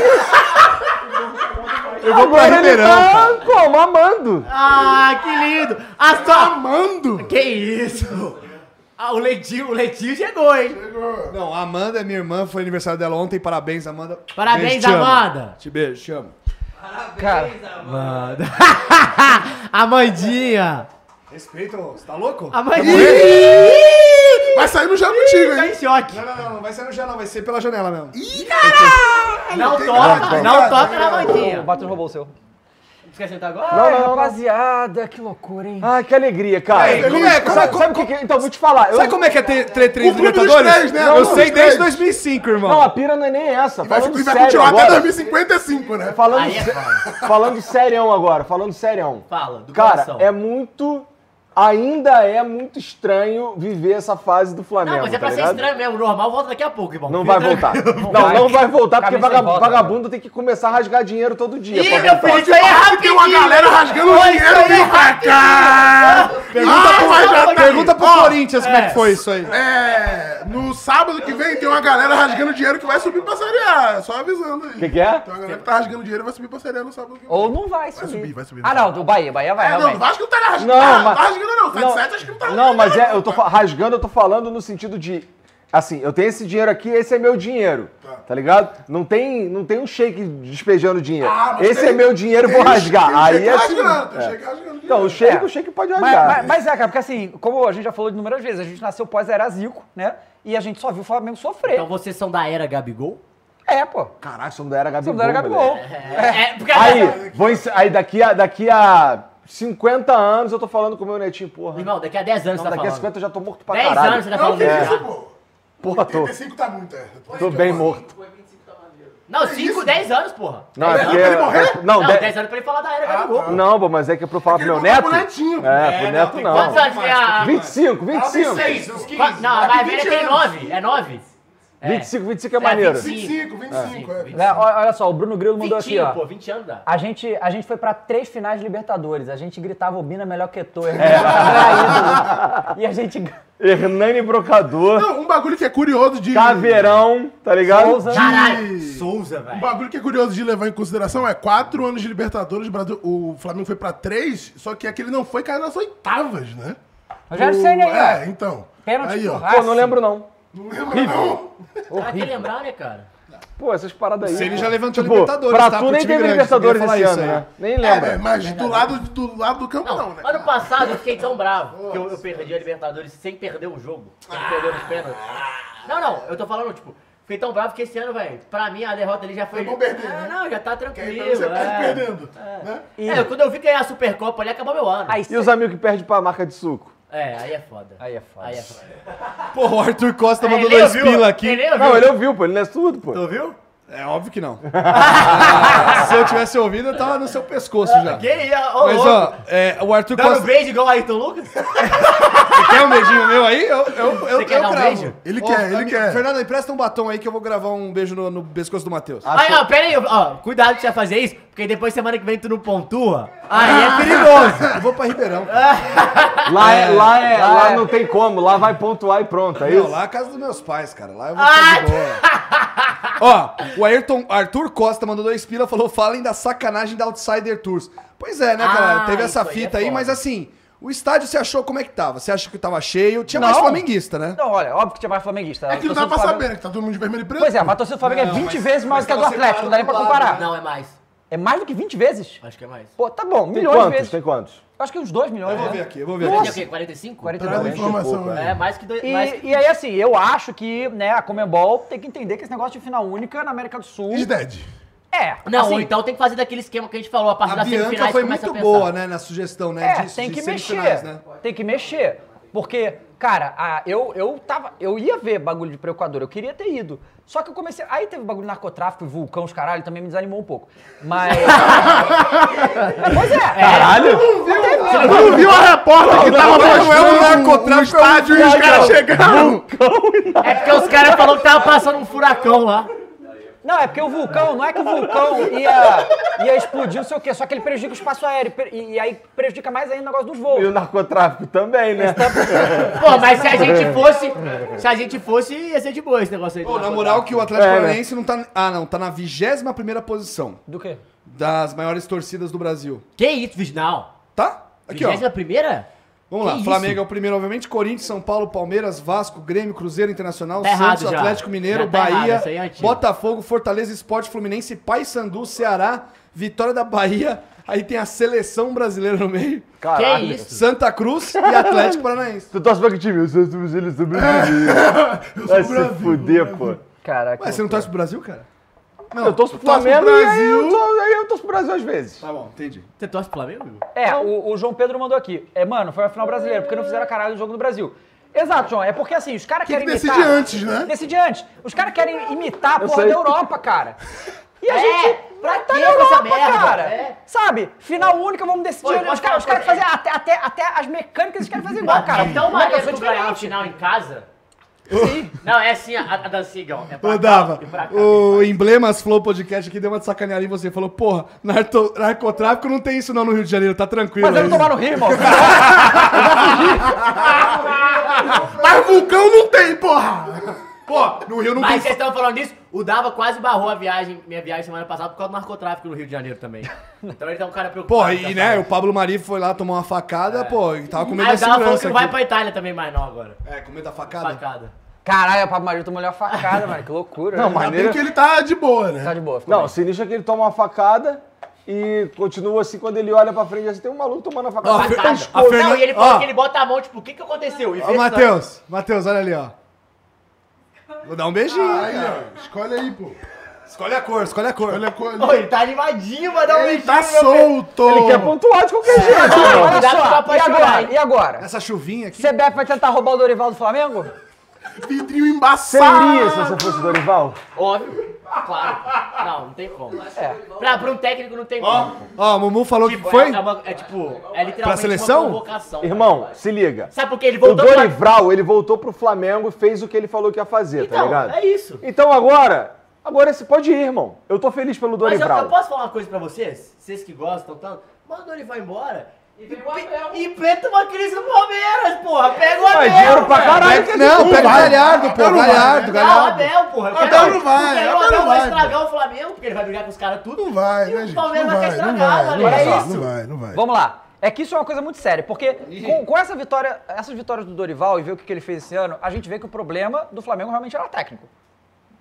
Speaker 8: eu vou pra
Speaker 6: Agora ele
Speaker 8: Ribeirão, cara.
Speaker 6: tá, como, amando.
Speaker 5: Ah, que lindo. A sua...
Speaker 4: Amando!
Speaker 5: Que isso? Ah, o Leitinho, o Leitinho chegou, hein?
Speaker 8: Não, a Amanda é minha irmã, foi aniversário dela ontem, parabéns, Amanda.
Speaker 5: Parabéns,
Speaker 8: Beijo, te amo.
Speaker 5: Amanda.
Speaker 8: Te beijo, te amo.
Speaker 2: Cara,
Speaker 5: Amandinha.
Speaker 8: Respeita, ô, você tá louco?
Speaker 5: Amandinha.
Speaker 4: Vai sair no Jabutinho,
Speaker 5: Tá
Speaker 4: É hein?
Speaker 5: em choque.
Speaker 8: Não, não, não, não vai ser no janela, vai ser pela janela mesmo.
Speaker 5: Não
Speaker 4: nada,
Speaker 5: toca, não
Speaker 4: cara.
Speaker 5: toca na
Speaker 2: o
Speaker 5: Amandinha.
Speaker 2: Bato roubou o seu.
Speaker 5: Quer sentar agora?
Speaker 2: Ai, rapaziada, que loucura, hein?
Speaker 6: Ai, Ah, que alegria, cara.
Speaker 8: Ei, como é, como é,
Speaker 6: sabe,
Speaker 8: como-
Speaker 6: sabe o que que Então, vou te falar. eu-
Speaker 8: Sabe como é que é ter, ter três
Speaker 4: O clube dos
Speaker 8: Libertadores?
Speaker 4: três, né?
Speaker 8: Eu
Speaker 4: O clube
Speaker 8: sei
Speaker 4: dos
Speaker 8: desde
Speaker 4: três.
Speaker 8: 2005, irmão.
Speaker 6: Não, a pira não é nem essa.
Speaker 4: Vai,
Speaker 6: Falando
Speaker 4: e vai
Speaker 6: sério
Speaker 4: continuar até
Speaker 6: agora.
Speaker 4: 2055, né?
Speaker 6: Falando,
Speaker 5: Aí é
Speaker 6: sé-
Speaker 5: foda.
Speaker 6: falando serião agora, falando serião.
Speaker 5: Fala, do
Speaker 6: Cara,
Speaker 5: coração.
Speaker 6: é muito. Ainda é muito estranho viver essa fase do Flamengo.
Speaker 5: Não, mas é pra
Speaker 6: tá
Speaker 5: ser
Speaker 6: ligado?
Speaker 5: estranho mesmo. Normal volta daqui a pouco, irmão.
Speaker 6: Não
Speaker 5: Fica
Speaker 6: vai voltar.
Speaker 5: tranquilo.
Speaker 6: Não, não vai voltar porque
Speaker 2: Caminho sem
Speaker 6: vagabundo,
Speaker 2: volta, né?
Speaker 6: vagabundo tem que começar a rasgar dinheiro todo dia.
Speaker 5: Ih,
Speaker 6: pra
Speaker 5: meu
Speaker 6: voltar.
Speaker 5: filho, isso aí é
Speaker 4: Aqui
Speaker 5: rápido.
Speaker 4: tem uma galera rasgando o dinheiro
Speaker 5: é
Speaker 4: vindo pra cá!
Speaker 8: Pergunta,
Speaker 4: Ah,
Speaker 8: pro,
Speaker 4: mas já tá
Speaker 8: pergunta
Speaker 4: aí.
Speaker 8: pro
Speaker 4: Ó,
Speaker 8: Corinthians como é que foi isso aí.
Speaker 4: É, no sábado que vem tem uma galera rasgando dinheiro que vai subir pra Série A, É só avisando aí.
Speaker 6: Que que é?
Speaker 4: Tem uma galera que tá rasgando dinheiro e vai subir pra Série A no sábado que vem.
Speaker 2: Ou não vai subir.
Speaker 4: subir, vai subir.
Speaker 2: Ah, não, do Bahia, Bahia vai,
Speaker 4: É, não,
Speaker 2: realmente.
Speaker 4: o Vasco não tá rasgando,
Speaker 6: Não,
Speaker 4: não,
Speaker 6: mas-
Speaker 4: tá rasgando não, 77 acho que não tá
Speaker 6: Não, mas é, eu tô fa- rasgando, eu tô falando no sentido de. Assim, eu tenho esse dinheiro aqui, esse é meu dinheiro. Tá ligado? Não tem, não tem um shake despejando dinheiro.
Speaker 4: Ah, mas
Speaker 6: esse
Speaker 4: tem-
Speaker 6: é meu dinheiro,
Speaker 4: tem
Speaker 6: vou
Speaker 4: gente-
Speaker 6: rasgar.
Speaker 4: tem
Speaker 6: Aí
Speaker 4: gente
Speaker 6: é assim.
Speaker 4: rasgando, tem
Speaker 6: é.
Speaker 4: gente rasgando
Speaker 6: Então, o
Speaker 4: dinheiro.
Speaker 6: shake,
Speaker 2: É.
Speaker 6: o shake pode
Speaker 2: Mas,
Speaker 6: rasgar.
Speaker 2: mas- mas é, cara, porque assim, como a gente já falou de inúmeras vezes, a gente nasceu pós-era Zico, né? E a gente só viu o Flamengo sofrer.
Speaker 5: Então vocês são da era Gabigol?
Speaker 2: É, pô.
Speaker 6: Caralho, isso não era Gabigol.
Speaker 2: Você não era
Speaker 6: moleque.
Speaker 2: Gabigol.
Speaker 5: É, porque
Speaker 6: Aí, vou ens- aí daqui, a, daqui a 50 anos eu tô falando com o meu netinho, porra.
Speaker 5: Irmão, daqui a 10 anos
Speaker 6: Não,
Speaker 5: você tá
Speaker 6: daqui a
Speaker 5: falando.
Speaker 6: 50 eu já tô morto pra
Speaker 5: 10
Speaker 6: caralho.
Speaker 5: anos você tá
Speaker 4: Não,
Speaker 5: falando
Speaker 4: É que isso,
Speaker 5: isso.
Speaker 4: pô.
Speaker 6: Porra, é. tô,
Speaker 4: 85 tá muito, é.
Speaker 6: tô bem morto.
Speaker 5: Não, 5, 10 anos, porra.
Speaker 6: É Não,
Speaker 4: Dez
Speaker 6: é porque.
Speaker 4: anos pra ele morrer?
Speaker 6: Não,
Speaker 5: Não,
Speaker 6: de- Ah,
Speaker 5: 10 anos pra ele falar da era Gabigol.
Speaker 6: Não, pô, mas é que é pra eu falar pro
Speaker 4: Ele
Speaker 6: meu
Speaker 4: botou
Speaker 6: neto.
Speaker 4: pro netinho.
Speaker 6: É, pro neto não.
Speaker 5: Quantos anos tem a...
Speaker 4: Tá,
Speaker 6: 25, 25.
Speaker 4: uns 15.
Speaker 5: Qua- Não, a mais velha tem 9. É 9?
Speaker 6: 25, 25 é maneiro.
Speaker 4: 25, 25,
Speaker 6: Ah.
Speaker 4: é.
Speaker 2: Né, ó- olha só, o Bruno Grilo mandou aqui,
Speaker 5: 20,
Speaker 2: ó.
Speaker 5: pô, 20 anos dá.
Speaker 2: A gente, a gente foi pra três finais de Libertadores. A gente gritava Obina melhor que Eto'o. Era ídolo. E a gente... ganha.
Speaker 6: Hernani Brocador,
Speaker 4: Não, um bagulho que é curioso de...
Speaker 6: Caveirão, tá ligado?
Speaker 2: Souza.
Speaker 5: Caralho, Souza,
Speaker 4: Um
Speaker 5: velho.
Speaker 4: bagulho que é curioso de levar em consideração é quatro anos de Libertadores, o Brasil- o Flamengo foi pra três, só que aquele não foi, caiu nas oitavas, né?
Speaker 2: Rogério Ceni aí, ó.
Speaker 4: É, então.
Speaker 2: né, Pênalti
Speaker 4: aí,
Speaker 2: pro
Speaker 4: ó.
Speaker 2: Racing.
Speaker 6: Pô, não lembro não.
Speaker 4: Não lembra, não.
Speaker 5: Pra que lembrar, né, cara?
Speaker 2: Pô, essas paradas aí.
Speaker 4: Se ele
Speaker 2: pô.
Speaker 4: já levantou
Speaker 2: Tipo,
Speaker 4: Libertadores,
Speaker 2: Pra
Speaker 4: tá?
Speaker 2: tu
Speaker 4: Pro
Speaker 2: nem
Speaker 4: time
Speaker 2: teve
Speaker 4: grande,
Speaker 2: Libertadores
Speaker 4: eu ia falar
Speaker 2: esse
Speaker 4: isso
Speaker 2: ano,
Speaker 4: aí.
Speaker 2: né? Nem
Speaker 4: É,
Speaker 2: lembra.
Speaker 4: mas do lado, do lado do campo, não, né?
Speaker 5: Ano passado eu fiquei tão bravo que eu, eu perdi a Libertadores sem perder um jogo. Sem perder os pênaltis. Não, não, eu tô falando, tipo, fiquei tão bravo que esse ano, velho, pra mim a derrota ali já foi.
Speaker 4: bom perder,
Speaker 5: ah,
Speaker 4: né?
Speaker 5: não, já tá
Speaker 4: Que aí
Speaker 5: tranquilo.
Speaker 4: pra você perde
Speaker 5: é.
Speaker 4: perdendo. Né?
Speaker 5: É, quando eu vi ganhar a Supercopa ali, acabou meu ano.
Speaker 6: e os amigos que perdem pra marca de suco?
Speaker 5: É, aí é foda. Aí é foda. Aí é foda.
Speaker 8: Porra, o Arthur Costa
Speaker 5: É,
Speaker 8: mandou
Speaker 5: ele
Speaker 8: dois
Speaker 5: ouviu,
Speaker 8: pila aqui.
Speaker 5: ele ouviu. Não, ele
Speaker 6: ouviu, pô. Ele lê tudo, pô. Tu
Speaker 5: ouviu?
Speaker 8: É óbvio que não. Ah, Se eu tivesse ouvido, eu tava no seu pescoço já.
Speaker 5: Que aí, ó,
Speaker 8: Mas, ó, é, o Arthur
Speaker 5: Dá um
Speaker 8: Costa...
Speaker 5: beijo igual o Ayrton Lucas?
Speaker 8: Quer um beijinho meu aí? Eu, eu, eu,
Speaker 5: Você quer
Speaker 8: eu
Speaker 5: dar um
Speaker 8: gravo.
Speaker 5: beijo?
Speaker 4: Ele
Speaker 8: Ó,
Speaker 4: quer, ele
Speaker 8: ami-
Speaker 4: quer.
Speaker 8: Fernando, empresta um batom aí que eu vou gravar um beijo no, no pescoço do Matheus.
Speaker 5: Aí, ó, pera aí, ó, cuidado que você vai fazer isso, porque depois semana que vem tu não pontua, aí é perigoso.
Speaker 8: Eu vou pra Ribeirão.
Speaker 6: Lá, é, lá, é,
Speaker 8: lá
Speaker 6: lá,
Speaker 8: é.
Speaker 6: não tem como, lá vai pontuar e pronto, é
Speaker 8: Não,
Speaker 6: isso?
Speaker 8: lá é a casa dos meus pais, cara. Lá eu vou ficar de boa. Ó, o Ayrton Arthur Costa mandou dois pila falou: falem da sacanagem da Outsider Tours. Pois é, né, cara?
Speaker 5: Ah,
Speaker 8: Teve essa
Speaker 5: isso aí é
Speaker 8: fita aí,
Speaker 5: foda.
Speaker 8: mas assim, o estádio você achou como é que tava? Você acha que tava cheio? Tinha
Speaker 2: Não.
Speaker 8: mais flamenguista, né?
Speaker 2: Não, Então, olha, óbvio que tinha mais flamenguista. Então,
Speaker 4: É que não dá pra saber, né? Que tá todo mundo de vermelho e preto.
Speaker 2: Pois é, mas a torcida do Flamengo é 20 vezes mais que a do Atlético, não dá nem pra comparar.
Speaker 5: Não, é mais.
Speaker 2: É mais do que 20 vezes?
Speaker 5: Acho que é mais.
Speaker 2: Pô, tá bom,
Speaker 6: Tem
Speaker 2: milhões de
Speaker 6: quantos?
Speaker 2: vezes.
Speaker 6: Tem quantos?
Speaker 2: Eu Acho que uns 2 milhões.
Speaker 8: Eu vou
Speaker 2: né?
Speaker 8: ver aqui, eu vou ver
Speaker 5: Tem
Speaker 8: aqui.
Speaker 5: o quê? 45?
Speaker 2: 42.
Speaker 4: Traz informação aí.
Speaker 5: É, mais que dois. mais
Speaker 2: E,
Speaker 5: que-
Speaker 2: e aí, assim, eu acho que né, a Comembol tem que entender que esse negócio de final única é na América do Sul.
Speaker 4: E Dead.
Speaker 2: É.
Speaker 5: Não,
Speaker 2: assim,
Speaker 5: ou então tem que fazer daquele esquema que a gente falou, a partir
Speaker 8: A
Speaker 5: das
Speaker 8: Bianca
Speaker 5: semifinais
Speaker 8: foi
Speaker 5: começa
Speaker 8: muito
Speaker 5: a pensar.
Speaker 8: boa, né, na sugestão, né?
Speaker 2: É,
Speaker 8: disso,
Speaker 2: tem que
Speaker 8: semifinais, né?
Speaker 2: mexer.
Speaker 6: né?
Speaker 2: Tem que mexer. Porque, cara, a- eu, eu tava. Eu ia ver bagulho de preocupador, eu queria ter ido. Só que eu comecei. Aí teve bagulho de narcotráfico, vulcão, os caralho, também me desanimou um pouco. Mas. pois é.
Speaker 6: Caralho!
Speaker 4: Tu não viu a repórter que tava
Speaker 8: Não é um
Speaker 4: mostrando o
Speaker 8: narcotráfico, é um
Speaker 4: estádio e os caras chegaram?
Speaker 5: É porque os caras falaram que tava passando um furacão lá.
Speaker 2: Não, é porque o vulcão, não é que o vulcão ia, ia explodir, não sei o quê, só que ele prejudica o espaço aéreo. per- E, e aí prejudica mais ainda o negócio dos voos.
Speaker 6: E o narcotráfico também, né?
Speaker 5: Pô, mas se a gente fosse. Se a gente fosse, ia ser de boa esse negócio aí. tá?
Speaker 8: Pô, na moral que o Atlético
Speaker 6: É, né?
Speaker 8: Paranaense não tá. Ah, não, tá na 21 primeira posição
Speaker 2: Do quê?
Speaker 8: das maiores torcidas do Brasil.
Speaker 5: Que isso, Viginal?
Speaker 8: Tá? Aqui, ó.
Speaker 5: 21 primeira?
Speaker 8: Vamos
Speaker 5: Que
Speaker 8: lá,
Speaker 5: isso?
Speaker 8: Flamengo é o primeiro, obviamente, Corinthians, São Paulo, Palmeiras, Vasco, Grêmio, Cruzeiro Internacional,
Speaker 5: Tá errado
Speaker 8: Santos,
Speaker 5: já.
Speaker 8: Atlético Mineiro,
Speaker 5: Já tá errado,
Speaker 8: Bahia,
Speaker 5: essa aí é antiga.
Speaker 8: Botafogo, Fortaleza, Esporte Fluminense, Paysandu, Ceará, Vitória da Bahia, aí tem a Seleção Brasileira no meio,
Speaker 5: Que isso?
Speaker 8: Santa Cruz e Atlético Paranaense.
Speaker 6: Tu torce pra que time? Eu sou do Brasil, eu
Speaker 8: É,
Speaker 6: sou do Brasil. Vai se
Speaker 8: né,
Speaker 6: fuder, pô.
Speaker 2: Caraca.
Speaker 8: Ué, você não torce pro Brasil, cara?
Speaker 6: eu torço pro
Speaker 8: torce pro
Speaker 6: Flamengo e aí
Speaker 8: Brasil.
Speaker 6: eu, tô, aí eu torço pro Brasil às vezes.
Speaker 8: Tá bom, entendi.
Speaker 5: Você torce pro Flamengo? amigo?
Speaker 2: É, o, o João Pedro mandou aqui. É, mano, foi a final brasileira, porque não fizeram caralho no jogo do Brasil. Exato, João. É porque assim, os caras
Speaker 4: Tem que
Speaker 2: querem imitar.
Speaker 4: decidir antes, né?
Speaker 2: Decidir antes. Os caras querem imitar a porra
Speaker 6: sei.
Speaker 2: da Europa, cara. E a
Speaker 5: É,
Speaker 2: gente.
Speaker 5: pra
Speaker 2: tá
Speaker 5: quê
Speaker 2: na
Speaker 5: com essa
Speaker 2: Europa,
Speaker 5: merda?
Speaker 2: cara.
Speaker 5: É.
Speaker 2: Sabe? Final única, vamos decidir.
Speaker 5: Pô,
Speaker 2: antes.
Speaker 5: pode
Speaker 2: os caras
Speaker 5: falar,
Speaker 2: os caras
Speaker 5: pode-
Speaker 2: fazem até, até, até as mecânicas, eles querem fazer igual, cara.
Speaker 5: É
Speaker 2: Não,
Speaker 5: tão
Speaker 2: eu
Speaker 5: maneiro
Speaker 2: sou
Speaker 5: tu ganhar o
Speaker 2: diferente.
Speaker 5: final em casa. Sim. Não, é assim a, a dancinha, Igão. É pra
Speaker 8: Ô,
Speaker 5: cá
Speaker 8: Dava,
Speaker 5: e pra cá.
Speaker 8: o Emblemas Flow Podcast aqui deu uma de sacaneada em você. Falou, porra, narto- narcotráfico não tem isso não no Rio de Janeiro, tá tranquilo.
Speaker 2: Mas eu não
Speaker 8: aí.
Speaker 2: tomar no Rio, irmão.
Speaker 4: Mas vulcão não tem, porra!
Speaker 8: Pô, no Rio não
Speaker 5: Mas
Speaker 8: tem...
Speaker 5: vocês estão falando disso? O Dava quase barrou a viagem, minha viagem semana passada por causa do narcotráfico no Rio de Janeiro também. Então ele tá um cara preocupado.
Speaker 8: Pô, e
Speaker 5: tá
Speaker 8: né,
Speaker 5: falando.
Speaker 8: o Pablo Mari foi lá tomar uma facada, pô, e tava com medo
Speaker 5: Aí
Speaker 8: da
Speaker 5: o Dava falou que
Speaker 8: segurança
Speaker 5: não vai
Speaker 8: aqui.
Speaker 5: pra Itália também mais não agora. Tá
Speaker 8: É, com medo da facada?
Speaker 5: Facada.
Speaker 2: Caralho, o Pablo Maria tomou a facada, mano. Que loucura.
Speaker 5: né?
Speaker 2: Não,
Speaker 4: Ainda bem que ele tá de boa, né?
Speaker 2: Tá de boa. ficou
Speaker 6: Não,
Speaker 2: bem.
Speaker 6: o sinistro é que ele toma uma facada e continua assim, quando ele olha pra frente, assim, tem um maluco tomando uma facada.
Speaker 8: Ó,
Speaker 6: Ele
Speaker 8: Fer-
Speaker 6: tá
Speaker 5: Facada.
Speaker 8: a
Speaker 6: escuro.
Speaker 8: Fernan-
Speaker 5: Não, e ele falou
Speaker 8: ó.
Speaker 5: que ele bota a mão, tipo, o que que aconteceu? E
Speaker 8: Ô,
Speaker 5: fez
Speaker 8: Matheus, Matheus, olha ali, ó. Vou dar um beijinho.
Speaker 4: Aí, ó, escolhe aí, pô.
Speaker 8: escolhe a cor, escolhe a cor.
Speaker 4: Olha a cor
Speaker 5: essa- Ô, ele tá animadinho, vai dar um
Speaker 4: Ele tá
Speaker 5: beijinho, meu
Speaker 4: solto!
Speaker 6: Ele quer pontuar de qualquer jeito.
Speaker 5: filho.
Speaker 6: mano.
Speaker 2: Olha
Speaker 5: Cuidado pra
Speaker 2: só, e
Speaker 5: apaixonar,
Speaker 2: agora?
Speaker 5: hein?
Speaker 2: E agora?
Speaker 8: Essa chuvinha aqui.
Speaker 2: CBF vai tentar roubar o Dorival do Flamengo?
Speaker 4: Vidrinho
Speaker 6: Você iria se
Speaker 4: embaçado!
Speaker 6: você fosse Dorival?
Speaker 5: Óbvio. Claro. Não, não tem como.
Speaker 6: é.
Speaker 5: Pra, pra um técnico não tem como.
Speaker 8: Ó, a Mumu falou que
Speaker 5: Tipo,
Speaker 8: foi.
Speaker 5: É, é uma- é tipo, é literalmente
Speaker 8: Pra seleção?
Speaker 5: uma convocação. tá
Speaker 6: Irmão, se liga.
Speaker 5: Sabe por que ele
Speaker 6: O tá
Speaker 5: voltou pra-
Speaker 6: Dorival, ele voltou pro Flamengo e fez o que ele falou que ia fazer, tá
Speaker 5: Então,
Speaker 6: ligado?
Speaker 5: é isso.
Speaker 6: Então agora, agora você pode ir, irmão. Eu tô feliz pelo
Speaker 5: Mas eu,
Speaker 6: Dorival.
Speaker 5: eu posso falar uma coisa pra vocês? Vocês que gostam tanto, manda ele vai embora. E, pe- e planta uma crise no Palmeiras, porra. Pega o Abel.
Speaker 6: Mas dinheiro pra
Speaker 5: cara.
Speaker 6: caralho. que
Speaker 8: Não,
Speaker 6: ele-
Speaker 8: pega o
Speaker 4: vai.
Speaker 8: Galhardo, pô,
Speaker 4: Não vai.
Speaker 8: Galhardo,
Speaker 5: Não, o
Speaker 8: Galhardo.
Speaker 5: Abel, porra. Eu
Speaker 4: Abel não vai,
Speaker 5: eu quero
Speaker 4: Abel
Speaker 5: o Abel
Speaker 4: não
Speaker 5: vai
Speaker 4: vai,
Speaker 5: estragar o Flamengo, porque ele vai brigar com os caras tudo.
Speaker 4: Não vai, né,
Speaker 5: e o
Speaker 4: gente? Não
Speaker 5: Palmeiras vai
Speaker 4: vai,
Speaker 5: ficar
Speaker 4: não vai,
Speaker 5: estragado,
Speaker 4: não
Speaker 5: né?
Speaker 4: vai,
Speaker 5: É
Speaker 4: não
Speaker 5: isso.
Speaker 4: vai, não vai.
Speaker 2: Vamos lá. É que isso é uma coisa muito séria, porque com, com essa vitória, essas vitórias do Dorival e ver o que que ele fez esse ano, a gente vê que o problema do Flamengo realmente era técnico.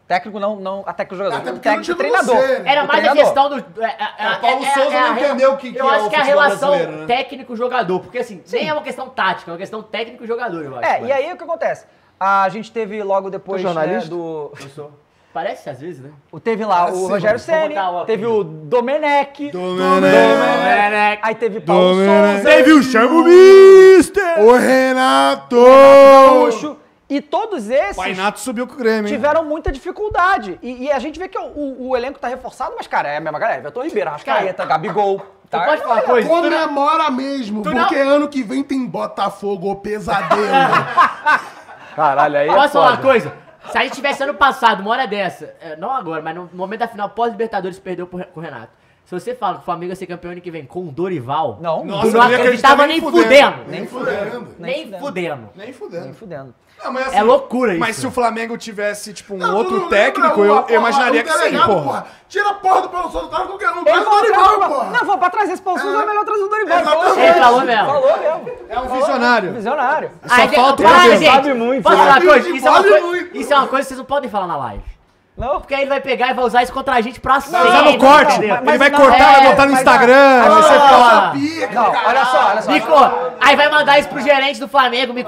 Speaker 2: Técnico não, não até que o jogador, o técnico o treinador.
Speaker 5: Era
Speaker 2: O
Speaker 5: mais a
Speaker 2: treinador.
Speaker 5: questão do. É, é,
Speaker 2: O Paulo Souza não
Speaker 5: rela-
Speaker 2: entendeu o que que
Speaker 5: Eu
Speaker 2: é
Speaker 5: acho
Speaker 2: o
Speaker 5: que é a
Speaker 2: futebol
Speaker 5: relação
Speaker 2: brasileiro, né?
Speaker 5: técnico-jogador, porque assim, nem é uma questão tática, é uma questão técnico-jogador, eu acho.
Speaker 2: É,
Speaker 5: né?
Speaker 2: e aí o que acontece? A gente teve logo depois
Speaker 5: Tu é jornalista?
Speaker 2: né, do.
Speaker 5: Eu sou. Parece às vezes, né?
Speaker 2: O- Teve lá
Speaker 5: Assim,
Speaker 2: o Rogério
Speaker 5: vamos
Speaker 2: Ceni,
Speaker 5: botar o
Speaker 2: teve o Domenech,
Speaker 5: Domenech.
Speaker 2: aí teve Paulo
Speaker 3: Domenech.
Speaker 2: Souza,
Speaker 3: Teve o Chamo Mister, o Renato.
Speaker 2: Gaúcho, e todos esses
Speaker 3: Painato subiu com o Grêmio, hein?
Speaker 2: tiveram muita dificuldade. E, e a gente vê que o, o- o elenco tá reforçado, mas, cara, é a mesma galera. Vitor Ribeiro, Arrascaeta, Gabigol. Tá?
Speaker 5: pode falar uma
Speaker 2: coisa?
Speaker 4: Comemora mesmo,
Speaker 5: tu não-
Speaker 4: porque ano que vem tem Botafogo, o pesadelo.
Speaker 2: Caralho,
Speaker 3: é
Speaker 2: aí
Speaker 5: Posso falar uma coisa? Se a gente tivesse ano passado, uma hora dessa, é, não agora, mas no momento da final, pós-Libertadores, perdeu pro Re- com o Renato. Se você fala que o Flamengo ia ser campeão ano que vem com o Dorival,
Speaker 2: não,
Speaker 5: tu não acreditava nem fudendo.
Speaker 3: Nem
Speaker 4: fudendo.
Speaker 5: Nem fudendo.
Speaker 3: Nem fudendo. Nem
Speaker 2: fudendo.
Speaker 3: Não, mas
Speaker 5: É loucura
Speaker 3: Mas
Speaker 5: isso.
Speaker 3: se o Flamengo tivesse, tipo, um
Speaker 4: tu
Speaker 3: outro
Speaker 4: não
Speaker 3: técnico,
Speaker 4: lembra
Speaker 3: eu,
Speaker 4: uma
Speaker 3: eu
Speaker 4: porra,
Speaker 3: imaginaria
Speaker 4: um
Speaker 3: que sim,
Speaker 4: delegado,
Speaker 3: porra.
Speaker 4: porra. Tira a porra do Paulo Souza, traz qualquer um. Traz o
Speaker 2: falou,
Speaker 4: Dorival,
Speaker 2: traz o-
Speaker 4: porra.
Speaker 2: Não, vou pra trazer esse Paulo Souza, é melhor trazer o Dorival.
Speaker 4: Exatamente.
Speaker 5: Ele falou mesmo.
Speaker 2: Falou mesmo.
Speaker 3: É um
Speaker 2: visionário. Visionário.
Speaker 5: Aí,
Speaker 3: falta o
Speaker 5: para,
Speaker 3: cabelo.
Speaker 5: gente.
Speaker 3: Sabe muito,
Speaker 5: Posso
Speaker 3: né?
Speaker 5: falar uma coisa?
Speaker 3: Sabe
Speaker 5: Isso é uma,
Speaker 3: muito.
Speaker 5: coi- isso é uma coisa que vocês não podem falar na live.
Speaker 2: Não.
Speaker 5: Porque aí ele vai pegar e vai usar isso contra a gente pra sempre.
Speaker 3: usar no corte.
Speaker 5: entendeu?
Speaker 3: Ele vai cortar,
Speaker 2: é,
Speaker 3: vai botar no
Speaker 5: mas-
Speaker 3: Instagram,
Speaker 5: Ah,
Speaker 3: vai ser
Speaker 5: ah,
Speaker 3: falado.
Speaker 2: Não, olha só, olha só.
Speaker 5: me co- aí vai mandar isso pro gerente do Flamengo, me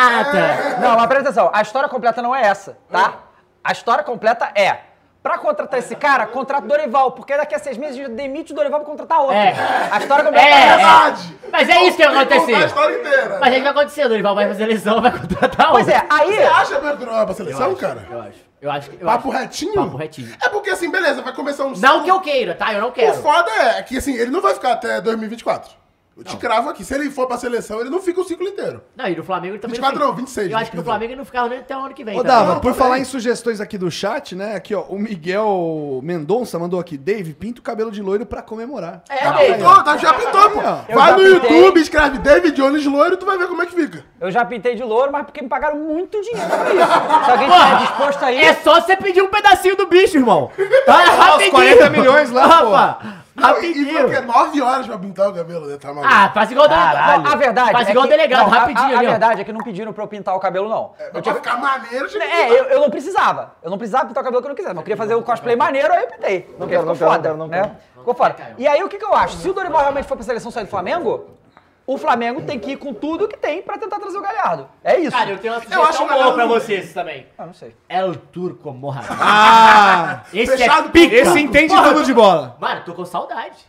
Speaker 5: contrata.
Speaker 2: Não, mas presta atenção, a história completa não é essa, tá? A história completa é. Pra contratar esse cara, contrata o Dorival, porque daqui a seis meses já demite o Dorival pra contratar outro.
Speaker 5: É.
Speaker 2: A história completa
Speaker 5: É,
Speaker 2: é,
Speaker 5: é.
Speaker 2: essa.
Speaker 5: Mas é isso que vai acontecer.
Speaker 4: Contar a história inteira.
Speaker 5: Mas é isso que vai acontecer, Dorival vai fazer eleição, vai contratar
Speaker 2: Pois
Speaker 5: outro.
Speaker 2: é, aí.
Speaker 4: Você acha mesmo que não é pra seleção, cara?
Speaker 5: Eu acho. Eu acho que. eu
Speaker 4: Papo
Speaker 5: acho-
Speaker 4: retinho?
Speaker 5: Papo retinho.
Speaker 4: É porque assim, beleza, vai começar um
Speaker 5: Não que eu queira, tá? Eu não
Speaker 4: O
Speaker 5: quero.
Speaker 4: foda é que assim, ele não vai ficar até 2024. Eu te cravo aqui. Se ele for pra seleção, ele não fica o ciclo inteiro.
Speaker 5: Não, e do Flamengo ele também.
Speaker 4: 24
Speaker 5: não,
Speaker 4: não, 26,
Speaker 5: Eu acho que no
Speaker 4: perdão.
Speaker 5: Flamengo ele não ficava nem até o ano que vem.
Speaker 3: Ô,
Speaker 5: tá?
Speaker 3: Dava, por falar em sugestões aqui do chat, né? Aqui, ó, o Miguel Mendonça mandou aqui, Dave, pinta o cabelo de loiro pra comemorar.
Speaker 5: É,
Speaker 4: Já pintou, tá, já pintou, pô.
Speaker 3: Eu
Speaker 4: Vai
Speaker 2: já
Speaker 4: no
Speaker 2: pintei.
Speaker 4: YouTube, escreve David Jones loiro, tu vai ver como é que fica.
Speaker 2: Eu já pintei de louro, mas porque me pagaram muito dinheiro pra isso. Se alguém estiver disposto a
Speaker 5: É
Speaker 2: isso.
Speaker 5: só você pedir um pedacinho do bicho, irmão. Tá rapidinho.
Speaker 3: 40 milhões lá,
Speaker 5: Rafa,
Speaker 4: E foi o quê?
Speaker 5: rapidinho.
Speaker 4: 9 horas pra pintar o cabelo, né? Tá maluco.
Speaker 5: Ah, faz igual o delegado.
Speaker 2: Não, a verdade.
Speaker 5: Faz
Speaker 2: é
Speaker 5: igual o
Speaker 2: que-
Speaker 5: delegado,
Speaker 2: não, a-
Speaker 5: rapidinho
Speaker 2: A, a
Speaker 5: ali, ó.
Speaker 2: verdade é que não pediram pra eu pintar o cabelo, não.
Speaker 4: Mas pra ficar maneiro, tinha que
Speaker 2: É,
Speaker 4: pintar.
Speaker 2: eu, eu não precisava. Eu não precisava pintar o cabelo que eu não quisesse. Mas eu queria fazer o cosplay maneiro, aí eu pintei. Não
Speaker 6: quero,
Speaker 2: ficou
Speaker 6: não quero,
Speaker 2: foda,
Speaker 6: não quero, não
Speaker 2: né? Ficou foda. E aí, o que, que eu acho? Se o Dorival realmente for pra seleção sair do Flamengo, o Flamengo tem que ir com tudo que tem pra tentar trazer o Galhardo. É isso.
Speaker 5: Cara, eu tenho uma
Speaker 4: acho
Speaker 5: sugestão
Speaker 4: melhor
Speaker 5: boa pra
Speaker 4: não-
Speaker 5: vocês também.
Speaker 2: Ah, não sei.
Speaker 5: É o Turco Mohamed.
Speaker 3: Ah!
Speaker 5: Esse
Speaker 4: fechado,
Speaker 5: é pica.
Speaker 3: Esse entende tudo de bola.
Speaker 5: Mano, tô com saudade.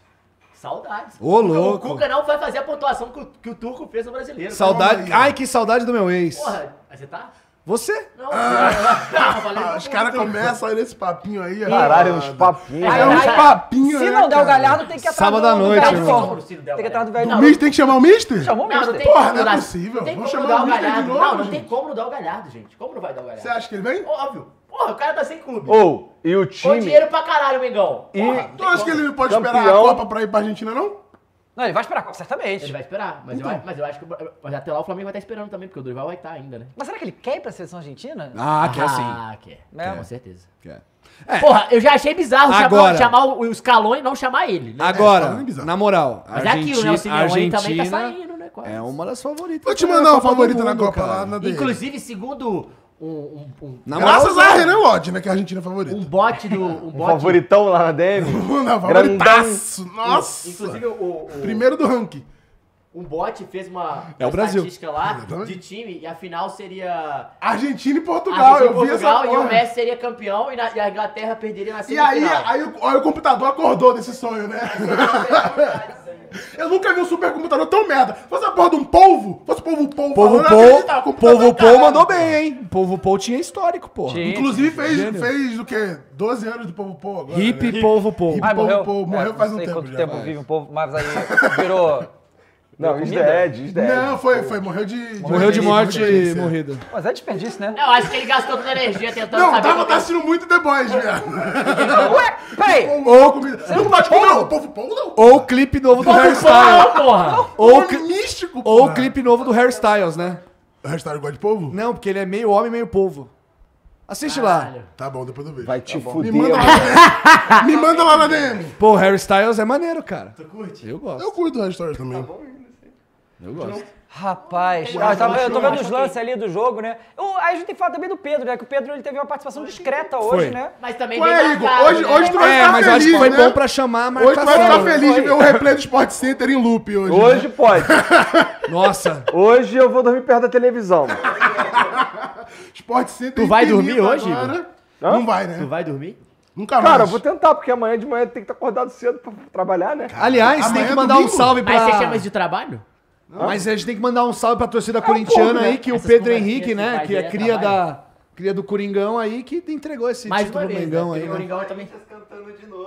Speaker 5: Saudades.
Speaker 3: Ô,
Speaker 5: O
Speaker 3: louco.
Speaker 5: Cuca não vai fazer a pontuação que o, que o Turco fez no brasileiro.
Speaker 3: Saudade. Ai, que saudade do meu ex.
Speaker 5: Porra, aí você tá?
Speaker 3: Você?
Speaker 5: Não. Ah,
Speaker 4: Ah, os caras começam aí nesse papinho aí.
Speaker 6: Caralho,
Speaker 4: rapaz.
Speaker 6: uns papinhos.
Speaker 2: Aí,
Speaker 4: É uns
Speaker 2: aí,
Speaker 4: papinhos,
Speaker 2: Se
Speaker 4: né,
Speaker 2: não der o
Speaker 4: cara?
Speaker 2: Galhardo, tem que ir atrás
Speaker 3: Sábado à
Speaker 2: do- do
Speaker 3: noite,
Speaker 2: cara de
Speaker 3: irmão.
Speaker 2: forma. Tem que ir atrás do velho.
Speaker 4: O Mister tem que chamar o Mister?
Speaker 2: Chamou o
Speaker 5: Não, não
Speaker 2: Mister.
Speaker 5: tem
Speaker 4: Porra,
Speaker 5: como
Speaker 4: não é
Speaker 5: dar-
Speaker 4: possível.
Speaker 5: Não tem
Speaker 4: Vamos
Speaker 5: como
Speaker 4: chamar
Speaker 5: dar o
Speaker 4: o Mister de
Speaker 5: Galhardo.
Speaker 4: novo,
Speaker 5: não, não
Speaker 4: gente.
Speaker 5: tem como não dar o Galhardo, gente. Como não vai dar o Galhardo?
Speaker 4: Você acha que ele vem?
Speaker 5: Óbvio. Porra, o cara tá sem clube.
Speaker 6: Ou, e o
Speaker 5: Com
Speaker 6: time.
Speaker 5: dinheiro pra caralho, Mengão.
Speaker 6: E-
Speaker 5: Porra,
Speaker 4: Tu acha que ele pode esperar a
Speaker 6: Campeão.
Speaker 4: Copa pra ir pra Argentina, não?
Speaker 2: Não, ele vai esperar, a Copa, certamente.
Speaker 5: Ele vai esperar, mas,
Speaker 4: Então.
Speaker 5: eu, mas eu acho que. o- Mas até lá o Flamengo vai estar esperando também, porque o Dorival vai estar ainda, né?
Speaker 2: Mas será que ele quer ir pra seleção argentina?
Speaker 3: Ah,
Speaker 4: é
Speaker 3: quer sim.
Speaker 4: assim.
Speaker 5: Ah, quer.
Speaker 2: Né?
Speaker 5: Com certeza.
Speaker 3: Quer.
Speaker 5: Porra, eu já achei bizarro chamar-
Speaker 3: Agora.
Speaker 5: chamar o, o Scaloni e não chamar ele. Né?
Speaker 3: Agora,
Speaker 4: falando É, tá bizarro.
Speaker 3: na moral,
Speaker 5: Mas é aquilo, né? O Simeone também tá saindo, né? Quase.
Speaker 3: é uma das favoritas.
Speaker 4: Vou te
Speaker 3: da
Speaker 4: mandar uma
Speaker 3: Copa do
Speaker 4: favorita na
Speaker 3: Mundo,
Speaker 4: Copa
Speaker 3: cara.
Speaker 4: lá na dele.
Speaker 5: Inclusive, segundo um, um, um,
Speaker 3: Na
Speaker 4: Graças
Speaker 3: moral,
Speaker 4: a Renan Lodge, né? Que a Argentina é
Speaker 5: um
Speaker 4: favorita.
Speaker 5: bot do. Um
Speaker 6: Um
Speaker 5: bot,
Speaker 6: favoritão lá na DM.
Speaker 4: Não, favoritaço. Nossa.
Speaker 5: Inclusive, o, o-
Speaker 4: Primeiro do ranking.
Speaker 5: um bot fez uma,
Speaker 3: É o
Speaker 5: uma
Speaker 3: Brasil.
Speaker 5: estatística lá
Speaker 4: Exatamente.
Speaker 5: de time e a final seria.
Speaker 4: Argentina e Portugal,
Speaker 5: Argentina e
Speaker 4: eu vi
Speaker 5: Portugal
Speaker 4: essa
Speaker 5: e o
Speaker 4: porra.
Speaker 5: Messi seria campeão e, na- e a Inglaterra perderia na
Speaker 4: E aí,
Speaker 5: semifinal.
Speaker 4: aí o, olha, o computador acordou desse sonho, né? Eu nunca vi um supercomputador tão merda. Fosse a porra de um polvo, fosse o polvo polvo.
Speaker 3: Povo
Speaker 4: eu não acreditava,
Speaker 3: Paul,
Speaker 4: o computador
Speaker 3: Povo
Speaker 4: do
Speaker 3: Paul
Speaker 4: caralho.
Speaker 3: mandou bem, hein? Povo Paul tinha histórico, porra.
Speaker 4: Inclusive fez, fez o quê? 12 anos do povo polvo agora. né?
Speaker 3: Hip Povo Paul.
Speaker 2: Mas
Speaker 4: Povo,
Speaker 2: morreu, É,
Speaker 4: povo, morreu faz
Speaker 2: não
Speaker 4: um
Speaker 2: sei
Speaker 4: tempo
Speaker 2: quanto
Speaker 4: já,
Speaker 2: tempo
Speaker 4: mas-
Speaker 2: vive um povo, mas aí virou...
Speaker 6: Não, isso
Speaker 2: comida?
Speaker 6: é Ed, isso é Ed.
Speaker 4: Não, foi, foi, morreu de.
Speaker 3: Morreu de morte
Speaker 4: e
Speaker 3: morrida.
Speaker 2: Mas é desperdício, né?
Speaker 5: Eu acho que ele gastou toda a energia tentando
Speaker 4: Não,
Speaker 5: saber.
Speaker 4: tava
Speaker 5: qual que-
Speaker 4: tá assistindo muito The Boys, velho.
Speaker 2: Ué, peraí!
Speaker 4: Ou comida. Não bate com não, povo polvo não.
Speaker 3: Ou o clipe novo do Harry
Speaker 5: Não,
Speaker 3: Styles.
Speaker 5: porra!
Speaker 3: Ou, o
Speaker 4: Povo
Speaker 3: cli-
Speaker 4: místico,
Speaker 3: ou o
Speaker 4: porra.
Speaker 3: clipe novo do Harry Styles, né?
Speaker 4: O restaurante gosta de povo?
Speaker 3: Não, porque ele é meio homem, meio povo. Assiste lá. Ah,
Speaker 4: Tá bom, depois eu vejo.
Speaker 6: Vai te
Speaker 4: Me
Speaker 6: fuder.
Speaker 4: manda lá
Speaker 6: mano.
Speaker 4: na DM. Me manda lá na DM.
Speaker 3: Pô, o Harry Styles é maneiro, cara. Tu curte? Tá Eu gosto.
Speaker 4: Eu curto o restaurante também.
Speaker 6: Eu
Speaker 2: Rapaz,
Speaker 6: Não,
Speaker 2: ah, eu,
Speaker 6: não,
Speaker 2: tava- eu tô
Speaker 6: não,
Speaker 2: vendo
Speaker 6: não,
Speaker 2: os lances ali do jogo, né? O- aí a gente tem que falar também do Pedro, né? Que o Pedro ele teve uma participação discreta hoje,
Speaker 3: Foi.
Speaker 2: né?
Speaker 5: Mas também
Speaker 4: Ué, bem Igor, marcado, hoje- né? hoje tu vai
Speaker 3: É,
Speaker 4: ficar
Speaker 3: mas eu acho que
Speaker 4: feliz,
Speaker 3: foi
Speaker 4: né?
Speaker 3: bom pra chamar a
Speaker 4: Hoje tu
Speaker 3: marcação.
Speaker 4: vai ficar feliz de
Speaker 3: Foi.
Speaker 4: ver o replay do Sport Center em loop hoje.
Speaker 6: Hoje
Speaker 4: né?
Speaker 6: pode.
Speaker 3: Nossa.
Speaker 6: Hoje eu vou dormir perto da televisão.
Speaker 4: Sport Center
Speaker 6: Tu vai
Speaker 4: infinito
Speaker 6: dormir hoje,
Speaker 4: agora.
Speaker 6: Igor?
Speaker 4: Não,
Speaker 6: Hã?
Speaker 4: vai, né?
Speaker 6: Tu
Speaker 5: vai dormir?
Speaker 4: Nunca mais.
Speaker 6: Cara, eu vou tentar, porque amanhã de manhã tem que estar acordado cedo pra trabalhar, né?
Speaker 4: Ah,
Speaker 3: Aliás, tem
Speaker 4: é
Speaker 3: que mandar um salve pra.
Speaker 5: de trabalho?
Speaker 3: Mas a gente tem que mandar um salve pra torcida corintiana
Speaker 5: pouco, né?
Speaker 3: aí, que o
Speaker 5: Essas
Speaker 3: Pedro
Speaker 5: conversinhas
Speaker 3: Henrique,
Speaker 5: que
Speaker 3: né?
Speaker 5: faz
Speaker 3: Que
Speaker 5: aí
Speaker 3: é
Speaker 5: é
Speaker 3: cria
Speaker 5: trabalho.
Speaker 3: da. Cria do Coringão aí, que entregou esse
Speaker 5: Mais
Speaker 3: título
Speaker 5: uma
Speaker 3: pro
Speaker 5: vez,
Speaker 3: Mengão
Speaker 5: né?
Speaker 3: aí.
Speaker 5: O
Speaker 3: Né?
Speaker 5: Coringão também...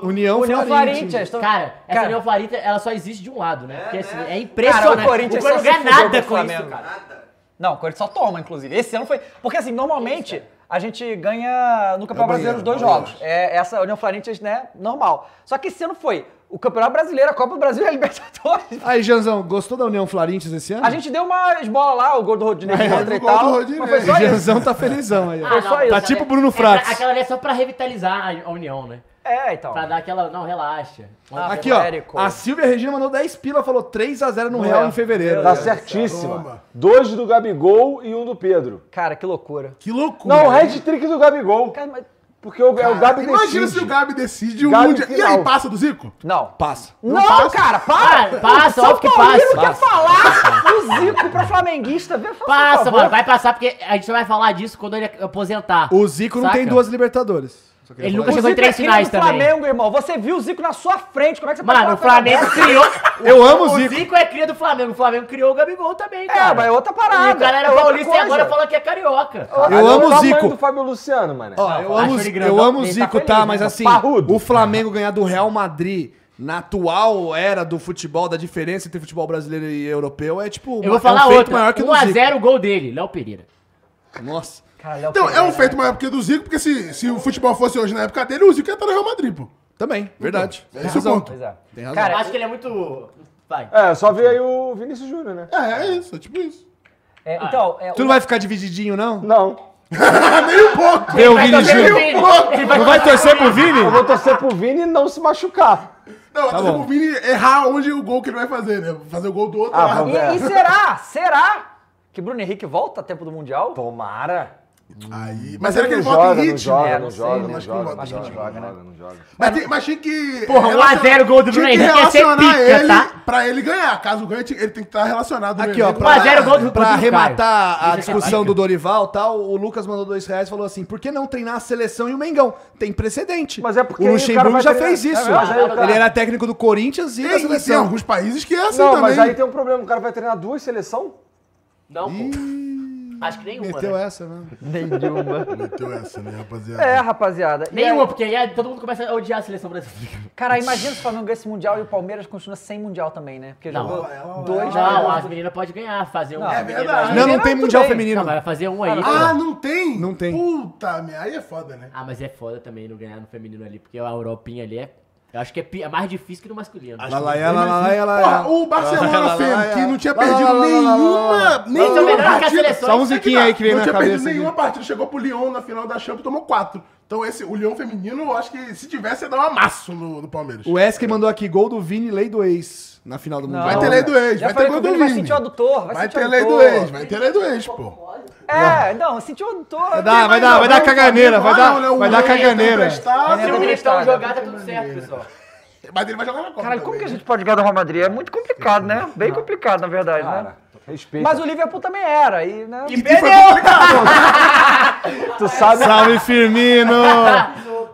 Speaker 3: União,
Speaker 2: União
Speaker 3: Farintes.
Speaker 2: Farintes. tô-
Speaker 5: Cara, essa
Speaker 2: Cara.
Speaker 5: União Farinta, ela só existe de um lado, né? Porque assim, é
Speaker 2: Cara,
Speaker 5: impressionante.
Speaker 2: o Corinthians
Speaker 5: não ganha
Speaker 2: se fudeu
Speaker 5: nada
Speaker 2: o
Speaker 5: com isso,
Speaker 2: Flamengo. Ah,
Speaker 5: cara.
Speaker 2: Não, o Corinthians só toma, inclusive. Esse ano foi. Porque assim, normalmente a gente ganha no Campeonato Brasileiro os dois jogos. É essa União Florentes, né? Normal. Só que esse ano foi o Campeonato Brasileiro, a Copa do Brasil e a Libertadores.
Speaker 3: Aí, Janzão, gostou da União Flarintes esse ano?
Speaker 2: A gente deu uma esbola lá, o gol do Rodinei
Speaker 3: É,
Speaker 2: contra e
Speaker 3: o gol do
Speaker 2: tal.
Speaker 3: Rodinei.
Speaker 2: Mas foi só
Speaker 3: O
Speaker 2: isso.
Speaker 3: Janzão tá felizão
Speaker 5: Ah,
Speaker 3: aí. ó.
Speaker 2: Foi só isso.
Speaker 3: Tá tipo Bruno Fratos.
Speaker 5: Aquela ali é só pra revitalizar a- a união, né?
Speaker 2: É, então.
Speaker 5: Pra dar aquela. Não, relaxa.
Speaker 2: Ah,
Speaker 3: Aqui, ó. A Silvia Regina mandou 10 pila, falou 3x0 no Real em fevereiro.
Speaker 6: é.
Speaker 3: É.
Speaker 6: Tá certíssima. Dois do Gabigol e um do Pedro.
Speaker 2: Cara, que loucura.
Speaker 3: Que loucura.
Speaker 6: Não, o head trick do Gabigol. Porque o, é o Gabi
Speaker 4: Imagina
Speaker 6: decide.
Speaker 4: se o Gabi decide o
Speaker 6: Gabi
Speaker 4: Mundial. E
Speaker 6: final.
Speaker 4: aí, passa do Zico?
Speaker 2: Não.
Speaker 3: Passa.
Speaker 2: Não,
Speaker 4: passa?
Speaker 2: cara, para!
Speaker 5: Ah, passa,
Speaker 2: o São
Speaker 5: óbvio que
Speaker 2: Paulino
Speaker 5: passa.
Speaker 2: quer
Speaker 5: Passa.
Speaker 2: falar do Zico pra flamenguista. Vê, por
Speaker 5: Passa,
Speaker 2: favor.
Speaker 5: mano. Vai passar, porque a gente só vai falar disso quando ele aposentar.
Speaker 3: O Zico não
Speaker 5: Saca?
Speaker 3: tem duas Libertadores. Só queria
Speaker 5: Ele
Speaker 3: falar
Speaker 5: nunca
Speaker 3: isso.
Speaker 5: chegou em três
Speaker 2: Zico é cria
Speaker 5: finais
Speaker 2: do
Speaker 5: também.
Speaker 2: Flamengo, irmão. Você viu o Zico na sua frente. Como é que você pode
Speaker 5: Mano, o
Speaker 2: falar uma coisa
Speaker 5: Flamengo
Speaker 2: dessa?
Speaker 5: criou.
Speaker 3: Eu amo o Zico.
Speaker 5: O Zico é cria do Flamengo. O Flamengo criou o Gabigol também, cara.
Speaker 2: mas é outra
Speaker 5: E
Speaker 2: parada,
Speaker 5: o cara
Speaker 2: é
Speaker 5: era
Speaker 2: outra
Speaker 5: paulista e
Speaker 2: coisa.
Speaker 5: agora fala que é carioca.
Speaker 3: Eu
Speaker 6: Olha
Speaker 3: amo o
Speaker 6: tamanho
Speaker 3: Zico.
Speaker 6: do Fábio Luciano, mano.
Speaker 3: Ó, eu amo,
Speaker 5: acho ele grandão,
Speaker 3: eu amo o
Speaker 5: ele tá
Speaker 3: Zico,
Speaker 5: feliz,
Speaker 3: tá?
Speaker 5: né?
Speaker 3: Mas
Speaker 5: Tá
Speaker 3: assim,
Speaker 5: parrudo.
Speaker 3: o Flamengo ganhar do Real Madrid na atual era do futebol, da diferença entre futebol brasileiro e europeu, é tipo.
Speaker 5: Eu vou
Speaker 3: é
Speaker 5: falar
Speaker 3: um feito
Speaker 5: outra.
Speaker 3: maior que o do Zico.
Speaker 5: 1x0 o gol dele, Léo Pereira.
Speaker 3: Nossa.
Speaker 4: Então, é um feito maior porque do Zico, porque se, se o futebol fosse hoje na época dele, o Zico ia estar no Real Madrid, pô.
Speaker 3: Também, verdade.
Speaker 4: Então, esse é o ponto.
Speaker 2: Pois é.
Speaker 3: Tem razão.
Speaker 5: Cara,
Speaker 2: Cara,
Speaker 5: eu acho que ele é muito. Vai.
Speaker 6: É, só veio aí o Vinícius Júnior, né?
Speaker 4: É, é isso, é tipo isso.
Speaker 2: É, então, é,
Speaker 3: Tu não vai ficar divididinho, não?
Speaker 6: Não.
Speaker 4: Nem um pouco.
Speaker 3: Vê É o
Speaker 5: vai
Speaker 3: Vini
Speaker 5: torcer pro
Speaker 3: Júnior.
Speaker 5: Vini. Ele
Speaker 3: Não vai torcer pro Vini?
Speaker 6: Eu vou torcer pro Vini não se machucar.
Speaker 4: Não, tá
Speaker 3: bom.
Speaker 4: o Vini errar onde o gol que ele vai fazer, né? Fazer o gol do outro.
Speaker 6: Ah,
Speaker 4: errar.
Speaker 6: vamos ver.
Speaker 2: E, e será? Será que Bruno Henrique volta a tempo do Mundial?
Speaker 6: Tomara.
Speaker 4: Aí, mas,
Speaker 6: Mas
Speaker 4: será que ele
Speaker 6: não
Speaker 4: volta
Speaker 6: joga,
Speaker 4: em
Speaker 6: não
Speaker 4: ritmo?
Speaker 6: joga,
Speaker 2: É,
Speaker 6: não
Speaker 2: não sei,
Speaker 6: joga,
Speaker 2: né?
Speaker 6: não
Speaker 2: Acho que
Speaker 6: joga,
Speaker 2: não
Speaker 6: não
Speaker 2: acho que
Speaker 6: joga,
Speaker 2: não
Speaker 6: não
Speaker 2: joga,
Speaker 6: joga, não joga.
Speaker 4: Mas, tem, mas tinha que.
Speaker 5: Porra, um
Speaker 4: relacion-
Speaker 5: a zero gol do Bruno
Speaker 4: tinha que
Speaker 5: Henrique ia ser
Speaker 4: relacionar
Speaker 5: pica,
Speaker 4: ele
Speaker 5: tá?
Speaker 4: Pra ele ganhar. Caso ganhe, tinha- ele tem que estar relacionado. no
Speaker 3: Aqui, ó,
Speaker 4: elenco.
Speaker 5: Um a zero, gol do-
Speaker 3: pra,
Speaker 5: do
Speaker 3: pra
Speaker 5: Caio.
Speaker 3: arrematar
Speaker 5: Isso
Speaker 3: a
Speaker 5: é
Speaker 3: discussão
Speaker 5: baita.
Speaker 3: do Dorival tal, o Lucas mandou dois reais e falou assim: por que não treinar a seleção e o Mengão? Tem precedente.
Speaker 6: Mas é porque
Speaker 3: o
Speaker 6: aí o cara
Speaker 3: Luxemburgo
Speaker 6: vai
Speaker 3: já
Speaker 6: treinar-
Speaker 3: fez
Speaker 6: É,
Speaker 3: isso.
Speaker 6: mas aí o cara-
Speaker 3: Ele era técnico do Corinthians e da
Speaker 4: Tem, tem
Speaker 3: seleção.
Speaker 4: alguns países que é assim
Speaker 6: assim, Não,
Speaker 4: também.
Speaker 6: mas aí tem um problema. O cara vai treinar duas seleções?
Speaker 5: Não, pô. Acho que nenhuma.
Speaker 3: Meteu
Speaker 5: Né?
Speaker 3: essa, né?
Speaker 4: Meteu essa, né, rapaziada?
Speaker 2: É, rapaziada. E
Speaker 5: Nenhuma,
Speaker 2: aí-
Speaker 5: porque aí é- todo mundo começa a odiar a seleção brasileira.
Speaker 2: Cara, imagina se o Flamengo ganha esse Mundial e o Palmeiras continua sem Mundial também, né? Porque
Speaker 5: Não.
Speaker 2: jogou
Speaker 6: é
Speaker 5: Não,
Speaker 2: dois.
Speaker 5: Não, as meninas podem ganhar, fazer um.
Speaker 2: Não, é
Speaker 4: verdade.
Speaker 3: Não, não
Speaker 2: Tudo
Speaker 3: tem
Speaker 2: bem.
Speaker 3: Mundial Feminino.
Speaker 5: Não, vai fazer um aí. pô.
Speaker 4: Ah, não tem?
Speaker 3: Não tem.
Speaker 4: Puta merda, aí é foda, né?
Speaker 5: Ah, mas é foda também não ganhar no feminino ali, porque a Europinha ali é. Eu acho que é, pi- é mais difícil que no masculino.
Speaker 3: Lá, lá, lá, lá, lá, lá, lá, lá.
Speaker 4: Porra, o Barcelona Fem, que não tinha
Speaker 3: Lá, lá, lá, lá, lá,
Speaker 4: perdido
Speaker 3: lá,
Speaker 4: nenhuma.
Speaker 5: Tá melhor
Speaker 4: Nenhuma
Speaker 5: que a
Speaker 4: partida.
Speaker 5: seleção,
Speaker 3: Só a musiquinha aí que veio
Speaker 4: não
Speaker 3: na
Speaker 4: tinha
Speaker 3: cabeça.
Speaker 4: perdido
Speaker 3: aqui.
Speaker 4: nenhuma partida. Chegou pro Lyon na final da Champions, tomou quatro. Então esse, o Lyon feminino, eu acho que se tivesse ia dar um amasso no, no Palmeiras.
Speaker 3: O Esk mandou aqui gol do Vini, lei do ex, na final do Mundial.
Speaker 4: Vai ter lei do ex,
Speaker 2: Já
Speaker 4: vai ter
Speaker 2: falei que
Speaker 4: gol
Speaker 2: o
Speaker 4: do
Speaker 2: Vini vai
Speaker 4: Vini.
Speaker 2: sentir o adutor, vai
Speaker 4: Vai
Speaker 2: sentir
Speaker 4: ter
Speaker 2: o
Speaker 4: lei do
Speaker 2: adutor.
Speaker 4: ex, vai ter lei do ex, pô.
Speaker 2: É, não, sentiu o adutor.
Speaker 3: Vai dar, vai dar, vai dar caganeira, vai
Speaker 4: Não,
Speaker 3: dar,
Speaker 4: não,
Speaker 3: vai
Speaker 4: o
Speaker 3: dar
Speaker 4: Lyon tá
Speaker 3: caganeira.
Speaker 4: emprestado,
Speaker 5: Se o
Speaker 2: não,
Speaker 5: Cristão
Speaker 2: não,
Speaker 5: jogar, tá tudo certo, pessoal.
Speaker 4: Mas ele vai jogar na Copa.
Speaker 2: é- Caralho, como que a
Speaker 4: também, né?
Speaker 2: gente pode jogar do Real Madrid? É muito complicado, né? Bem complicado, na verdade, né?
Speaker 6: Cara, respeita.
Speaker 2: Mas o Liverpool também era, e, né?
Speaker 4: E foi complicado.
Speaker 6: tu sabe...
Speaker 3: Salve, Firmino!
Speaker 5: Tá?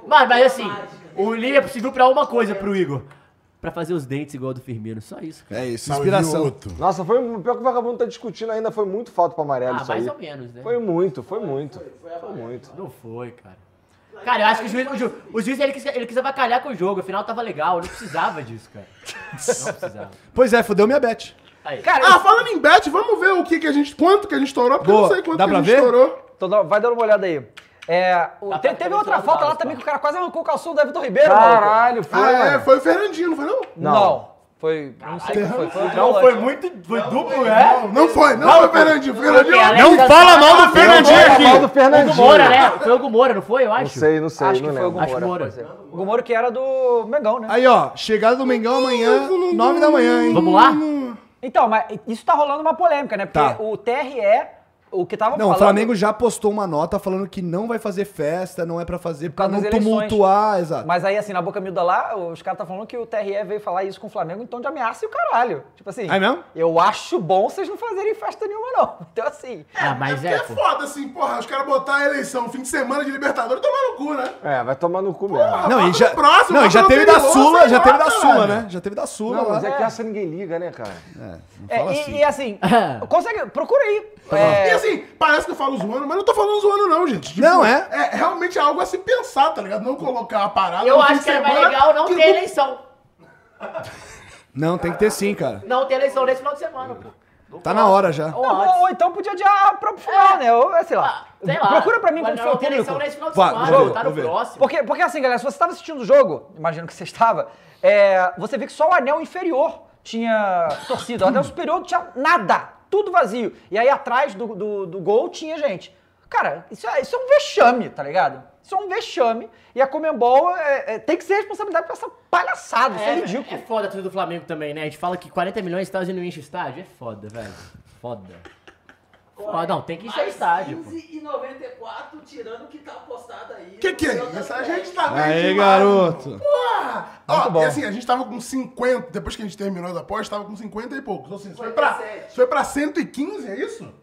Speaker 5: Mas, mas assim, o Liverpool serviu pra uma coisa pro Igor. Pra fazer os dentes igual do Firmino, só isso, cara.
Speaker 3: É isso,
Speaker 4: Salve,
Speaker 3: inspiração.
Speaker 4: Vioto.
Speaker 6: Nossa, foi o pior que o vagabundo tá discutindo ainda. Foi muito falta pra amarelo
Speaker 5: Ah,
Speaker 6: isso
Speaker 5: mais
Speaker 6: aí.
Speaker 5: ou menos, né?
Speaker 6: Foi muito, foi muito. Foi muito.
Speaker 5: Não foi, cara. Cara, eu acho que o juiz, o ju- o juiz, ele, quis, ele quis avacalhar com o jogo, afinal tava legal, não precisava disso, cara. Não precisava.
Speaker 3: Pois é, fudeu minha bet.
Speaker 5: Aí.
Speaker 2: Cara,
Speaker 4: Ah, falando em bet, vamos ver o que, que a gente. Quanto que a gente estourou, porque eu não
Speaker 3: Boa,
Speaker 4: sei quanto
Speaker 3: dá
Speaker 4: que
Speaker 3: pra
Speaker 4: a gente
Speaker 3: ver?
Speaker 4: estourou.
Speaker 2: Tô dando- vai dando uma olhada aí. É, o-
Speaker 5: Tá,
Speaker 2: te-
Speaker 5: tá,
Speaker 2: teve
Speaker 5: tá,
Speaker 2: outra
Speaker 5: tá,
Speaker 2: falta
Speaker 5: tá,
Speaker 2: lá
Speaker 5: tá.
Speaker 2: também que o cara quase arrancou o calção do Everton Ribeiro, maluco.
Speaker 6: Caralho, foi.
Speaker 4: Ah, é,
Speaker 6: mano.
Speaker 4: foi o Fernandinho, não foi não?
Speaker 2: Não. Foi. Não sei o que foi. Foi outro
Speaker 5: Não,
Speaker 2: volante.
Speaker 5: foi muito. Foi duplo, é?
Speaker 4: Não, não foi, não, foi o Fernandinho. Foi o
Speaker 5: Porque
Speaker 4: Fernandinho.
Speaker 5: Alex
Speaker 3: Não
Speaker 5: da
Speaker 3: fala
Speaker 5: Silva-
Speaker 3: mal do Fernandinho
Speaker 6: Foi mal do
Speaker 3: aqui!
Speaker 5: Foi o
Speaker 6: Fernandinho.
Speaker 5: é, Gumora, né? Foi o Gumora, não foi, eu acho?
Speaker 6: Não sei, não sei,
Speaker 2: Acho
Speaker 6: não
Speaker 2: que foi
Speaker 6: lembro.
Speaker 2: o
Speaker 5: Acho que
Speaker 2: Gomorra.
Speaker 5: Moura.
Speaker 2: O Gomorra que era do Mengão, né?
Speaker 3: Aí, ó, chegada do Mengão amanhã, 9 da manhã, hein?
Speaker 8: Hum.
Speaker 5: Vamos lá?
Speaker 2: Então, mas isso tá rolando uma polêmica, né? Porque
Speaker 8: Tá.
Speaker 2: o TRE, o que tava
Speaker 8: Não,
Speaker 2: falando...
Speaker 8: o Flamengo já postou uma nota falando que não vai fazer festa, não é pra fazer, pra
Speaker 2: causa
Speaker 8: não
Speaker 2: das eleições.
Speaker 8: tumultuar, exato.
Speaker 2: Mas aí, assim, na boca miúda lá, os caras tá falando que o TRE veio falar isso com o Flamengo em tom de ameaça e o caralho. Tipo assim,
Speaker 8: É mesmo?
Speaker 2: eu acho bom vocês não fazerem festa nenhuma, não. Então, assim...
Speaker 5: Ah, mas
Speaker 4: É foda assim, porra, os caras botar a eleição, fim de semana de Libertadores, tomar no cu, né?
Speaker 6: É, vai tomar no cu mesmo.
Speaker 8: Não, e já,
Speaker 4: próximo,
Speaker 8: não, e
Speaker 4: vota
Speaker 8: já
Speaker 4: no
Speaker 8: teve da
Speaker 4: anterior,
Speaker 8: Sula,
Speaker 4: sei
Speaker 8: já
Speaker 4: lá,
Speaker 8: teve da
Speaker 4: caralho.
Speaker 8: Sula, né? Já teve da Sula
Speaker 6: Não,
Speaker 8: lá.
Speaker 6: mas é que essa ninguém liga, né, cara?
Speaker 2: É,
Speaker 8: fala
Speaker 2: e,
Speaker 8: assim.
Speaker 2: e, assim, consegue, procura aí.
Speaker 5: Tá
Speaker 4: E assim, parece que eu falo zoando, mas não tô falando zoando, não, gente. Tipo,
Speaker 8: Não, é.
Speaker 4: É realmente algo a se pensar, tá ligado? Não colocar a parada.
Speaker 5: Eu
Speaker 4: no fim
Speaker 5: acho
Speaker 4: de
Speaker 5: que é mais
Speaker 4: semana,
Speaker 5: legal não
Speaker 4: que
Speaker 5: ter eleição.
Speaker 8: Não, tem que ter sim, cara.
Speaker 5: Não ter eleição nesse final de semana, pô.
Speaker 8: Tá na hora já.
Speaker 2: Ou, ou- ou então podia adiar o próprio final, né? Ou, é, sei lá.
Speaker 5: Ah, Sei lá.
Speaker 2: Procura pra mim
Speaker 5: Mas
Speaker 2: quando
Speaker 5: não
Speaker 2: for
Speaker 5: ter eleição
Speaker 2: público.
Speaker 5: nesse final de
Speaker 8: Vai,
Speaker 5: semana,
Speaker 8: vou ver,
Speaker 5: tá
Speaker 8: vou
Speaker 5: no
Speaker 8: ver.
Speaker 5: próximo.
Speaker 2: Porque, porque assim, galera, se você estava assistindo o jogo, imagino que você estava, é, você vê que só o anel inferior tinha torcida, o anel superior não tinha nada, tudo vazio. E aí atrás do, do, do gol tinha gente. Cara, isso é, isso é um vexame, tá ligado? Isso é um vexame. E a Comembol é, é, tem que ser responsabilidade por essa palhaçada, isso é ridículo.
Speaker 5: É foda tudo do Flamengo também, né? A gente fala que 40 milhões de estádio não enche estádio. É foda, velho. Foda. Foda, não, tem que encher estádio. pô.
Speaker 9: 94, tirando o que tá postado aí.
Speaker 4: Que que é isso? A gente tá bem
Speaker 8: Aê,
Speaker 4: demais,
Speaker 8: garoto.
Speaker 4: Porra! Ó,
Speaker 8: Muito bom.
Speaker 4: e assim, a gente tava com 50, depois que a gente terminou da pós, tava com 50 e poucos. Ou seja, foi pra,
Speaker 9: 57.
Speaker 4: foi pra 115, é isso?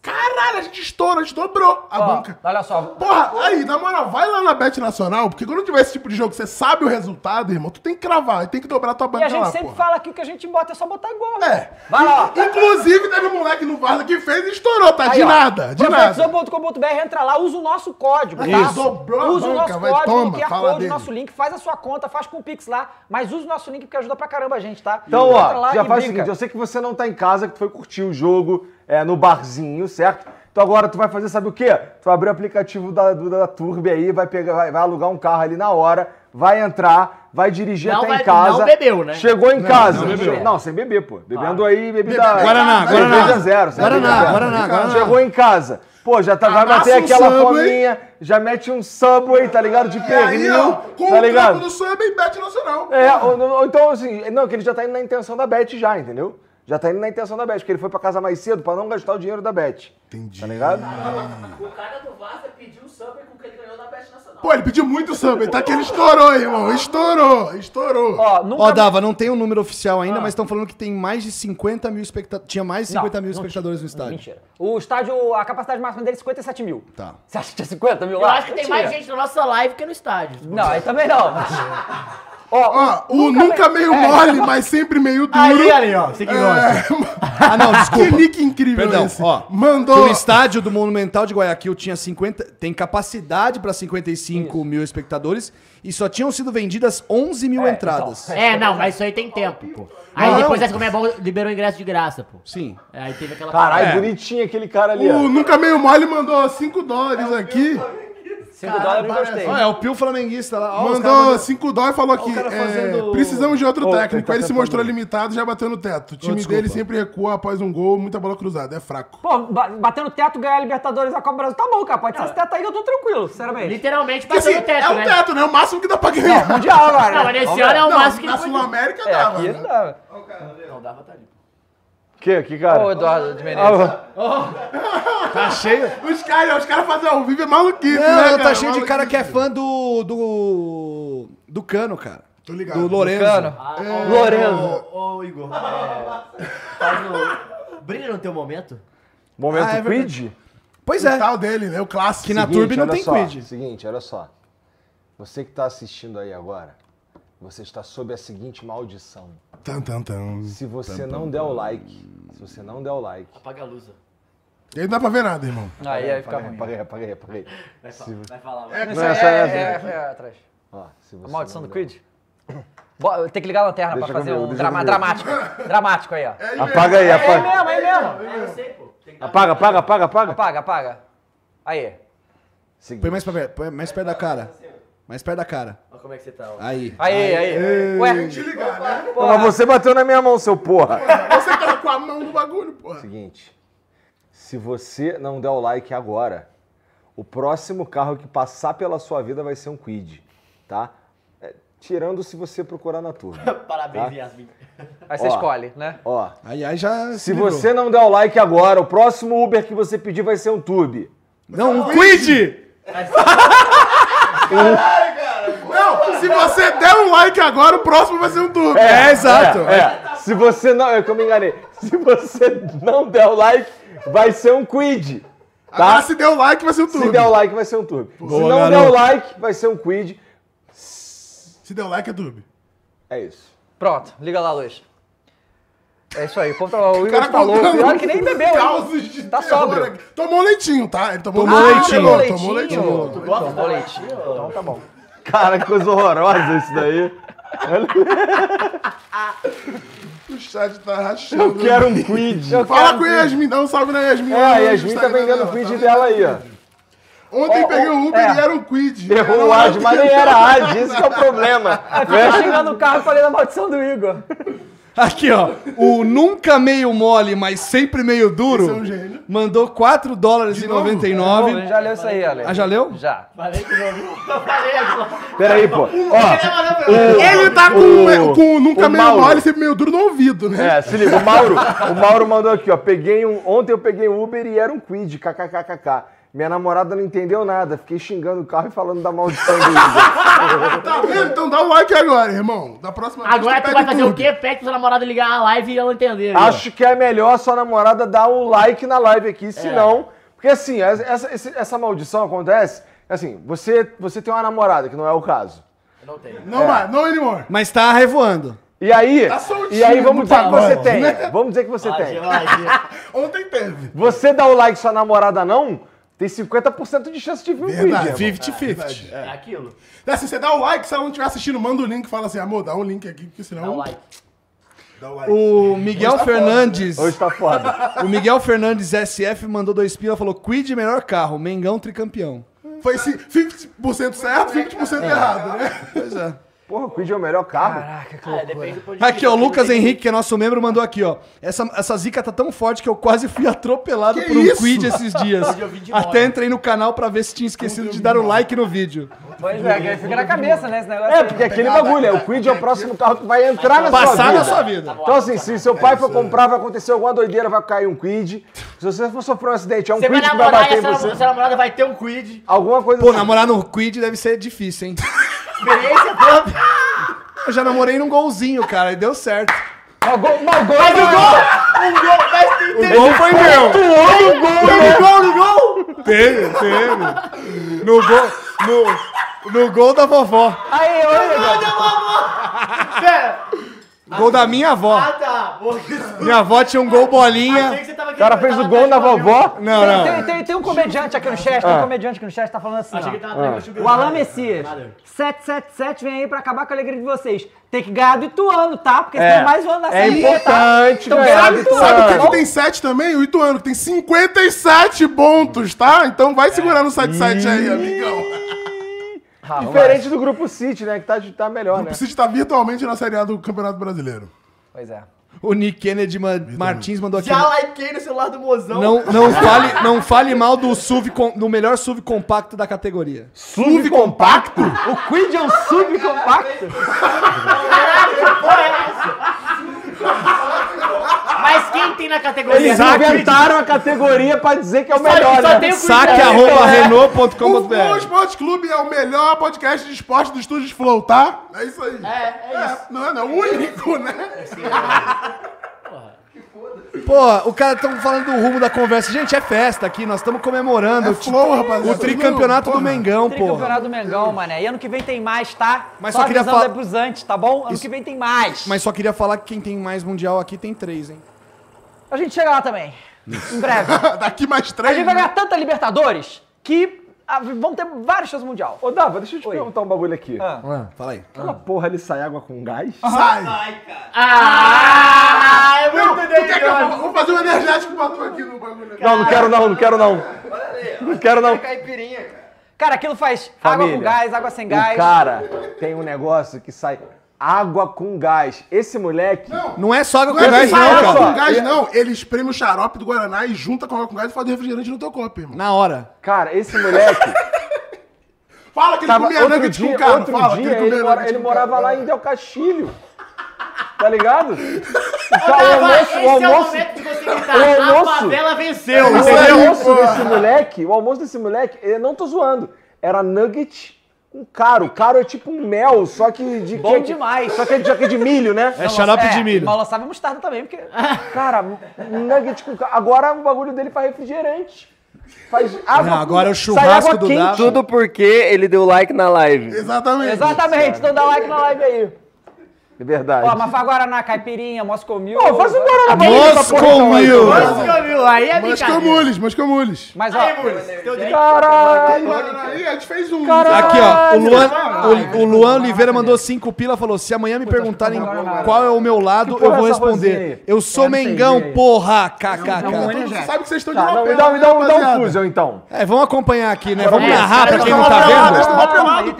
Speaker 4: Caralho, a gente estourou, a gente dobrou a banca.
Speaker 2: Olha só.
Speaker 4: Porra, aí, na moral, vai lá na Bet Nacional, porque quando tiver esse tipo de jogo, você sabe o resultado, irmão, tu tem que cravar, tem que dobrar tua
Speaker 2: E
Speaker 4: banca
Speaker 2: a gente
Speaker 4: lá,
Speaker 2: sempre
Speaker 4: porra.
Speaker 2: fala que o que a gente bota é só botar gol.
Speaker 4: É.
Speaker 2: Vai lá, ó.
Speaker 4: Inclusive, teve um moleque no Varda que fez e estourou, tá? de
Speaker 2: Aí, ó,
Speaker 4: nada, de nada.
Speaker 2: profetizou.com.br, entra lá, usa o nosso código, tá?
Speaker 4: Isso. Dobrou a
Speaker 2: Usa o
Speaker 4: banca,
Speaker 2: nosso
Speaker 4: vai,
Speaker 2: código,
Speaker 4: toma,
Speaker 2: o QR
Speaker 4: fala
Speaker 2: Code,
Speaker 4: dele.
Speaker 2: o nosso link, faz a sua conta, faz com o Pix lá, mas usa o nosso link porque ajuda pra caramba a gente, tá?
Speaker 6: Então,
Speaker 2: Entra
Speaker 6: ó,
Speaker 2: lá
Speaker 6: já faz
Speaker 2: e
Speaker 6: o
Speaker 2: brinca.
Speaker 6: seguinte, eu sei que você não tá em casa, que tu foi curtir o jogo é, no barzinho, certo? Então agora tu vai fazer, sabe o quê? Tu vai abrir o aplicativo da, do- da Turb aí, vai, pegar, vai, vai alugar um carro ali na hora, vai entrar, vai dirigir
Speaker 5: Não
Speaker 6: até
Speaker 5: vai-
Speaker 6: em casa.
Speaker 5: não bebeu, né?
Speaker 6: Chegou em
Speaker 5: Não,
Speaker 6: casa.
Speaker 5: não bebeu.
Speaker 6: Chegou- não, sem beber, pô. Bebendo aí, bebida...
Speaker 8: Guaraná,
Speaker 6: cerveja
Speaker 8: Guaraná.
Speaker 6: zero. cerveja
Speaker 8: Guaraná,
Speaker 6: zero.
Speaker 8: Guaraná, Guaraná.
Speaker 6: Chegou em casa. Pô, já tá, vai
Speaker 4: Amassa
Speaker 6: bater
Speaker 4: um
Speaker 6: aquela
Speaker 4: Subway.
Speaker 6: fominha, já mete um Subway, tá ligado? De
Speaker 4: E aí, ó,
Speaker 6: pernil,
Speaker 4: com
Speaker 6: tá
Speaker 4: o trampo
Speaker 6: ligado?
Speaker 4: do Samba em Bet Nacional.
Speaker 6: É, ou, ou então assim, não, que ele já tá indo na intenção da Bet já, entendeu? Já tá indo na intenção da Bet, porque ele foi pra casa mais cedo pra não gastar o dinheiro da Bet. Entendi. Tá ligado?
Speaker 9: O cara do Vasco pediu o Summer com o que ele ganhou na Best Nacional.
Speaker 4: Pô, ele pediu muito samba, tá que ele estourou, irmão. Estourou, estourou.
Speaker 2: Ó,
Speaker 8: Ó, Dava, não tem o número oficial Então, ainda,
Speaker 2: Ah.
Speaker 8: mas estão falando que tem mais de 50 mil espectadores. Tinha mais de 50 mil espectadores no estádio.
Speaker 2: Mentira. O estádio, a capacidade máxima dele é 57 mil.
Speaker 8: Tá.
Speaker 2: Você acha que tinha 50 mil
Speaker 5: Eu
Speaker 2: lá?
Speaker 5: acho que tem
Speaker 2: Mentira.
Speaker 5: mais gente na nossa live que no estádio.
Speaker 2: Não, aí também não.
Speaker 4: Ó, o nunca meio mole, mas sempre meio duro. É,
Speaker 5: Aí, aí, ó, você que gosta.
Speaker 8: Ah, não, desculpa.
Speaker 4: Que nick incrível
Speaker 8: Perdão,
Speaker 4: esse.
Speaker 8: ó.
Speaker 4: Mandou.
Speaker 8: Que o estádio do Monumental de Guayaquil tinha 50, tem capacidade pra 55 mil espectadores e só tinham sido vendidas 11 mil entradas.
Speaker 5: É, não, mas isso aí tem tempo, pô. Aí
Speaker 8: Não.
Speaker 5: depois essa Comebol liberou o ingresso de graça, pô.
Speaker 8: Sim.
Speaker 5: Aí teve aquela.
Speaker 6: Caralho,
Speaker 5: É.
Speaker 6: bonitinho aquele cara ali,
Speaker 4: O
Speaker 8: Uh,
Speaker 6: ó.
Speaker 4: nunca meio mole mandou 5 dólares aqui.
Speaker 2: 5 dólares eu gostei.
Speaker 8: Ó, é o Pio Flamenguista lá. ó, os caras
Speaker 4: Mandou
Speaker 8: mandando-
Speaker 4: 5 dólares e falou aqui:
Speaker 8: cara
Speaker 4: é,
Speaker 8: fazendo-
Speaker 4: precisamos de outro
Speaker 8: Ô,
Speaker 4: técnico.
Speaker 8: tá
Speaker 4: Ele se mostrou
Speaker 8: tentando.
Speaker 4: limitado, já bateu no teto. O time
Speaker 8: desculpa.
Speaker 4: dele sempre recua após um gol, muita bola cruzada. É fraco.
Speaker 2: Pô, ba- batendo teto, ganhar a Libertadores, a Copa do Brasil. Tá bom, cara, pode ser esse teto aí que eu tô tranquilo, sinceramente.
Speaker 5: Literalmente
Speaker 4: Porque,
Speaker 5: bateu
Speaker 4: assim,
Speaker 5: no teto,
Speaker 4: é o
Speaker 5: né?
Speaker 4: teto, né? O máximo que dá pra ganhar.
Speaker 2: Não, mundial agora,
Speaker 5: Não,
Speaker 2: né?
Speaker 5: mas nesse
Speaker 2: Vamos lá.
Speaker 5: ano é o
Speaker 4: Não,
Speaker 5: máximo que
Speaker 4: na
Speaker 5: ele pode-
Speaker 4: Sul-América
Speaker 2: É,
Speaker 4: dava.
Speaker 2: aqui
Speaker 4: né?
Speaker 2: dá.
Speaker 5: Não dava, tá ali.
Speaker 6: Que, que cara?
Speaker 2: Ô, Eduardo de Menezes.
Speaker 8: Tá cheio.
Speaker 4: Os caras os cara fazem ao vivo é maluquice, né?
Speaker 8: Não,
Speaker 4: cara?
Speaker 8: tá cheio de cara que é fã do. do. do Cano, cara.
Speaker 4: Tô ligado.
Speaker 8: Do Lorenzo.
Speaker 2: Cano.
Speaker 5: Ô,
Speaker 2: Ah, Lorenzo.
Speaker 5: Ô, ô, Igor, é, faz o- Brilha no teu momento.
Speaker 6: Momento
Speaker 8: Ah, é verdade.
Speaker 6: quid?
Speaker 8: Pois
Speaker 4: O
Speaker 8: é.
Speaker 4: tal dele, né? O clássico.
Speaker 8: Que na
Speaker 6: Seguinte,
Speaker 8: Turb não
Speaker 6: olha
Speaker 8: tem
Speaker 6: só,
Speaker 8: quid.
Speaker 6: Seguinte, olha só. Você que tá assistindo aí agora, você está sob a seguinte maldição.
Speaker 4: Tan, tan, tan.
Speaker 6: Se você não der o like, se você não der o like...
Speaker 5: Apaga a luz. ó.
Speaker 4: E aí não dá pra ver nada, irmão.
Speaker 2: Aí, aí fica ruim.
Speaker 6: Apaguei, apaguei, apaguei. Se vo-
Speaker 5: Vai falar, vai.
Speaker 2: É,
Speaker 6: Não, essa é a
Speaker 2: é, é atrás.
Speaker 6: ó, se você
Speaker 2: A maldição
Speaker 6: não
Speaker 2: do
Speaker 6: der-
Speaker 2: Creed? Bo- Tem que ligar a lanterna
Speaker 6: Deixa
Speaker 2: pra fazer
Speaker 6: comigo,
Speaker 2: um
Speaker 6: deixa
Speaker 2: drama,
Speaker 6: comigo.
Speaker 2: dramático. Dramático aí, ó. É
Speaker 6: Apaga aí,
Speaker 2: aí
Speaker 6: apaga.
Speaker 2: mesmo, é aí mesmo.
Speaker 5: Eu sei, pô. Tem que dar-
Speaker 6: Apaga, apaga, apaga, apaga.
Speaker 2: Apaga, apaga. Aí.
Speaker 6: Seguinte.
Speaker 8: Põe mais pra perto, põe mais perto da cara. Mais perto da cara.
Speaker 5: Olha como é que você tá, ó.
Speaker 8: Aí.
Speaker 2: Aí, aí. Ué,
Speaker 4: Desligar, né?
Speaker 6: Não, mas você bateu na minha mão, seu porra.
Speaker 4: Você tá com a mão no bagulho, porra.
Speaker 6: Seguinte, se você não der o like agora, o próximo carro que passar pela sua vida vai ser um Quid, tá? É, Tirando se você procurar na turma.
Speaker 5: Parabéns,
Speaker 6: tá?
Speaker 5: Yasmin.
Speaker 2: Aí você
Speaker 6: Ó.
Speaker 2: escolhe, né?
Speaker 6: Ó.
Speaker 8: Aí, aí já.
Speaker 6: Se você não der o like agora, o próximo Uber que você pedir vai ser um Tube.
Speaker 8: Não,
Speaker 4: Tá
Speaker 8: um Quid!
Speaker 4: Não, se você der um like agora, o próximo vai ser um turbo.
Speaker 6: é, é. Se você não. Eu que eu me enganei. Se você não der o like, vai ser um quid. Tá?
Speaker 4: Agora, se der o like, vai ser um
Speaker 6: Se
Speaker 4: turbo.
Speaker 6: der o like, vai ser um turbo.
Speaker 4: Boa,
Speaker 6: se não
Speaker 4: garoto.
Speaker 6: der o like, vai ser um quid.
Speaker 4: Se der o like, é turbo.
Speaker 6: É isso.
Speaker 2: Pronto, liga lá a luz. É isso aí, o povo tá- o Igor
Speaker 4: cara
Speaker 2: tá louco.
Speaker 4: contando
Speaker 2: Pior que nem bebeu, hein?
Speaker 4: causos de
Speaker 2: Tá
Speaker 4: terror
Speaker 2: sóbrio.
Speaker 4: aqui. Tomou leitinho, tá? Ele tomou,
Speaker 2: Tomou leitinho.
Speaker 4: Tomou
Speaker 2: Tomou
Speaker 4: leitinho. Tomou um
Speaker 2: leitinho.
Speaker 4: leitinho.
Speaker 2: Tu gosta de leitinho? Então tá bom.
Speaker 6: Cara, que coisa horrorosa isso daí.
Speaker 4: O chat tá rachando.
Speaker 6: Eu quero um quid. Eu
Speaker 4: Fala
Speaker 6: quero um
Speaker 4: com a
Speaker 6: quid.
Speaker 4: Yasmin, dá um salve na Yasmin.
Speaker 6: É,
Speaker 4: lá
Speaker 6: a
Speaker 4: no
Speaker 6: Yasmin tá
Speaker 4: Instagram
Speaker 6: vendendo o quid dela aí, ó.
Speaker 4: Ontem
Speaker 6: Ó,
Speaker 4: peguei
Speaker 6: ó,
Speaker 4: o Uber
Speaker 6: é.
Speaker 4: e era um quid.
Speaker 6: Errou o ad, mas nem era ad, isso que é o problema.
Speaker 2: Aí fica xingando o carro e falei da maldição do Igor.
Speaker 8: Aqui, ó. O nunca meio mole, mas sempre meio duro.
Speaker 2: Esse é um gênio.
Speaker 8: Mandou 4 dólares e
Speaker 2: Tá bom,
Speaker 8: 99.
Speaker 2: Já leu isso aí, Ale.
Speaker 8: Ah, já leu?
Speaker 2: Já.
Speaker 5: Falei que não viu. Eu falei agora.
Speaker 6: Peraí, pô.
Speaker 5: Ó,
Speaker 4: Ele tá com
Speaker 6: o-
Speaker 4: o, com o nunca
Speaker 6: o
Speaker 4: meio
Speaker 6: Mauro.
Speaker 4: mole, sempre meio duro no ouvido, né?
Speaker 6: É, se liga, o Mauro, o Mauro mandou aqui, ó. Peguei um, ontem eu peguei um Uber e era um quid, kkkk. Minha namorada não entendeu nada, fiquei xingando o carro e falando da maldição do Uber.
Speaker 4: Tá vendo? Então dá o like agora, irmão. Da próxima vez
Speaker 5: Agora tu
Speaker 4: pede
Speaker 5: vai fazer
Speaker 4: tudo.
Speaker 5: o quê? Pede pro seu namorado ligar a live e ela entender.
Speaker 6: Acho que é melhor a sua namorada dar um like na live aqui,
Speaker 4: É.
Speaker 6: senão. Porque assim, essa, essa- esse- essa maldição acontece. Assim, você, você tem uma namorada, que não é o caso.
Speaker 5: Não tem.
Speaker 6: É.
Speaker 4: Não mais, não anymore.
Speaker 8: Mas tá revoando.
Speaker 6: E aí,
Speaker 4: Tá soltinho
Speaker 6: e aí vamos
Speaker 4: no
Speaker 6: dizer que você
Speaker 4: pagode,
Speaker 6: tem.
Speaker 4: né?
Speaker 6: Vamos dizer que você
Speaker 5: Ah,
Speaker 6: tem.
Speaker 4: Ontem teve.
Speaker 6: Você dá o like sua namorada não, tem 50% de chance de vir um
Speaker 4: Verdade,
Speaker 6: vídeo.
Speaker 4: 50-50.
Speaker 5: É aquilo.
Speaker 4: É, se você dá o like, se ela não estiver assistindo, manda o link e fala assim, amor, dá um link aqui, porque senão... Dá o
Speaker 5: like.
Speaker 4: Dá o like.
Speaker 8: O Miguel
Speaker 4: Hoje tá
Speaker 8: Fernandes.
Speaker 6: Hoje tá foda.
Speaker 8: O Miguel Fernandes SF mandou dois pila, falou: Quid melhor carro, Mengão tricampeão.
Speaker 4: Foi esse 50% certo,
Speaker 5: É.
Speaker 4: 50% errado, né?
Speaker 8: Pois é.
Speaker 6: Porra, o Quid é o melhor carro.
Speaker 2: Caraca, que loucura.
Speaker 8: Aqui, ó, o Lucas Henrique, que é nosso membro, mandou aqui, ó. Essa, essa zica tá tão forte que eu quase fui atropelado
Speaker 4: Que
Speaker 8: por um
Speaker 4: isso?
Speaker 8: quid esses dias.
Speaker 5: eu vi de
Speaker 8: Até entrei no canal pra ver se tinha esquecido de dar o like no vídeo.
Speaker 2: Pois é, que fica na cabeça, né? Esse negócio
Speaker 6: É,
Speaker 2: aí.
Speaker 6: porque é aquele bagulho, é o Quid é o próximo carro que vai entrar na sua vida.
Speaker 8: Passar na sua vida.
Speaker 6: Então assim, se seu pai for comprar, vai acontecer alguma doideira, vai cair um Quid. Se você for sofrer um acidente, é um
Speaker 5: Você vai
Speaker 6: Quid que vai
Speaker 5: namorar e
Speaker 6: bater em
Speaker 5: essa
Speaker 6: você.
Speaker 5: namorada, sua namorada vai ter um quid.
Speaker 6: Alguma coisa
Speaker 8: Pô,
Speaker 6: assim.
Speaker 8: namorar no quid deve ser difícil, hein?
Speaker 5: Experiência própria.
Speaker 8: Eu já namorei num golzinho, cara, e deu certo.
Speaker 2: Mas o gol, mas o gol,
Speaker 6: é
Speaker 5: Mas o gol! O gol, mas tu
Speaker 8: O
Speaker 5: entendeu?
Speaker 8: gol foi meu!
Speaker 6: Todo gol, né?
Speaker 8: Teve, teve. No gol, no, no gol da vovó.
Speaker 2: Aí, olha.
Speaker 5: Pera!
Speaker 8: Gol da minha
Speaker 5: Ah
Speaker 8: avó.
Speaker 5: tá! O
Speaker 8: Minha avó tinha um gol bolinha.
Speaker 6: O cara fez o gol na vovó.
Speaker 8: Não, não. Ah.
Speaker 2: Tem, tem, tem um comediante aqui no chat, tem um comediante aqui no chat que tá falando assim,
Speaker 5: Achei que
Speaker 2: ó.
Speaker 5: tava atrás, mas subiu.
Speaker 2: O Alan Messias, 777 vem aí pra acabar com a alegria de vocês. Tem que ganhar do Ituano, tá? Porque senão mais um ano na
Speaker 6: É
Speaker 2: Série B,
Speaker 6: importante,
Speaker 2: Então
Speaker 6: velho.
Speaker 2: ganhar do Ituano.
Speaker 4: Sabe o que,
Speaker 2: tá
Speaker 4: que
Speaker 2: bom?
Speaker 4: tem 7 também? O Ituano, que tem 57 pontos, tá? Então vai segurar no 7-7 aí, amigão.
Speaker 6: Diferente do grupo City, né? Que tá, tá melhor, né?
Speaker 4: O City está virtualmente na Série A do Campeonato Brasileiro.
Speaker 2: Pois é.
Speaker 8: O Nick Kennedy Ma- Martins mandou aqui.
Speaker 5: Já likei no celular do mozão.
Speaker 8: Não, não, fale, não fale mal do SUV, com- do melhor SUV compacto da categoria.
Speaker 6: Subcompacto?
Speaker 2: O Quid é um subcompacto?
Speaker 5: Mas quem tem na categoria?
Speaker 6: Eles inventaram a categoria pra dizer que é o melhor,
Speaker 5: só
Speaker 6: né?
Speaker 5: tem o Quid.
Speaker 8: Saque arroba
Speaker 4: O, o
Speaker 8: renault.com.br.
Speaker 4: Esporte Clube é o melhor podcast de esporte do Estúdios Flow, tá? É isso aí.
Speaker 5: É, é isso.
Speaker 4: Não é, não. Único, né?
Speaker 8: Pô, o cara tão falando do rumo da conversa. Gente, é festa aqui, nós estamos comemorando
Speaker 4: É
Speaker 8: o ti-
Speaker 4: flow, rapaziada.
Speaker 8: o tricampeonato do
Speaker 4: Porra.
Speaker 8: Mengão, pô.
Speaker 2: Tricampeonato do Mengão, mané. E ano que vem tem mais, tá?
Speaker 8: Mas só queria
Speaker 2: avisando
Speaker 8: falar-
Speaker 2: aí pros antes, tá bom? Ano que vem tem mais.
Speaker 8: Mas só queria falar que quem tem mais mundial aqui tem três, hein?
Speaker 2: A gente chega lá também. Em breve.
Speaker 4: Daqui mais
Speaker 2: A
Speaker 4: três.
Speaker 2: gente vai ganhar tanta Libertadores que ah, vão ter vários shows mundial.
Speaker 6: Ô, Dava, deixa eu te
Speaker 2: Oi.
Speaker 6: perguntar um bagulho aqui.
Speaker 2: Ah.
Speaker 8: Fala aí.
Speaker 6: Aquela porra ali sai água com gás?
Speaker 4: Sai.
Speaker 5: Ah, é
Speaker 4: Não, tu quer
Speaker 5: muito
Speaker 4: que eu
Speaker 5: delícia.
Speaker 4: fa- vou fazer um energético pra tu aqui no bagulho.
Speaker 6: Não, não quero não, não quero não. Não quero não.
Speaker 2: Cara, aquilo faz água
Speaker 6: Família,
Speaker 2: com gás, água sem gás.
Speaker 6: O cara tem um negócio que sai água com gás. Esse moleque.
Speaker 8: Não é só água com
Speaker 4: Não é
Speaker 8: gás,
Speaker 4: que sai
Speaker 8: não,
Speaker 4: água com
Speaker 8: cara.
Speaker 4: gás, não. Ele espreme o xarope do Guaraná e junta com água com gás e faz do refrigerante no teu copo, irmão.
Speaker 8: Na hora.
Speaker 6: Cara, esse moleque.
Speaker 4: Fala que ele
Speaker 6: Tava-
Speaker 4: comia
Speaker 6: outro
Speaker 4: nugget
Speaker 6: dia-
Speaker 4: com cara.
Speaker 6: outro
Speaker 4: Fala
Speaker 6: dia
Speaker 4: que ele comia
Speaker 6: ele,
Speaker 4: nugget
Speaker 6: mora-
Speaker 4: com
Speaker 6: ele
Speaker 4: cara. né?
Speaker 6: morava lá em Del Castilho. Tá ligado? Então,
Speaker 5: Ô,
Speaker 6: o
Speaker 5: Dava,
Speaker 6: almoço,
Speaker 5: esse
Speaker 6: o
Speaker 5: é o
Speaker 6: almoço,
Speaker 5: momento de você gritar,
Speaker 6: o
Speaker 5: "A
Speaker 6: almoço,
Speaker 5: favela venceu",
Speaker 6: O
Speaker 5: entendeu?
Speaker 6: almoço
Speaker 5: Porra.
Speaker 6: desse moleque, o almoço desse moleque, eu não tô zoando, era nugget com caro. Caro é tipo um mel, só que de
Speaker 2: Bom
Speaker 6: cake-
Speaker 2: demais.
Speaker 6: Só que é de, só que é de milho, né?
Speaker 2: Não, é, E Paulo sabe mostarda também, porque.
Speaker 6: Cara,
Speaker 2: É.
Speaker 6: nugget com caro. Agora o bagulho dele faz refrigerante. Faz água
Speaker 8: Não, agora é o
Speaker 6: sai água
Speaker 8: churrasco do
Speaker 6: quente.
Speaker 8: Dava.
Speaker 10: Tudo porque ele deu like na live.
Speaker 4: Exatamente.
Speaker 2: Exatamente, então dá like na live aí.
Speaker 10: É verdade.
Speaker 2: Ó, mas faz Guaraná, caipirinha, Moscow Mil.
Speaker 6: Pô, faz um
Speaker 4: Guaraná pra mim nessa porra, então, aí.
Speaker 2: Moscow Mil, aí é
Speaker 4: Mas
Speaker 2: brincadeira.
Speaker 4: camules, mas camules.
Speaker 2: Mas, ó,
Speaker 6: Caralho!
Speaker 4: Aí a gente fez um.
Speaker 8: Aqui, ó, o Luan, o, o Luan Oliveira mandou cinco pila, falou, se amanhã me perguntarem qual é o meu lado,
Speaker 6: porra
Speaker 8: eu vou
Speaker 6: é essa rosinha
Speaker 8: responder.
Speaker 6: aí?
Speaker 8: Eu sou
Speaker 6: Eu não sei ver
Speaker 8: Mengão,
Speaker 6: aí.
Speaker 8: porra, kkk.
Speaker 4: Sabe que vocês estão de
Speaker 6: Tá,
Speaker 4: uma
Speaker 6: não, me
Speaker 4: perna,
Speaker 6: dá, me dá, um- me dá um
Speaker 4: rapaziada.
Speaker 6: fuso, então.
Speaker 8: É, vamos acompanhar aqui, né? Vamos
Speaker 6: É,
Speaker 8: narrar pra quem não tá
Speaker 6: Vamos lá,
Speaker 8: vendo.
Speaker 6: vamos lá, vamos lá,
Speaker 8: Pra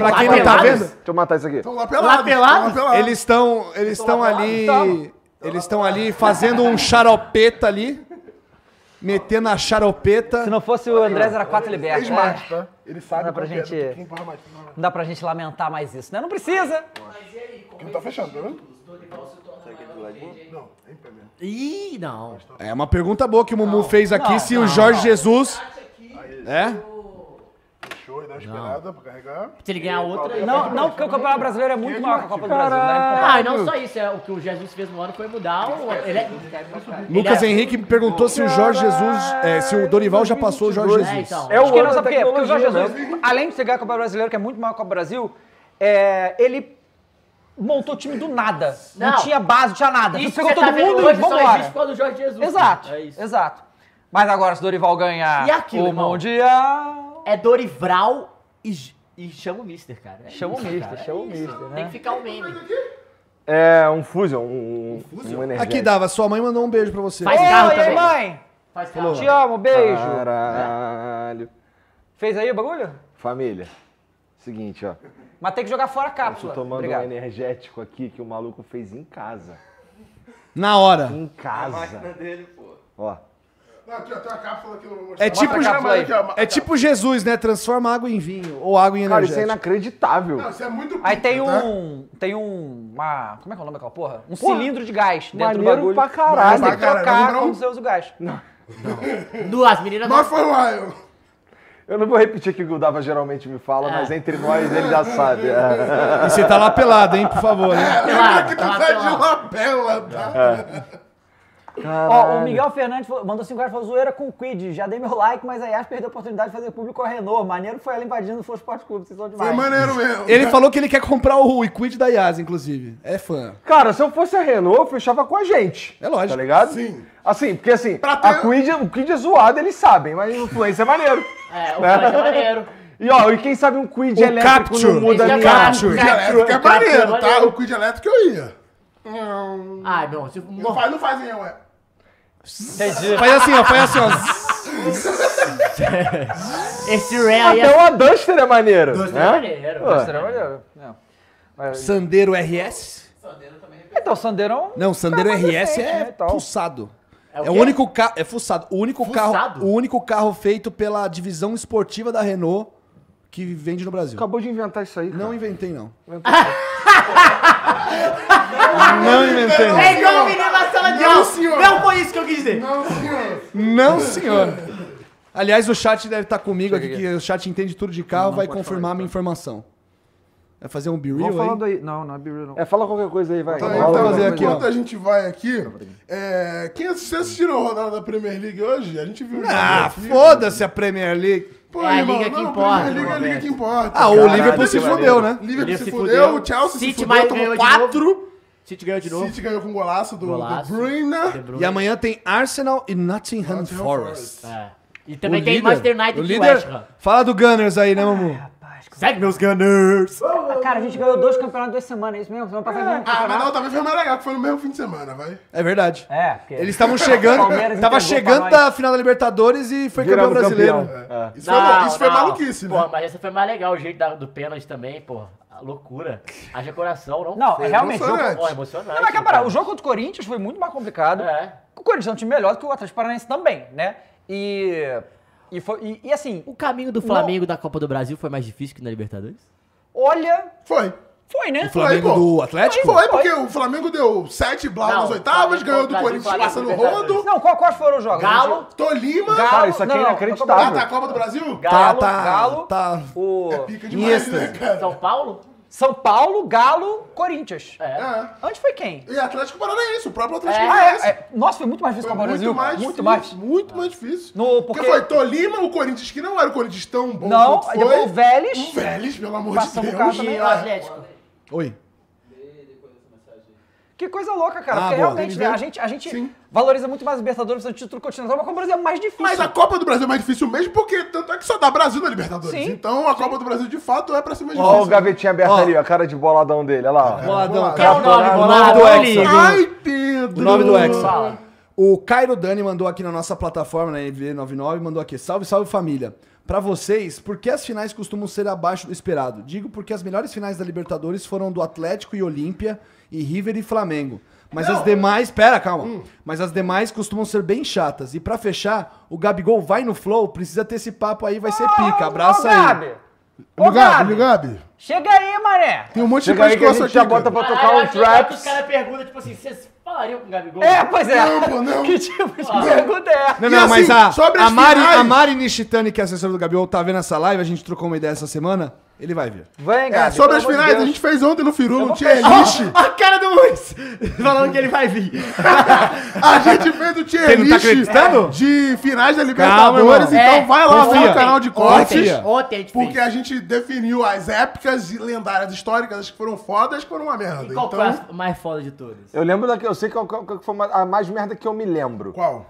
Speaker 6: vamos
Speaker 8: quem
Speaker 6: lá,
Speaker 8: não tá
Speaker 6: vamos lá.
Speaker 8: vendo.
Speaker 6: Deixa eu matar isso aqui.
Speaker 8: Eles estão, eles estão ali, eles estão ali fazendo um xaropeta ali, metendo a xaropeta. Se
Speaker 2: não fosse o Andrés era
Speaker 8: É
Speaker 2: quatro libertas.
Speaker 4: Fez mais, tá? Ele sabe
Speaker 2: Dá pra
Speaker 4: qual que é.
Speaker 2: gente-
Speaker 4: Quem barra mais, quem barra mais.
Speaker 2: Não dá pra gente lamentar mais isso, né? Não precisa.
Speaker 4: Não tá fechando, tá vendo? Não, nem pegando.
Speaker 5: Ih, não.
Speaker 8: É uma pergunta boa que o Mumu fez aqui,
Speaker 4: Não,
Speaker 8: se
Speaker 4: não,
Speaker 8: o Jorge
Speaker 4: não.
Speaker 8: Jesus...
Speaker 4: um
Speaker 8: É?
Speaker 4: Fechou, e dá uma esperada pra carregar.
Speaker 5: Se ele ganhar outra, aí-
Speaker 2: Não, não, porque o Campeonato Brasileiro é muito maior que a Copa do Brasil. né?
Speaker 5: Ah, e não só isso, é, o que o Jesus fez no ano foi mudar o. Ele é,
Speaker 8: Lucas
Speaker 5: ele é-
Speaker 8: Henrique me perguntou se o Jorge Jesus, é, se o Dorival já passou o Jorge Jesus.
Speaker 5: então. Ah,
Speaker 2: É o ano sabe por quê? Porque o Jorge Jesus,
Speaker 5: né?
Speaker 2: além de você ganhar a Copa Brasileira, que é muito maior que a Copa Brasil, é, ele montou o time do nada. Não,
Speaker 5: Não.
Speaker 2: tinha base, não tinha nada.
Speaker 5: Isso
Speaker 2: pegou
Speaker 5: que
Speaker 2: todo
Speaker 5: você tá vendo
Speaker 2: mundo e
Speaker 5: hoje só
Speaker 2: vambora.
Speaker 5: existe por causa do Jorge Jesus.
Speaker 2: Exato,
Speaker 5: É isso.
Speaker 2: exato. Mas agora, se o Dorival ganhar
Speaker 5: E aquilo,
Speaker 2: o
Speaker 5: irmão?
Speaker 2: Mundial...
Speaker 5: É Dorival e, e chama o Mister, cara. É
Speaker 2: Chama o
Speaker 5: isso,
Speaker 2: Mister,
Speaker 5: cara,
Speaker 2: chama
Speaker 5: é
Speaker 2: o
Speaker 5: isso.
Speaker 2: Mister, né?
Speaker 5: Tem que ficar um meme.
Speaker 6: É um fusion, um, um, um energético.
Speaker 8: Aqui, Dava, sua mãe mandou um beijo pra você.
Speaker 2: Faz carro Oi, também. mãe!
Speaker 5: Faz
Speaker 6: Falou.
Speaker 2: Te amo, beijo.
Speaker 6: Caralho.
Speaker 2: Fez aí o bagulho?
Speaker 6: Família, seguinte, ó.
Speaker 2: Mas tem que jogar fora a
Speaker 6: Tô
Speaker 2: cápsula.
Speaker 6: tomando um
Speaker 2: Obrigado.
Speaker 6: energético aqui que o maluco fez em casa.
Speaker 8: Na hora.
Speaker 6: Em
Speaker 4: A máquina
Speaker 6: casa.
Speaker 4: dele, pô.
Speaker 6: Ó.
Speaker 4: Não, aqui, ó, tem uma cápsula aqui, eu não vou mostrar.
Speaker 8: É tipo,
Speaker 4: Mostra a cápsula aí, ó.
Speaker 8: é tipo Jesus, né? Transforma água em vinho ou água em
Speaker 6: Cara, isso
Speaker 8: energético.
Speaker 6: é inacreditável.
Speaker 4: Não, isso é muito
Speaker 2: Aí tem
Speaker 8: Tá?
Speaker 2: um. Tem um. Uma, como é que é o nome daquela porra? Um
Speaker 6: Porra,
Speaker 2: cilindro de gás dentro
Speaker 6: maneiro
Speaker 2: do bagulho. tá
Speaker 6: pra caralho.
Speaker 2: Você tem que
Speaker 6: Pra caralho,
Speaker 2: trocar
Speaker 6: não, não.
Speaker 8: um
Speaker 2: quando você usa o gás.
Speaker 5: Duas meninas.
Speaker 6: Eu não vou repetir o que o Dava geralmente me fala,
Speaker 8: É.
Speaker 6: mas entre nós ele já sabe. É.
Speaker 8: E você tá lá pelado, hein, por favor. Né?
Speaker 4: Lembra que tu tá de lapela, tá?
Speaker 6: É.
Speaker 2: Ó, o Miguel Fernandes falou- mandou 5 reais falou zoeira com o Quid. Já dei meu like, mas a Yas perdeu a oportunidade de fazer público com a Renault. Maneiro foi ela invadindo o Flow Esporte Clube. Vocês são demais.
Speaker 8: Ele falou que ele quer comprar o Equid da Yas, inclusive. É fã.
Speaker 6: Cara, se eu fosse a Renault, eu fechava com a gente. É lógico. Tá ligado? Sim. Assim, porque assim, a Quid, o Quid é zoado, eles sabem, mas o influência é maneiro.
Speaker 5: É, o
Speaker 6: Né?
Speaker 5: Flash é maneiro.
Speaker 6: E ó, e quem sabe um Quid
Speaker 4: O
Speaker 6: elétrico
Speaker 4: Capture.
Speaker 6: não muda
Speaker 4: Esse
Speaker 6: nem
Speaker 4: é o
Speaker 6: a-
Speaker 4: Capture. O Quid elétrico é maneiro, tá? O Quid elétrico eu ia.
Speaker 5: Ah, não. Se...
Speaker 4: Não faz, não faz nem, ué.
Speaker 2: Entendi.
Speaker 8: Faz assim, ó, faz assim, ó.
Speaker 5: Esse
Speaker 6: Até uma Duster é maneiro.
Speaker 8: Duster
Speaker 6: né?
Speaker 8: é maneiro.
Speaker 6: Pô.
Speaker 2: Duster é maneiro. Não.
Speaker 8: Sandeiro RS?
Speaker 2: Então, Sandeiro é um
Speaker 8: Não, Sandero
Speaker 2: carro
Speaker 8: RS
Speaker 2: decente,
Speaker 8: é
Speaker 2: né, e tal.
Speaker 8: fuçado. É o,
Speaker 2: quê?
Speaker 8: único carro. É fuçado. O único carro.
Speaker 2: Fuçado?
Speaker 8: O único carro feito pela divisão esportiva da Renault que vende no Brasil.
Speaker 6: Acabou de inventar isso aí.
Speaker 8: Não inventei, não.
Speaker 6: Não
Speaker 8: inventei, não.
Speaker 5: Pegou o menino na sala de
Speaker 8: Não,
Speaker 5: aula.
Speaker 8: senhor.
Speaker 5: Não foi isso que eu quis dizer.
Speaker 4: Não, senhor.
Speaker 8: Não, senhor. Aliás, o chat deve estar comigo aqui, que o chat entende tudo de carro, vai confirmar a minha informação. Vai fazer um be real aí?
Speaker 2: aí. Não, não é Biru, não.
Speaker 6: É, fala qualquer coisa aí, vai.
Speaker 4: Tá,
Speaker 6: Fala
Speaker 4: então,
Speaker 6: qualquer
Speaker 4: enquanto
Speaker 6: coisa.
Speaker 4: a gente vai aqui, é, quem assistiu, assistiram a rodada da Premier League hoje? A gente viu o
Speaker 8: Ah,
Speaker 4: jogo aqui.
Speaker 8: foda-se a Premier League.
Speaker 4: Pô, irmão, não, A Premier League é a liga que importa.
Speaker 8: Ah, o Caralho, Liverpool se
Speaker 4: Liverpool
Speaker 8: fudeu, né?
Speaker 4: Liverpool se
Speaker 5: Liverpool
Speaker 4: fudeu,
Speaker 5: fudeu.
Speaker 4: o Chelsea
Speaker 5: City
Speaker 4: se
Speaker 5: vai-
Speaker 4: fudeu, tomou
Speaker 5: ganhou de novo.
Speaker 4: 4.
Speaker 5: City ganhou de novo.
Speaker 4: City ganhou com golaço do,
Speaker 5: Golaço.
Speaker 4: do Bruyne.
Speaker 8: E amanhã tem Arsenal e Nottingham, Forest.
Speaker 5: É. E também tem Manchester United
Speaker 8: o
Speaker 5: e
Speaker 8: líder,
Speaker 5: West Ham.
Speaker 8: Fala do Gunners aí, né, Mamu?
Speaker 5: Segue meus Gunners!
Speaker 2: Cara, a gente ganhou dois campeonatos em duas semanas, é isso mesmo? Semana passada ganhamos um
Speaker 4: Ah, mas
Speaker 2: campeonato.
Speaker 4: não, talvez foi mais legal, que foi no mesmo fim de semana, vai.
Speaker 8: É verdade.
Speaker 2: É, porque...
Speaker 8: Eles estavam chegando,
Speaker 4: Palmeiras
Speaker 8: tava
Speaker 4: entregou
Speaker 8: chegando
Speaker 4: pra nós.
Speaker 8: da final da Libertadores e foi
Speaker 4: Viramos
Speaker 8: campeão brasileiro.
Speaker 4: campeão.
Speaker 8: É.
Speaker 4: Isso foi bom, isso foi maluquice, né?
Speaker 5: Porra, mas essa foi mais legal, o jeito da- do pênalti também, porra. A loucura. Haja coração, não?
Speaker 2: Não,
Speaker 5: Foi
Speaker 2: realmente, o jogo-
Speaker 5: emocionante. Ó, emocionante.
Speaker 2: Não, mas cara, parada, o jogo contra o Corinthians
Speaker 8: É.
Speaker 2: é foi muito mais complicado. O Corinthians é um time melhor do que o Atlético Paranaense também, né? E E, foi, e, e assim.
Speaker 5: O caminho do Flamengo da Copa do Brasil foi mais difícil que na Libertadores?
Speaker 2: Olha.
Speaker 4: Foi.
Speaker 2: Foi, né?
Speaker 4: O Flamengo
Speaker 2: Foi, pô.
Speaker 4: do Atlético?
Speaker 2: Foi,
Speaker 4: porque o Flamengo deu sete blau nas oitavas, ganhou do Corinthians passando rodo.
Speaker 2: Não, qual, qual foram os jogos?
Speaker 4: Galo. Tolima.
Speaker 2: Cara, isso aqui é
Speaker 4: Não,
Speaker 2: inacreditável.
Speaker 4: Ah, tá, Copa do Brasil?
Speaker 2: Galo,
Speaker 4: tá,
Speaker 2: Galo,
Speaker 8: tá.
Speaker 2: O...
Speaker 4: demais, né, Iniesta.
Speaker 5: São Paulo?
Speaker 2: São Paulo, Galo, Corinthians. É. Onde foi quem?
Speaker 4: E Atlético Paranaense, o próprio Atlético
Speaker 2: É.
Speaker 4: Paranaense.
Speaker 2: Ah, é, é. Nossa, foi muito mais difícil Copa do Brasil.
Speaker 4: mais
Speaker 2: Muito
Speaker 4: difícil,
Speaker 2: mais.
Speaker 4: Muito mais difícil.
Speaker 2: No,
Speaker 4: porque... foi Tolima, o Corinthians, que não era o Corinthians tão bom
Speaker 2: Não,
Speaker 4: quanto
Speaker 2: depois
Speaker 4: foi.
Speaker 2: o Vélez.
Speaker 4: O Vélez, pelo amor
Speaker 2: Passamos
Speaker 4: de
Speaker 2: o
Speaker 4: Deus.
Speaker 2: um
Speaker 4: É.
Speaker 2: carro também.
Speaker 8: Oi.
Speaker 2: Que coisa louca, cara.
Speaker 4: Ah,
Speaker 2: porque
Speaker 4: boa.
Speaker 2: realmente, né,
Speaker 4: Entendeu?
Speaker 2: a gente, a gente valoriza muito mais o Libertadores do título continental, mas como o Brasil é mais difícil.
Speaker 4: Mas a Copa do Brasil é mais difícil mesmo, porque tanto é que só dá Brasil na Libertadores.
Speaker 2: Sim.
Speaker 4: Então a Copa do Brasil, de fato, é pra cima de
Speaker 6: Ó, o gavetinho aberto ali, ó, a cara de boladão dele, olha lá. ó.
Speaker 8: Boladão,
Speaker 5: é
Speaker 6: Tá
Speaker 8: cara.
Speaker 6: bolado,
Speaker 8: O nome
Speaker 5: Ah,
Speaker 8: do
Speaker 6: bolado,
Speaker 8: Hexa.
Speaker 6: bolado.
Speaker 4: Ai, Pedro.
Speaker 8: O nome do Hexa.
Speaker 6: Fala.
Speaker 8: O Cairo Dani mandou aqui na nossa plataforma, na NV99, mandou aqui. Salve, salve família. Pra vocês, por que as finais costumam ser abaixo do esperado? Digo porque as melhores finais da Libertadores foram do Atlético e Olímpia e River e Flamengo. Mas as demais, pera, calma.
Speaker 6: Hum.
Speaker 8: Mas as demais costumam ser bem chatas. E pra fechar, o Gabigol vai no flow, precisa ter esse papo aí, vai ser
Speaker 6: Ah,
Speaker 8: pica. Abraça aí.
Speaker 2: Gabi.
Speaker 8: Ô,
Speaker 4: Gabi, Gabi.
Speaker 2: Chega aí, mané.
Speaker 4: Tem um monte
Speaker 8: Chega aí que a gente já bota
Speaker 4: pra
Speaker 5: Caralho,
Speaker 6: um
Speaker 5: eu achei legal que Os caras perguntam, tipo assim, vocês falariam com o Gabigol?
Speaker 2: É, pois é.
Speaker 4: Não, pô, não.
Speaker 2: Que tipo de pergunta é essa?
Speaker 8: Não, não, mas
Speaker 6: assim,
Speaker 8: a,
Speaker 4: sobre as
Speaker 8: a, Mari,
Speaker 4: finais-
Speaker 8: a Mari Nishitani, que é assessora do Gabriel, tá vendo essa live, a gente trocou uma ideia essa semana, ele vai ver.
Speaker 2: Vem,
Speaker 4: É, sobre as finais, a gente fez ontem no Firu, não tinha elixir.
Speaker 8: A cara do Luiz!
Speaker 5: Falando que ele vai vir.
Speaker 4: A gente fez o tier
Speaker 8: Você não tá
Speaker 4: list
Speaker 8: acreditando?
Speaker 4: de finais da
Speaker 8: Calma,
Speaker 4: Libertadores,
Speaker 8: irmão.
Speaker 4: então
Speaker 8: É,
Speaker 4: vai lá
Speaker 8: confia.
Speaker 4: ver o canal de cortes.
Speaker 8: Ontem,
Speaker 5: ontem a gente
Speaker 4: Porque a gente definiu as épicas e lendárias históricas, as que foram fodas, as que foram uma merda.
Speaker 5: Qual
Speaker 4: então,
Speaker 5: foi a mais foda de todas?
Speaker 6: Eu lembro da que eu sei qual, qual, qual que foi a mais merda que eu me lembro.
Speaker 4: Qual?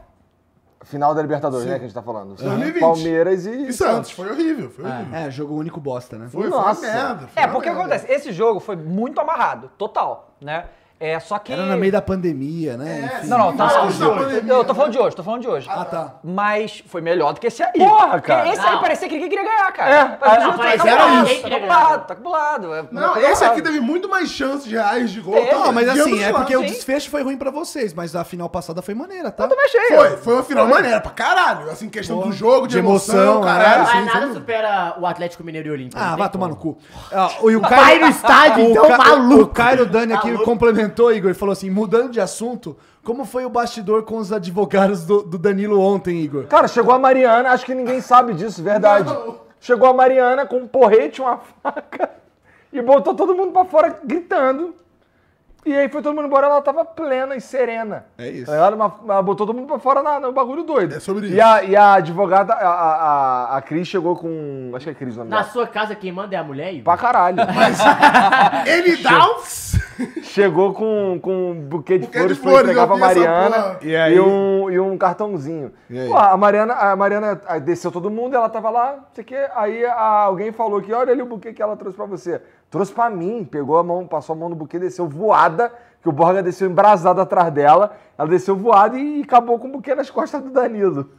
Speaker 6: Final da Libertadores,
Speaker 4: Sim.
Speaker 6: né, que a gente tá falando.
Speaker 4: 2020.
Speaker 6: Palmeiras e,
Speaker 4: E Santos, é foi horrível, foi horrível.
Speaker 8: É, jogo único bosta, né?
Speaker 4: Foi, foi
Speaker 6: Nossa.
Speaker 4: merda.
Speaker 2: É, porque o que acontece? Esse jogo foi muito amarrado, total, né? É, só que.
Speaker 8: Era no meio da pandemia, né? Enfim.
Speaker 2: Não, não, tá.
Speaker 8: Mas
Speaker 2: não,
Speaker 8: fugiu.
Speaker 2: eu tô falando de hoje, tô falando de hoje.
Speaker 8: Ah, tá.
Speaker 2: Mas foi melhor do que esse aí.
Speaker 6: Porra, cara.
Speaker 2: Esse aí
Speaker 6: Não.
Speaker 2: parecia que ninguém queria ganhar, cara.
Speaker 6: É,
Speaker 2: Mas
Speaker 6: ah,
Speaker 2: o
Speaker 6: não,
Speaker 2: jogo
Speaker 6: parecia
Speaker 2: tá
Speaker 6: que
Speaker 2: cabulado,
Speaker 6: ninguém
Speaker 2: tá
Speaker 6: queria
Speaker 2: cabulado, tá cabulado. é-
Speaker 4: Não,
Speaker 2: tá
Speaker 4: esse
Speaker 2: errado.
Speaker 4: aqui teve muito mais chances reais de gol.
Speaker 2: Teve.
Speaker 4: tá?
Speaker 8: Não, mas
Speaker 4: Diante
Speaker 8: assim,
Speaker 4: dos
Speaker 8: é porque o
Speaker 4: lances.
Speaker 8: desfecho foi ruim pra vocês, mas a final passada foi maneira, tá? Eu
Speaker 2: também achei.
Speaker 4: Foi, foi uma final maneira pra caralho. Assim, questão do jogo, de,
Speaker 8: De
Speaker 4: emoção,
Speaker 8: emoção,
Speaker 4: caralho.
Speaker 8: é.
Speaker 4: assim,
Speaker 5: Mas
Speaker 4: foi
Speaker 5: nada
Speaker 4: muito-
Speaker 5: supera o Atlético Mineiro e o Olímpico.
Speaker 8: Ah, vai tomar no cu. Ah, e o
Speaker 5: Vai
Speaker 8: Cairo,
Speaker 5: no estádio,
Speaker 8: o
Speaker 5: então,
Speaker 8: Ca-
Speaker 5: maluco.
Speaker 8: O Cairo Dani aqui
Speaker 5: Maluco.
Speaker 8: complementou, Igor, e falou assim, mudando de assunto, como foi o bastidor com os advogados do, do Danilo ontem, Igor?
Speaker 6: Cara, chegou a Mariana, acho que ninguém sabe disso, verdade. Chegou a Mariana com um porrete, uma faca, e botou todo mundo pra fora gritando. E aí foi todo mundo embora, ela tava plena e serena.
Speaker 8: É isso.
Speaker 6: Ela, uma- ela botou todo mundo pra fora na, no bagulho doido. É
Speaker 4: sobre
Speaker 6: E a, e a advogada, a, a, a- a Cris chegou com. Acho que é Cris o nome
Speaker 5: Na
Speaker 6: dela.
Speaker 5: sua casa, quem manda é a mulher, Igor?
Speaker 6: Pra caralho.
Speaker 8: É
Speaker 4: Ele dá um...
Speaker 6: Chegou com, com um buquê de
Speaker 4: Buquê
Speaker 6: flores
Speaker 4: de
Speaker 6: pra
Speaker 4: flores,
Speaker 6: entregar
Speaker 4: eu
Speaker 6: pra
Speaker 4: vi essa
Speaker 6: Mariana
Speaker 4: porra.
Speaker 6: e,
Speaker 4: E aí?
Speaker 6: um, e um cartãozinho. Pô, a Mariana, a Mariana ah, desceu todo mundo, ela tava lá, não sei o quê, aí a- alguém falou que olha ali o buquê que ela trouxe pra você. Trouxe pra mim, pegou a mão, passou a mão no buquê, desceu voada, que o Borga desceu embrasado atrás dela, ela desceu voada e acabou com o buquê nas costas do Danilo.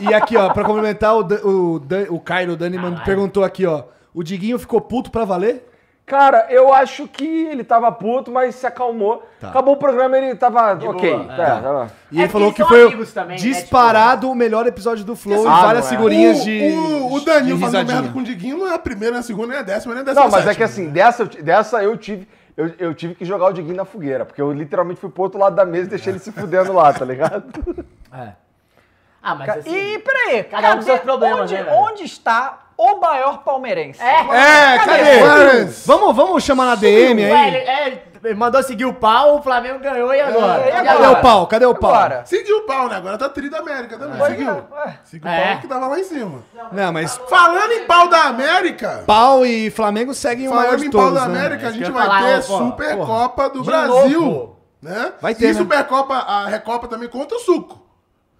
Speaker 8: E aqui, ó, pra complementar, o, Dan- o, Dan- o Cairo Dani mand- perguntou aqui, ó, o Diguinho ficou puto pra valer?
Speaker 6: Cara, eu acho que ele tava puto, mas se acalmou. Acabou o programa, ele tava ok.
Speaker 5: boa, é.
Speaker 6: tá, tava-
Speaker 8: Tá. E ele
Speaker 5: porque
Speaker 8: falou
Speaker 5: eles
Speaker 8: que
Speaker 5: são
Speaker 8: foi o
Speaker 5: amigos também, né,
Speaker 8: disparado o melhor episódio do Flow e
Speaker 6: Ah,
Speaker 8: várias
Speaker 6: não é.
Speaker 8: figurinhas
Speaker 4: O-
Speaker 8: de.
Speaker 4: O, o Danilo
Speaker 8: de
Speaker 4: fazendo
Speaker 8: risadinha.
Speaker 4: merda com o Diguinho não é a primeira, nem a segunda, nem a décima, nem a décima
Speaker 6: Não, mas é que assim, dessa, eu ti- dessa eu tive. Eu, eu tive que jogar o Diguinho na fogueira, porque eu literalmente fui pro outro lado da mesa e deixei ele se fudendo lá, tá ligado?
Speaker 5: Ah, mas assim...
Speaker 2: E peraí,
Speaker 5: Cada um com seus problemas,
Speaker 2: onde,
Speaker 5: né, velho?
Speaker 2: onde está o maior palmeirense?
Speaker 8: É, cadê? Vamos, vamos chamar na DM
Speaker 5: Ué,
Speaker 8: aí.
Speaker 5: ele, é, ele mandou seguir o pau, o Flamengo ganhou e agora?
Speaker 2: e
Speaker 8: Cadê o pau? Cadê o pau?
Speaker 2: Agora.
Speaker 4: Seguiu o pau, né? Agora tá tri da América também.
Speaker 2: é.
Speaker 4: Seguiu. Seguiu o
Speaker 5: É.
Speaker 4: pau que tava lá em cima.
Speaker 8: Não, mas
Speaker 4: Falando em pau da América,
Speaker 8: pau e Flamengo seguem o maior
Speaker 4: falando
Speaker 8: de
Speaker 4: em pau
Speaker 8: todos,
Speaker 4: da
Speaker 8: né?
Speaker 4: América, a
Speaker 5: É que
Speaker 4: gente
Speaker 5: eu ia
Speaker 4: vai
Speaker 5: falar,
Speaker 4: ter
Speaker 5: ó, pô.
Speaker 4: Supercopa do
Speaker 2: De
Speaker 4: Brasil.
Speaker 2: novo.
Speaker 4: Né?
Speaker 8: Vai ter,
Speaker 4: E
Speaker 8: né?
Speaker 4: Supercopa, a Recopa também contra o Suco.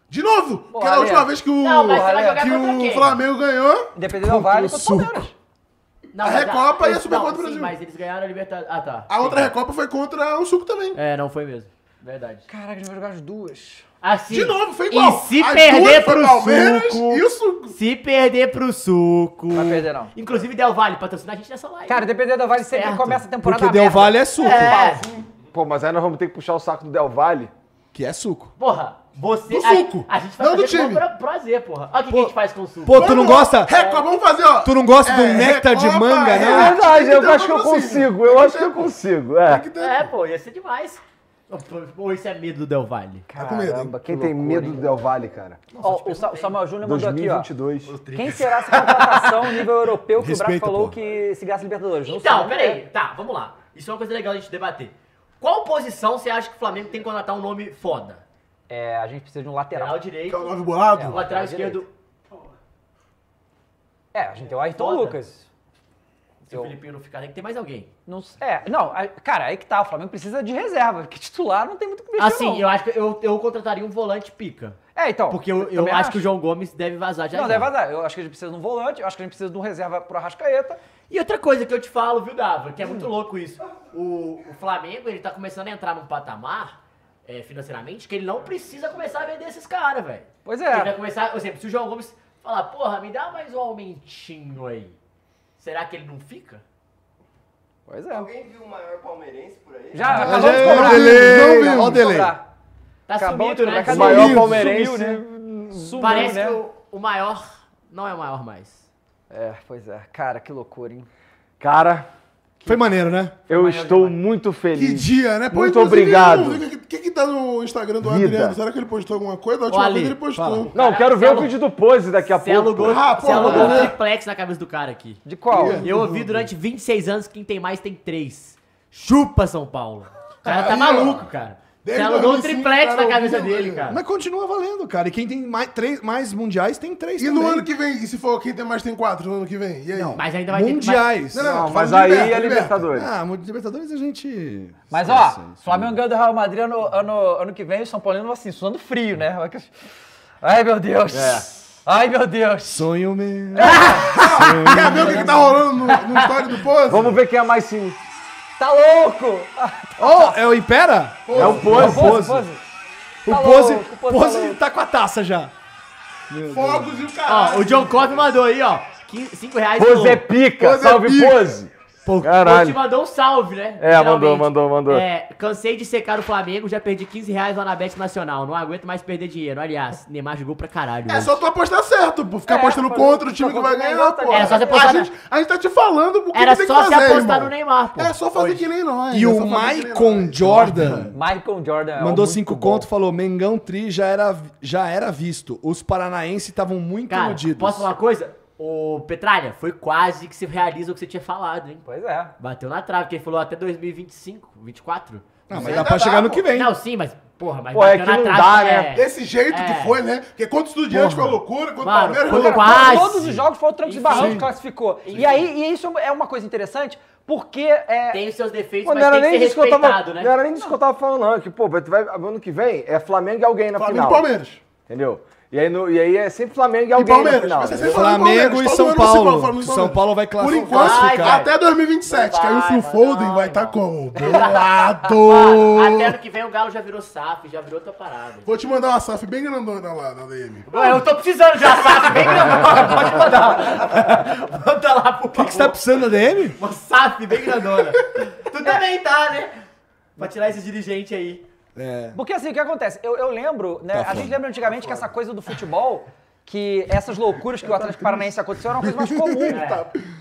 Speaker 4: De novo, que era a
Speaker 2: Ale.
Speaker 4: última vez que o,
Speaker 5: Não, mas você vai jogar
Speaker 4: é, que
Speaker 5: contra
Speaker 4: o
Speaker 5: quem?
Speaker 4: Flamengo ganhou.
Speaker 2: Independente do Vale,
Speaker 8: o
Speaker 2: contra o Palmeiras.
Speaker 5: Não,
Speaker 4: A
Speaker 5: mas
Speaker 4: Recopa e a
Speaker 5: não,
Speaker 4: Supercopa do
Speaker 5: sim,
Speaker 4: Brasil.
Speaker 5: Mas eles ganharam a Libertadores. Ah, tá.
Speaker 4: A outra Recopa foi contra o Suco também.
Speaker 5: É, não foi mesmo. Verdade.
Speaker 2: Caraca, a gente vai jogar as duas.
Speaker 5: Assim,
Speaker 4: De novo, foi igual.
Speaker 5: E se
Speaker 4: As duas
Speaker 5: perder
Speaker 4: foi
Speaker 5: pro
Speaker 4: Palmeiras
Speaker 5: suco.
Speaker 4: e o Suco.
Speaker 5: Se perder pro suco.
Speaker 2: Vai perder, não.
Speaker 5: Inclusive, Del Valle patrocina a gente nessa live.
Speaker 2: Cara, dependendo do Vale, sempre
Speaker 5: Certo.
Speaker 2: começa a temporada
Speaker 8: Porque Del
Speaker 2: aberta.
Speaker 8: Vale é suco.
Speaker 5: é.
Speaker 6: Pô, mas aí nós vamos ter que puxar o saco do Del Valle.
Speaker 8: Que é suco.
Speaker 5: Porra. Você,
Speaker 4: Do
Speaker 5: a-
Speaker 4: suco,
Speaker 5: A, gente vai
Speaker 4: não do
Speaker 5: fazer
Speaker 4: time.
Speaker 5: pra prazer, porra. Olha o que, que a gente faz com o suco.
Speaker 4: Pô, tu não gosta? Record, vamos fazer, ó.
Speaker 3: Tu não gosta do
Speaker 4: É,
Speaker 3: néctar de
Speaker 4: Recopa,
Speaker 3: manga,
Speaker 6: né?
Speaker 4: é.
Speaker 3: não?
Speaker 10: É verdade, eu
Speaker 4: Então,
Speaker 10: acho que eu
Speaker 4: vamos assim.
Speaker 10: consigo. Eu acho que eu consigo. É.
Speaker 5: É, pô, ia ser demais. Ou isso é medo do Del Valle?
Speaker 6: Caramba, quem tem medo do Del Valle, cara?
Speaker 2: Ó, o Sa- o Samuel Júnior mandou aqui,
Speaker 6: 2022.
Speaker 2: ó. Quem será essa contratação nível europeu que o Brasil
Speaker 6: Respeita,
Speaker 2: falou
Speaker 6: porra.
Speaker 2: que se gasta Libertadores? Não
Speaker 5: Então,
Speaker 2: sei.
Speaker 5: peraí, tá, vamos lá. Isso é uma coisa legal a gente debater. Qual posição você acha que o Flamengo tem que contratar um nome foda?
Speaker 2: É, a gente precisa de um lateral.
Speaker 5: Lateral direito.
Speaker 2: Que é o nove bolado?
Speaker 5: É, o lateral esquerdo.
Speaker 2: É, a gente tem o Ayrton
Speaker 5: Foda.
Speaker 2: Lucas.
Speaker 5: Se o Filipinho não ficar, tem que ter mais alguém.
Speaker 2: Não, s- é, não, a- cara, aí que tá. O Flamengo precisa de reserva, porque titular não tem muito o que mexer,
Speaker 5: Assim,
Speaker 2: não.
Speaker 5: eu acho que eu, eu contrataria um volante pica.
Speaker 2: É, então.
Speaker 5: Porque eu, eu
Speaker 2: também
Speaker 5: acho, que o João Gomes deve vazar já.
Speaker 2: Não,
Speaker 5: já.
Speaker 2: deve vazar. Eu acho que a gente precisa de um volante, eu acho que a gente precisa de um reserva pro Arrascaeta.
Speaker 5: E outra coisa que eu te falo, viu, Dava,
Speaker 2: Hum.
Speaker 5: que é muito louco isso. O, o Flamengo, ele tá começando a entrar num patamar, é, financeiramente, que ele não precisa começar a vender esses caras, velho.
Speaker 2: Pois é.
Speaker 5: Ele vai começar, por exemplo, se o João Gomes falar, porra, me dá mais um aumentinho aí, será que ele não fica?
Speaker 2: Pois é.
Speaker 9: Alguém viu o maior palmeirense por aí?
Speaker 5: Já,
Speaker 9: Já,
Speaker 5: acabou de
Speaker 9: já.
Speaker 5: cobrar.
Speaker 9: Olha o delay.
Speaker 5: Tá
Speaker 9: Acabou
Speaker 5: sumido,
Speaker 9: de
Speaker 5: né?
Speaker 9: cobrar. O maior Sumiu, palmeirense sumiu,
Speaker 5: né?
Speaker 2: Sumiu,
Speaker 5: Parece
Speaker 2: né?
Speaker 5: que o, o maior não é o maior mais.
Speaker 2: É, pois é. Cara, que loucura, hein?
Speaker 10: Cara,
Speaker 3: Foi maneiro, né?
Speaker 10: eu estou muito feliz.
Speaker 4: Que dia, né? Pô,
Speaker 10: Muito
Speaker 4: inclusive,
Speaker 10: obrigado.
Speaker 4: O que, que que tá no Instagram do
Speaker 10: Vida.
Speaker 4: Adriano? Será que ele postou alguma coisa? A
Speaker 10: Ó,
Speaker 4: última
Speaker 10: ali,
Speaker 4: vez ele postou.
Speaker 10: Não, eu quero ver o vídeo do Pose daqui a
Speaker 5: Você alugou,
Speaker 10: pouco.
Speaker 4: Ah,
Speaker 5: você alugou um
Speaker 10: né?
Speaker 5: triplex na cabeça do cara aqui. De
Speaker 10: qual?
Speaker 5: Eu ouvi durante 26 anos quem tem mais tem três. Chupa São Paulo. O cara
Speaker 3: Aí,
Speaker 5: tá
Speaker 3: ó.
Speaker 5: maluco, cara. Você
Speaker 3: Desde
Speaker 5: alugou um
Speaker 3: 2005,
Speaker 5: triplex
Speaker 3: cara,
Speaker 5: na cabeça
Speaker 3: ouvindo,
Speaker 4: né?
Speaker 5: dele, cara.
Speaker 3: Mas continua valendo, cara. E quem tem mais, três, mais mundiais tem três
Speaker 4: E
Speaker 3: também.
Speaker 4: no ano que vem? E se for quem tem mais tem quatro no ano que vem? E aí? Não,
Speaker 5: mas ainda
Speaker 3: Mundiais.
Speaker 4: Não, não, tô
Speaker 3: mas
Speaker 4: falando de
Speaker 3: aí é
Speaker 4: Libertadores.
Speaker 3: Ah, mu- Libertadores a gente...
Speaker 2: Mas
Speaker 3: esquece,
Speaker 2: ó,
Speaker 3: isso.
Speaker 2: Flamengo ganhou do Real Madrid ano, ano, ano que vem, o São Paulino assim, suando frio, né? Ai, meu Deus.
Speaker 6: É.
Speaker 2: Ai, meu Deus.
Speaker 3: Sonho meu.
Speaker 4: Quer ver o que, que tá rolando no, no estádio do Pose?
Speaker 6: Vamos ver quem é mais sim.
Speaker 2: Tá louco!
Speaker 3: Oh, é o Impera?
Speaker 6: É o Pose.
Speaker 3: O
Speaker 6: Tá
Speaker 3: Pose,
Speaker 6: louco, o Pose tá
Speaker 3: Pose
Speaker 6: louco.
Speaker 3: tá com a taça já.
Speaker 4: Fogos e o
Speaker 5: Ó, o John Cobb mandou aí, ó. 5 reais.
Speaker 10: Pose
Speaker 5: no-
Speaker 10: é pica, salve Pose.
Speaker 5: Pô, te
Speaker 10: Caralho.
Speaker 5: mandou um salve, né?
Speaker 10: É,
Speaker 5: Geralmente.
Speaker 10: mandou, mandou, mandou.
Speaker 5: É, cansei de secar o Flamengo, já perdi 15 reais lá na Bet Nacional. Não aguento mais perder dinheiro. Aliás, Neymar jogou pra caralho. né?
Speaker 4: É só tu apostar certo, pô. Ficar
Speaker 5: É,
Speaker 4: apostando
Speaker 5: pô,
Speaker 4: contra o
Speaker 5: tô
Speaker 4: time que vai
Speaker 5: contra o
Speaker 4: ganhar,
Speaker 5: Neymar
Speaker 4: pô.
Speaker 5: também. tá Era só você apostar
Speaker 4: a,
Speaker 5: na-
Speaker 4: gente, a gente tá te falando porque
Speaker 5: Era
Speaker 4: tem que
Speaker 5: só se
Speaker 4: fazer,
Speaker 5: apostar
Speaker 4: irmão.
Speaker 5: no Neymar, pô.
Speaker 4: É só fazer que nem nós.
Speaker 3: E
Speaker 4: é
Speaker 3: o
Speaker 4: só fazer que nem
Speaker 3: Michael Jordan
Speaker 2: Michael Jordan. é
Speaker 3: mandou
Speaker 2: muito
Speaker 3: cinco
Speaker 2: bom.
Speaker 3: conto, falou, Mengão Tri já era, já era visto. Os paranaenses estavam muito
Speaker 5: Cara,
Speaker 3: iludidos.
Speaker 5: posso falar uma coisa? Ô, Petralha, foi quase que se realiza o que você tinha falado, hein?
Speaker 2: Pois é.
Speaker 5: Bateu na trave, que ele falou até 2025, 24.
Speaker 3: Não,
Speaker 5: sei.
Speaker 3: mas dá pra chegar no que vem.
Speaker 5: Não, sim, mas, porra, mas
Speaker 3: Pô, é que não dá,
Speaker 4: né? Desse jeito que foi, né? Porque contra o Estudiantes foi loucura, contra o Palmeiras foi
Speaker 2: Então, Cara,
Speaker 4: loucura.
Speaker 2: Todos os jogos foram trancos e
Speaker 4: Enfim.
Speaker 2: barrancos
Speaker 4: Sim.
Speaker 2: que classificou. E aí, e isso é uma coisa interessante, porque... É...
Speaker 5: Tem os seus defeitos,
Speaker 6: Pô, não era nem disso que eu tava.
Speaker 5: né?
Speaker 6: Não era nem disso que eu tava falando, não. é Que, pô, tu vai, ano que vem é Flamengo e alguém na
Speaker 4: Flamengo
Speaker 6: final.
Speaker 4: e Palmeiras.
Speaker 6: Entendeu? E aí, no- e aí é sempre Flamengo e
Speaker 4: E
Speaker 6: alguém
Speaker 4: Palmeiras,
Speaker 6: na final. né?
Speaker 4: vai ser
Speaker 6: entendeu?
Speaker 4: sempre Flamengo e Palmeiras. Todo ano se fala Flamengo e Palmeiras. Por enquanto, até 2027, que aí o Phil Foden vai estar como?
Speaker 5: Mano, até ano
Speaker 4: Pelado!
Speaker 5: que vem o Galo já virou SAF, já virou outra parada.
Speaker 4: Vou te mandar uma SAF bem grandona lá na DM.
Speaker 5: Ué, eu tô precisando de uma SAF bem grandona, pode mandar. Manda lá pro
Speaker 3: O que, que você tá precisando da DM?
Speaker 5: Uma SAF bem grandona. tu também tá, né? Pra tirar esse dirigente aí.
Speaker 3: É.
Speaker 2: Porque assim, o que acontece? Eu, eu lembro, né?
Speaker 5: Tá
Speaker 2: a
Speaker 5: foda.
Speaker 2: gente lembra antigamente que essa coisa do futebol, que essas loucuras que o Atlético Paranaense aconteceu era uma coisa mais comum.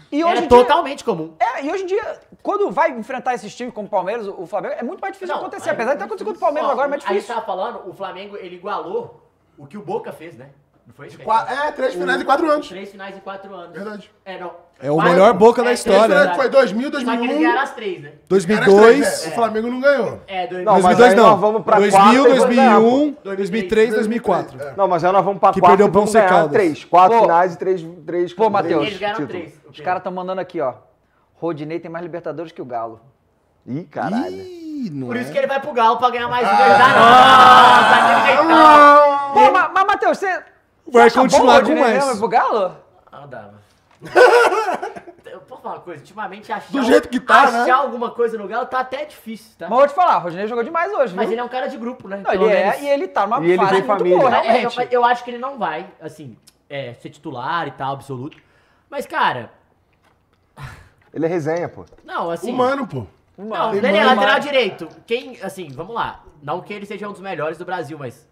Speaker 2: E
Speaker 5: Era
Speaker 2: hoje em
Speaker 5: É totalmente comum.
Speaker 2: É, e hoje em dia, quando vai enfrentar esses times como o Palmeiras, o Flamengo, é muito mais difícil
Speaker 5: Não,
Speaker 2: acontecer.
Speaker 5: aí-
Speaker 2: Apesar de ter acontecido com o Palmeiras
Speaker 5: Ó,
Speaker 2: agora, é mais
Speaker 5: A gente
Speaker 2: difícil.
Speaker 5: tava falando, o Flamengo, ele igualou o que o Boca fez, né? Não foi isso? que a
Speaker 4: qua-
Speaker 5: gente
Speaker 4: é, três
Speaker 5: falou?
Speaker 4: finais em quatro anos.
Speaker 5: Três finais em quatro anos.
Speaker 4: Verdade.
Speaker 5: É, não.
Speaker 3: É o melhor Boca da
Speaker 5: três
Speaker 3: história,
Speaker 5: finais,
Speaker 3: né?
Speaker 4: Foi 2000,
Speaker 5: Só que
Speaker 4: 2001.
Speaker 5: eles ganharam as três, né?
Speaker 3: 2002.
Speaker 4: É, O Flamengo não ganhou.
Speaker 5: É, dois-
Speaker 6: Não, mas
Speaker 3: 2002
Speaker 6: aí
Speaker 3: não.
Speaker 6: nós vamos pra
Speaker 3: 2000,
Speaker 6: quarta e vamos
Speaker 3: 2001,
Speaker 6: ganhar,
Speaker 3: 2003, 2004.
Speaker 6: Não, mas aí nós vamos pra
Speaker 3: Que
Speaker 6: quarta
Speaker 3: perdeu um
Speaker 6: e
Speaker 3: pro
Speaker 6: vamos
Speaker 3: Once
Speaker 6: ganhar
Speaker 3: Caldas.
Speaker 6: três. Quatro
Speaker 2: Pô.
Speaker 6: finais e três, três
Speaker 2: Pô, Matheus,
Speaker 6: três
Speaker 3: tipo,
Speaker 6: títulos.
Speaker 2: os caras
Speaker 3: tá
Speaker 2: estão mandando aqui, ó. Rodinei tem mais Libertadores que o Galo.
Speaker 6: Ih, caralho.
Speaker 3: é
Speaker 5: Por isso que ele vai pro Galo pra ganhar mais um. Ele tá- Nossa, que legal.
Speaker 2: Pô, mas, mas Matheus, você.
Speaker 3: Vai
Speaker 2: você acha
Speaker 3: continuar
Speaker 2: bom o
Speaker 3: com
Speaker 2: Rodinei
Speaker 3: mais.
Speaker 2: mesmo pro Galo?
Speaker 5: Ah, dava. Eu posso falar uma coisa? Ultimamente, achar,
Speaker 2: Do jeito que tá,
Speaker 5: achar
Speaker 2: né?
Speaker 5: alguma coisa no Galo tá até difícil, tá?
Speaker 2: Mas vou te falar, o Rodinei jogou demais hoje, viu?
Speaker 5: Mas ele é um cara de grupo, né?
Speaker 2: Não, ele
Speaker 5: Pelo
Speaker 2: é,
Speaker 5: menos.
Speaker 2: e ele tá numa
Speaker 6: E ele
Speaker 2: fase
Speaker 6: tem
Speaker 2: muito
Speaker 6: família.
Speaker 2: boa,
Speaker 5: Mas-
Speaker 2: realmente.
Speaker 5: mas é, eu acho que ele um não vai, assim, é, ser titular e tal, absoluto. Mas, cara,
Speaker 6: Ele é resenha, pô.
Speaker 5: não, assim...
Speaker 4: é Humano, pô.
Speaker 5: Não, ele é lateral direito. Quem, assim, vamos lá. Não que ele seja um dos melhores do Brasil, mas...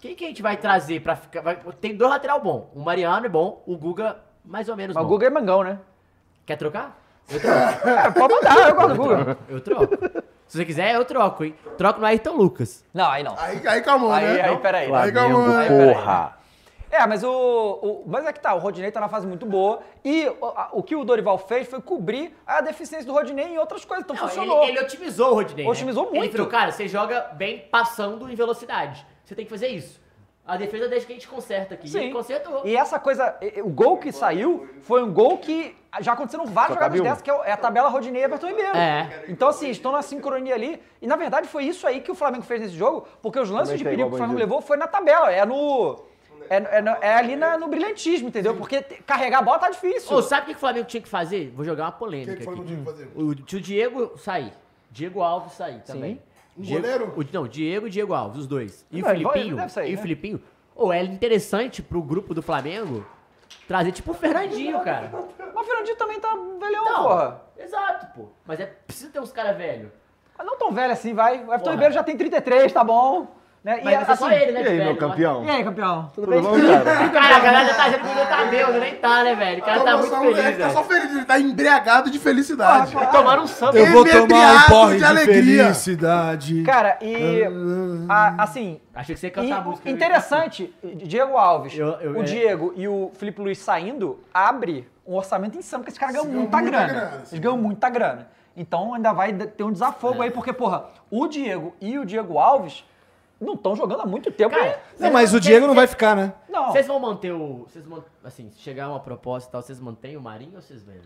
Speaker 5: Quem que a gente vai trazer pra ficar. vai- tem dois lateral bom. O Mariano é bom, o Guga, mais ou menos.
Speaker 2: Mas o
Speaker 5: bom.
Speaker 2: Guga é mangão, né?
Speaker 5: Quer trocar? Eu troco.
Speaker 2: É, pode mandar, eu gosto do Guga.
Speaker 5: Eu troco. Se você quiser, eu troco, hein? Troco no Ayrton Lucas.
Speaker 2: Não, aí não.
Speaker 4: Aí, aí né? calmou,
Speaker 2: aí,
Speaker 4: né?
Speaker 2: Aí, peraí.
Speaker 5: Flamengo,
Speaker 2: Aí, peraí.
Speaker 10: porra.
Speaker 2: É, mas o, o- Mas é que tá, o Rodinei tá na fase muito boa. E o, a- o que o Dorival fez foi cobrir a deficiência do Rodinei em outras coisas. Então
Speaker 5: Não,
Speaker 2: funcionou.
Speaker 5: ele- ele otimizou o Rodinei, né?
Speaker 2: Otimizou muito.
Speaker 5: Ele falou, cara, você joga bem passando em velocidade. Você tem que fazer isso. A defesa deixa que a gente conserta aqui. E
Speaker 2: Sim.
Speaker 5: ele consertou.
Speaker 2: E essa coisa, e- e- o gol que saiu foi um gol que já aconteceram várias
Speaker 5: Só
Speaker 2: jogadas
Speaker 5: cabe um.
Speaker 2: dessas, que é o- é a tabela Rodinei e Everton Ribeiro.
Speaker 5: É.
Speaker 2: Então, assim, estão na sincronia ali. E, na verdade, foi isso aí que o Flamengo fez nesse jogo, porque os lances
Speaker 6: Também
Speaker 2: de
Speaker 6: tá
Speaker 2: perigo
Speaker 6: igual
Speaker 2: que o Flamengo
Speaker 6: bandido.
Speaker 2: levou foi na tabela, é no... É, é no- é ali na- no brilhantismo, entendeu? Porque te- carregar a bola tá difícil.
Speaker 5: Ô, sabe o que que o Flamengo tinha que fazer? Vou jogar uma polêmica.
Speaker 2: O que que o Flamengo
Speaker 5: aqui.
Speaker 2: tinha que fazer?
Speaker 5: O, tinha o Diego sair. Diego Alves sair também.
Speaker 2: Um
Speaker 5: Diego-
Speaker 2: goleiro?
Speaker 5: o- não, Diego e Diego Alves, os dois. E
Speaker 2: Não,
Speaker 5: o
Speaker 2: ele vai- ele
Speaker 5: Filipinho.
Speaker 2: deve sair,
Speaker 5: e o
Speaker 2: né?
Speaker 5: Filipinho. Ô, é interessante pro grupo do Flamengo trazer tipo o Fernandinho, cara.
Speaker 2: Mas o Fernandinho também tá velhão,
Speaker 5: Então,
Speaker 2: porra.
Speaker 5: Exato, pô. Mas é preciso ter uns caras velhos.
Speaker 2: Mas não tão velho assim, vai. O Everton
Speaker 5: Porra.
Speaker 2: Ribeiro já tem 33, tá bom. Né?
Speaker 5: Mas vai ser só ele, né, de E aí, velho, meu
Speaker 10: campeão?
Speaker 2: E aí, campeão? Tudo,
Speaker 10: Tudo
Speaker 2: bem?
Speaker 10: bom, cara?
Speaker 5: Cara, a galera já tá achando que o Guga tá bêbado, nem tá, né, velho? O cara tá muito
Speaker 3: um
Speaker 4: Nossa, o
Speaker 5: feliz,
Speaker 4: moleque tá
Speaker 5: velho.
Speaker 2: né?
Speaker 4: só feliz, ele tá embriagado de felicidade.
Speaker 5: Vai tomar um samba.
Speaker 3: Ah, Eu vou tomar um
Speaker 4: Embriagado
Speaker 3: porre
Speaker 4: de
Speaker 3: de,
Speaker 4: alegria.
Speaker 3: felicidade.
Speaker 2: Cara, e. a- assim.
Speaker 5: Achei que você ia
Speaker 2: e
Speaker 5: cantar a música. né?
Speaker 2: Interessante, Diego Alves,
Speaker 5: eu-
Speaker 2: o
Speaker 5: é.
Speaker 2: Diego e o Felipe Luiz saindo, abre um orçamento insano, porque esses caras ganham muita,
Speaker 4: muita
Speaker 2: grana.
Speaker 4: grana,
Speaker 2: Eles ganham muita grana. Então ainda vai de- ter um desafogo
Speaker 5: É.
Speaker 2: aí, porque, porra, o Diego e o Diego Alves não estão jogando há muito tempo.
Speaker 5: Cara,
Speaker 2: e-
Speaker 3: Não, mas o Diego não vai ficar, né?
Speaker 2: Não.
Speaker 5: Vocês vão manter o. Vocês man- Assim, se chegar uma proposta e tal, vocês mantêm o Marinho ou vocês vendem?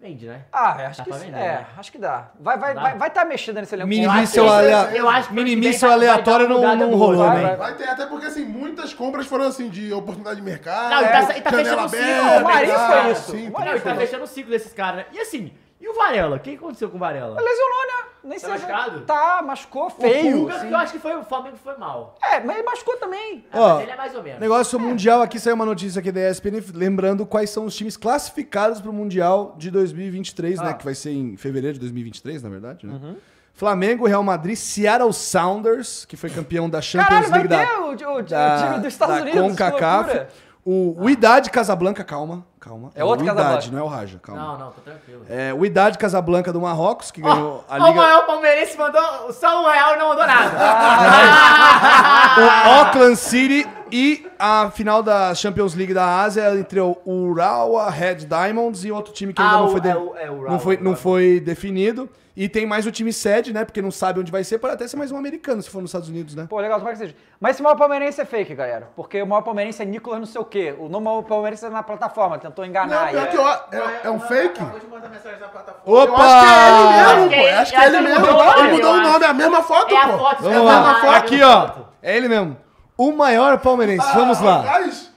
Speaker 5: Vende, né?
Speaker 2: Ah, acho
Speaker 5: Dá
Speaker 2: que
Speaker 5: pra
Speaker 2: sim.
Speaker 5: vender,
Speaker 2: É,
Speaker 5: né?
Speaker 2: acho que dá. Vai estar vai,
Speaker 5: Dá?
Speaker 2: vai, vai tá mexida nesse elenco.
Speaker 3: Minimize
Speaker 2: Eu acho
Speaker 3: seu
Speaker 2: que-
Speaker 3: alea-
Speaker 5: eu acho que ano que vem
Speaker 3: minimize
Speaker 5: vai-
Speaker 3: seu
Speaker 5: vai dar uma
Speaker 3: aleatório não,
Speaker 5: mudada
Speaker 3: não
Speaker 5: boa,
Speaker 3: rolou,
Speaker 2: vai,
Speaker 3: né?
Speaker 4: Vai ter, até porque assim, muitas compras foram assim, de oportunidade de mercado.
Speaker 5: Não, e tá, sa- e tá fechando
Speaker 4: janela
Speaker 5: o ciclo.
Speaker 4: aberta,
Speaker 5: também,
Speaker 4: mercado, assim.
Speaker 5: cara.
Speaker 4: sim,
Speaker 5: Não, ele Ah, tá fechando o ciclo desses caras. né? E assim, e o Varela? O que aconteceu com o Varela?
Speaker 2: Lesionou, né? Nem
Speaker 5: Tá
Speaker 2: sei.
Speaker 5: machucado?
Speaker 2: Tá, machucou
Speaker 3: é
Speaker 5: O tá-
Speaker 2: feio.
Speaker 5: Guga,
Speaker 2: assim.
Speaker 5: eu acho que foi o Flamengo foi mal.
Speaker 2: É, mas ele machucou também.
Speaker 5: Ah,
Speaker 3: Ó,
Speaker 5: mas ele é mais ou menos.
Speaker 3: Negócio mundial, aqui saiu uma notícia aqui da ESPN, lembrando quais são os times classificados pro Mundial de 2023,
Speaker 10: Ah.
Speaker 3: né? Que vai ser em fevereiro de 2023, na verdade, né?
Speaker 10: Uhum.
Speaker 3: Flamengo, Real Madrid, Seattle Sounders, que foi campeão da Champions
Speaker 2: Caralho, vai
Speaker 3: League da,
Speaker 2: ter o, o- o
Speaker 3: da,
Speaker 2: time dos Estados
Speaker 3: da
Speaker 2: Unidos. que
Speaker 3: CONCACAF.
Speaker 2: loucura.
Speaker 3: O, o Idade Casablanca, calma, calma.
Speaker 2: É
Speaker 3: o
Speaker 2: outro
Speaker 3: Idade,
Speaker 2: Casablanca.
Speaker 3: não é o Raja, calma.
Speaker 5: Não, não, tô tranquilo.
Speaker 3: É, o Idade Casablanca do Marrocos, que ganhou a
Speaker 5: Ó, O
Speaker 3: Liga...
Speaker 5: maior palmeirense mandou só um real e não mandou nada.
Speaker 3: o
Speaker 5: Ah!
Speaker 3: Auckland City e a final da Champions League da Ásia entre o Urawa Red Diamonds e outro time que ainda
Speaker 5: Ah,
Speaker 3: não,
Speaker 5: o-
Speaker 3: foi de-
Speaker 5: é o- é o Urawa,
Speaker 3: não foi não
Speaker 5: Urawa.
Speaker 3: foi definido e tem mais o time sede, né? Porque não sabe onde vai ser, pode até ser mais um americano se for nos Estados Unidos, né?
Speaker 2: Pô, legal, tomara que seja. Mas esse maior palmeirense é fake, galera. Porque o maior palmeirense é Nicolas não sei o quê. O nome maior palmeirense é na plataforma, tentou
Speaker 5: Ah,
Speaker 4: Não,
Speaker 2: enganar.
Speaker 4: pior
Speaker 2: e-
Speaker 4: que ó, é, é um fake? Eu
Speaker 3: Opa!
Speaker 4: acho que é ele mesmo, pô. Acho que é ele mesmo. Ele mudou o nome, é a mesma foto, pô.
Speaker 5: é
Speaker 3: Vamos lá. Aqui, ó. É ele mesmo. O maior palmeirense. Vamos lá.
Speaker 4: Rapaz,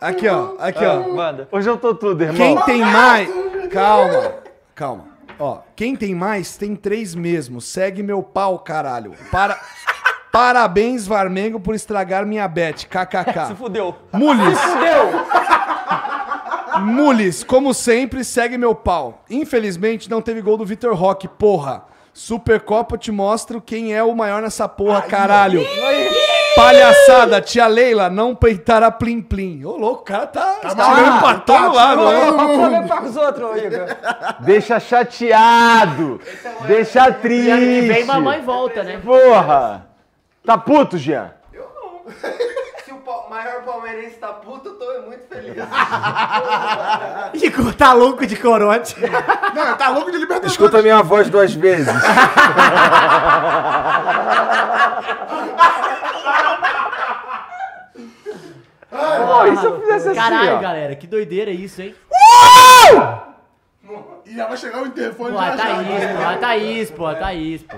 Speaker 3: Aqui, ó. Aqui, ó.
Speaker 10: Hoje eu tô tudo, irmão.
Speaker 3: Quem tem mais. Calma, calma. Ó, quem tem mais tem três mesmo. Segue meu pau, caralho. Para... Parabéns, Varmengo, por estragar minha bet.
Speaker 2: Se
Speaker 3: KKK.
Speaker 2: fudeu.
Speaker 3: Mules.
Speaker 2: Se fudeu.
Speaker 3: Mules, como sempre, segue meu pau. Infelizmente, não teve gol do Vitor Roque, porra. Supercopa eu te mostro quem é o maior nessa porra, caralho. Palhaçada, tia Leila, não peitar a Plim Plim. Ô, louco, o cara tá. Tá
Speaker 10: maluco,
Speaker 3: pra
Speaker 10: tá
Speaker 3: todo lado,
Speaker 10: tirando
Speaker 3: né?
Speaker 2: Vamos ver pra com os outros, ô, Igor.
Speaker 10: Deixa chateado. Deixa
Speaker 5: E ano que vem
Speaker 10: triste.
Speaker 5: mamãe volta, né?
Speaker 10: Porra. Tá puto, Jean?
Speaker 9: Se o pau- maior palmeirense tá puto, eu tô muito feliz.
Speaker 5: Igor tá louco de corote.
Speaker 4: Não, tá louco de libertadores.
Speaker 10: Escuta minha voz duas vezes.
Speaker 5: Porra.
Speaker 2: e se eu fizesse assim,
Speaker 5: Caralho,
Speaker 2: ó?
Speaker 5: galera, que doideira isso, hein?
Speaker 4: E já vai chegar o interfone
Speaker 5: Pô,
Speaker 4: já
Speaker 5: a
Speaker 4: já.
Speaker 5: Thaís, pô, a Thaís, pô, a Thaís, pô.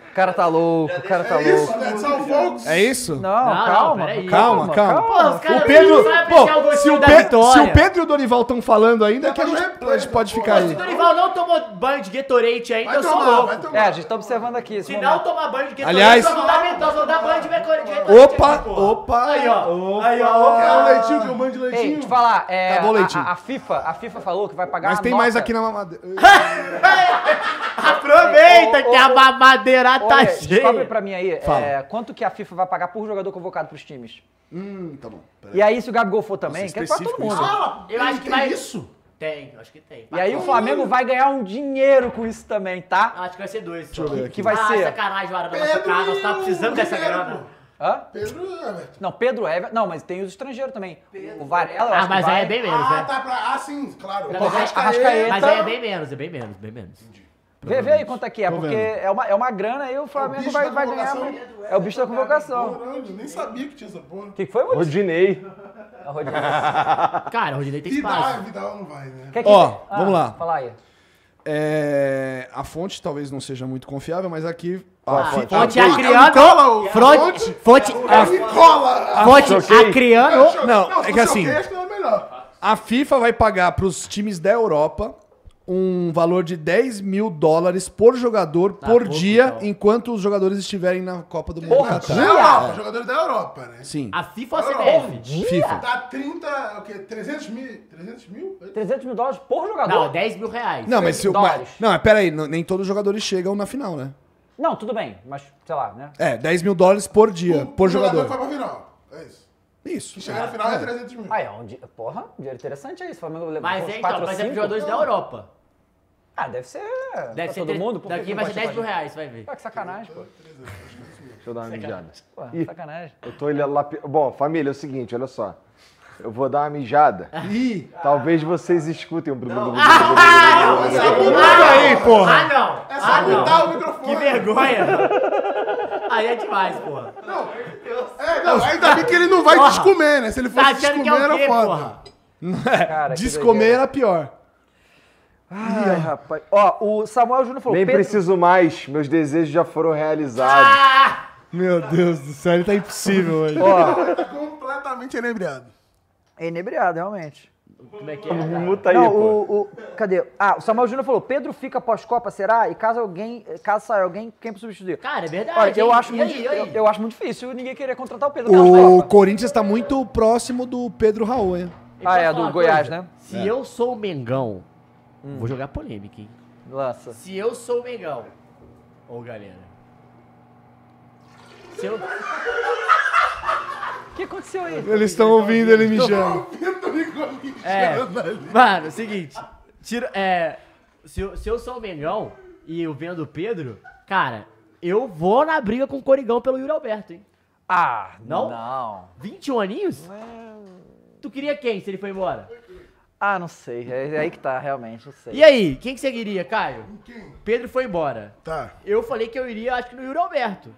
Speaker 2: O cara tá louco, o cara tá louco.
Speaker 4: That's all, folks.
Speaker 3: É isso?
Speaker 2: Não,
Speaker 5: Não,
Speaker 2: calma,
Speaker 5: peraí.
Speaker 3: Calma, calma.
Speaker 5: Pô, os caras
Speaker 3: o Pedro,
Speaker 5: não sabem
Speaker 3: pô,
Speaker 5: apreciar o gostinho
Speaker 3: se, o
Speaker 5: da
Speaker 3: Pe-
Speaker 5: vitória.
Speaker 3: se o Pedro e o Dorival estão falando ainda, é que a gente, a gente pode ficar
Speaker 5: Se o
Speaker 3: aí.
Speaker 5: Dorival não tomou banho de Gatorade ainda, eu sou louco.
Speaker 2: É, a gente tá observando aqui. esse
Speaker 5: Se
Speaker 2: momento.
Speaker 5: não tomar banho de Gatorade,
Speaker 3: Aliás-
Speaker 5: nós vamos dar, nós vamos dar banho de Gatorade.
Speaker 3: Opa,
Speaker 5: aqui, porra.
Speaker 3: opa.
Speaker 5: Aí, ó. Aí,
Speaker 4: É o
Speaker 5: ó.
Speaker 4: leitinho que eu mando de
Speaker 2: Ei,
Speaker 4: leitinho.
Speaker 2: deixa eu te falar, é,
Speaker 3: Acabou o
Speaker 2: a-
Speaker 3: leitinho.
Speaker 2: a, a FIFA, a FIFA falou que vai pagar
Speaker 3: Mas
Speaker 2: a
Speaker 3: tem
Speaker 2: nota.
Speaker 3: mais aqui na mamadeira.
Speaker 5: Aproveita que a mamadeira
Speaker 2: tá Olha, Descobre pra mim aí, é, quanto que a FIFA vai pagar por jogador convocado pros times?
Speaker 11: Hum, tá bom.
Speaker 2: E aí, se o Gabigol for também, quer pra todo mundo.
Speaker 5: Ah, eu acho que vai... isso? Tem, acho que tem.
Speaker 2: E aí o Flamengo vai ganhar um dinheiro com isso também, tá?
Speaker 5: Acho que vai ser dois.
Speaker 2: Deixa eu ver aqui. Que vai ser...
Speaker 5: Ah, sacanagem, Arana, nossa cara, nós tá precisando dessa grana.
Speaker 2: Hã?
Speaker 4: Pedro né? e Everton.
Speaker 2: Não, Pedro Everton. Não, mas tem os estrangeiros também. O Varela, eu
Speaker 5: Ah,
Speaker 2: acho
Speaker 5: mas
Speaker 2: que vai.
Speaker 5: aí é bem menos,
Speaker 4: Ah,
Speaker 5: né?
Speaker 4: tá pra... Ah, sim, claro.
Speaker 5: Não, mas, é,
Speaker 2: Arrascaeta.
Speaker 5: mas aí é bem menos, é bem menos, bem menos.
Speaker 2: Vê, vê aí quanto é que é,
Speaker 5: Tô
Speaker 2: porque
Speaker 5: vendo.
Speaker 2: é uma, é uma grana e o Flamengo
Speaker 4: bicho
Speaker 2: vai,
Speaker 4: da
Speaker 2: vai ganhar.
Speaker 4: convocação.
Speaker 2: muito. É o bicho da convocação.
Speaker 4: Caralho, nem sabia que tinha essa porra. O
Speaker 2: que, que foi, Maurício? É
Speaker 6: Rodinei.
Speaker 5: Cara, o Rodinei tem
Speaker 4: Vidal,
Speaker 5: espaço.
Speaker 4: Vidal não vai, né?
Speaker 2: Quer
Speaker 12: Ó,
Speaker 2: Ah,
Speaker 12: vamos lá.
Speaker 2: Fala aí.
Speaker 12: É, a fonte talvez não seja muito confiável, mas aqui.
Speaker 5: Ah,
Speaker 12: fonte-
Speaker 5: fonte
Speaker 12: Ah,
Speaker 5: acriano.
Speaker 4: Cola o-
Speaker 5: Fonte. Fonte.
Speaker 4: Ah, me cola!
Speaker 5: Fonte
Speaker 12: Choquei.
Speaker 5: acriano.
Speaker 4: Deixa eu-
Speaker 12: não, é
Speaker 4: se
Speaker 12: que
Speaker 4: o seu
Speaker 12: assim-
Speaker 4: texto é melhor.
Speaker 12: A FIFA vai pagar para os times da Europa um valor de 10 mil dólares por jogador por
Speaker 5: pouco,
Speaker 12: dia,
Speaker 5: então.
Speaker 12: enquanto os jogadores estiverem na Copa do Mundo.
Speaker 2: Porra,
Speaker 12: do
Speaker 2: tá.
Speaker 12: Catar.
Speaker 4: Da Europa, jogadores da Europa, né?
Speaker 12: Sim.
Speaker 5: A FIFA ou a CBF?
Speaker 12: FIFA.
Speaker 4: Dá 30, o quê? 300 mil? 300 mil?
Speaker 2: 300 mil dólares por jogador?
Speaker 5: Não, 10 mil reais.
Speaker 12: Não, mas se o.
Speaker 2: Dólares.
Speaker 12: Mas, não, é, mas peraí, não- nem todos os jogadores chegam na final, né?
Speaker 2: Não, tudo bem, mas sei lá, né?
Speaker 12: É, 10 mil dólares por dia, por jogador.
Speaker 4: que foi pra final. É isso.
Speaker 12: Isso.
Speaker 4: Que chegar na final é 300 mil.
Speaker 2: Aí, é um di- porra, dinheiro interessante é isso. O Flamengo levou
Speaker 5: Mas
Speaker 2: uns
Speaker 5: é, então,
Speaker 2: quatro ou
Speaker 5: mas é
Speaker 2: cinco.
Speaker 5: pros jogadores da Europa.
Speaker 2: Ah, deve ser
Speaker 5: Deve
Speaker 2: pra
Speaker 5: ser
Speaker 2: todo
Speaker 5: três-
Speaker 2: mundo. por que
Speaker 5: Daqui
Speaker 2: que
Speaker 5: vai
Speaker 2: não
Speaker 5: ser 10 mil
Speaker 2: pra gente?
Speaker 5: reais, vai ver.
Speaker 2: Ah, que sacanagem, pô.
Speaker 6: Deixa eu dar uma mijada.
Speaker 2: Pô,
Speaker 6: Ih,
Speaker 2: sacanagem.
Speaker 6: eu tô olhando lá. Bom, família, é o seguinte, olha só. Eu vou dar uma mijada.
Speaker 12: Ih,
Speaker 6: Talvez vocês escutem o Bruno.
Speaker 12: aí, porra.
Speaker 5: Ah, não!
Speaker 4: É
Speaker 5: ah,
Speaker 4: só
Speaker 5: não!
Speaker 4: mudar o microfone.
Speaker 5: Que vergonha! aí é demais, porra.
Speaker 4: É, não, ainda bem que ele não vai
Speaker 5: Porra.
Speaker 4: descomer, né? Se ele
Speaker 5: Tá
Speaker 4: fosse descomer,
Speaker 5: achando que é o
Speaker 4: era
Speaker 5: quê,
Speaker 4: foda.
Speaker 5: porra?
Speaker 2: Cara, que Ah.
Speaker 12: Descomer era pior.
Speaker 2: Ai, rapaz. Ó, o Samuel Júnior falou,
Speaker 6: Nem
Speaker 2: Pedro...
Speaker 6: preciso mais, meus desejos já foram realizados.
Speaker 12: Meu Deus do céu, ele tá impossível hoje.
Speaker 4: Tá completamente enebriado.
Speaker 2: É inebriado, realmente.
Speaker 5: Como é que é?
Speaker 6: Muta aí,
Speaker 2: Não,
Speaker 6: pô.
Speaker 2: o, o- Cadê? Ah, o Samuel Júnior falou: Pedro fica pós-Copa, será? E caso alguém. Caso saia alguém, quem substituir?
Speaker 5: Cara, é verdade.
Speaker 2: Olha, eu
Speaker 5: hein?
Speaker 2: acho,
Speaker 5: E
Speaker 2: muito,
Speaker 5: aí, e aí?
Speaker 2: Eu, eu acho muito difícil ninguém querer contratar o Pedro
Speaker 12: O
Speaker 2: pós-Copa.
Speaker 12: Corinthians tá muito próximo do Pedro Raul, hein?
Speaker 2: Ah,
Speaker 5: E posso
Speaker 2: é,
Speaker 5: falar
Speaker 2: do
Speaker 5: uma
Speaker 2: Goiás,
Speaker 5: coisa?
Speaker 2: né? Hum.
Speaker 5: Se eu sou o Mengão, vou jogar polêmica, hein?
Speaker 2: Lança.
Speaker 5: Se eu sou o Mengão, ô galera. Se eu.
Speaker 2: O que aconteceu aí?
Speaker 12: Eles estão ouvindo ele mijando.
Speaker 5: É. Mano, seguinte. Tiro, é, se, eu- se eu sou o Mengão e eu vendo o Pedro, cara, eu vou na briga com o Corigão pelo Yuri Alberto, hein?
Speaker 2: Ah,
Speaker 5: Não?
Speaker 2: Não.
Speaker 5: 21 aninhos? Tu queria quem se ele foi embora?
Speaker 2: Ah, não sei. É, é aí que tá, realmente, não sei.
Speaker 5: E aí, quem que você queria, Caio? Pedro foi embora.
Speaker 4: Tá.
Speaker 5: Eu falei que eu iria, acho que no Yuri Alberto.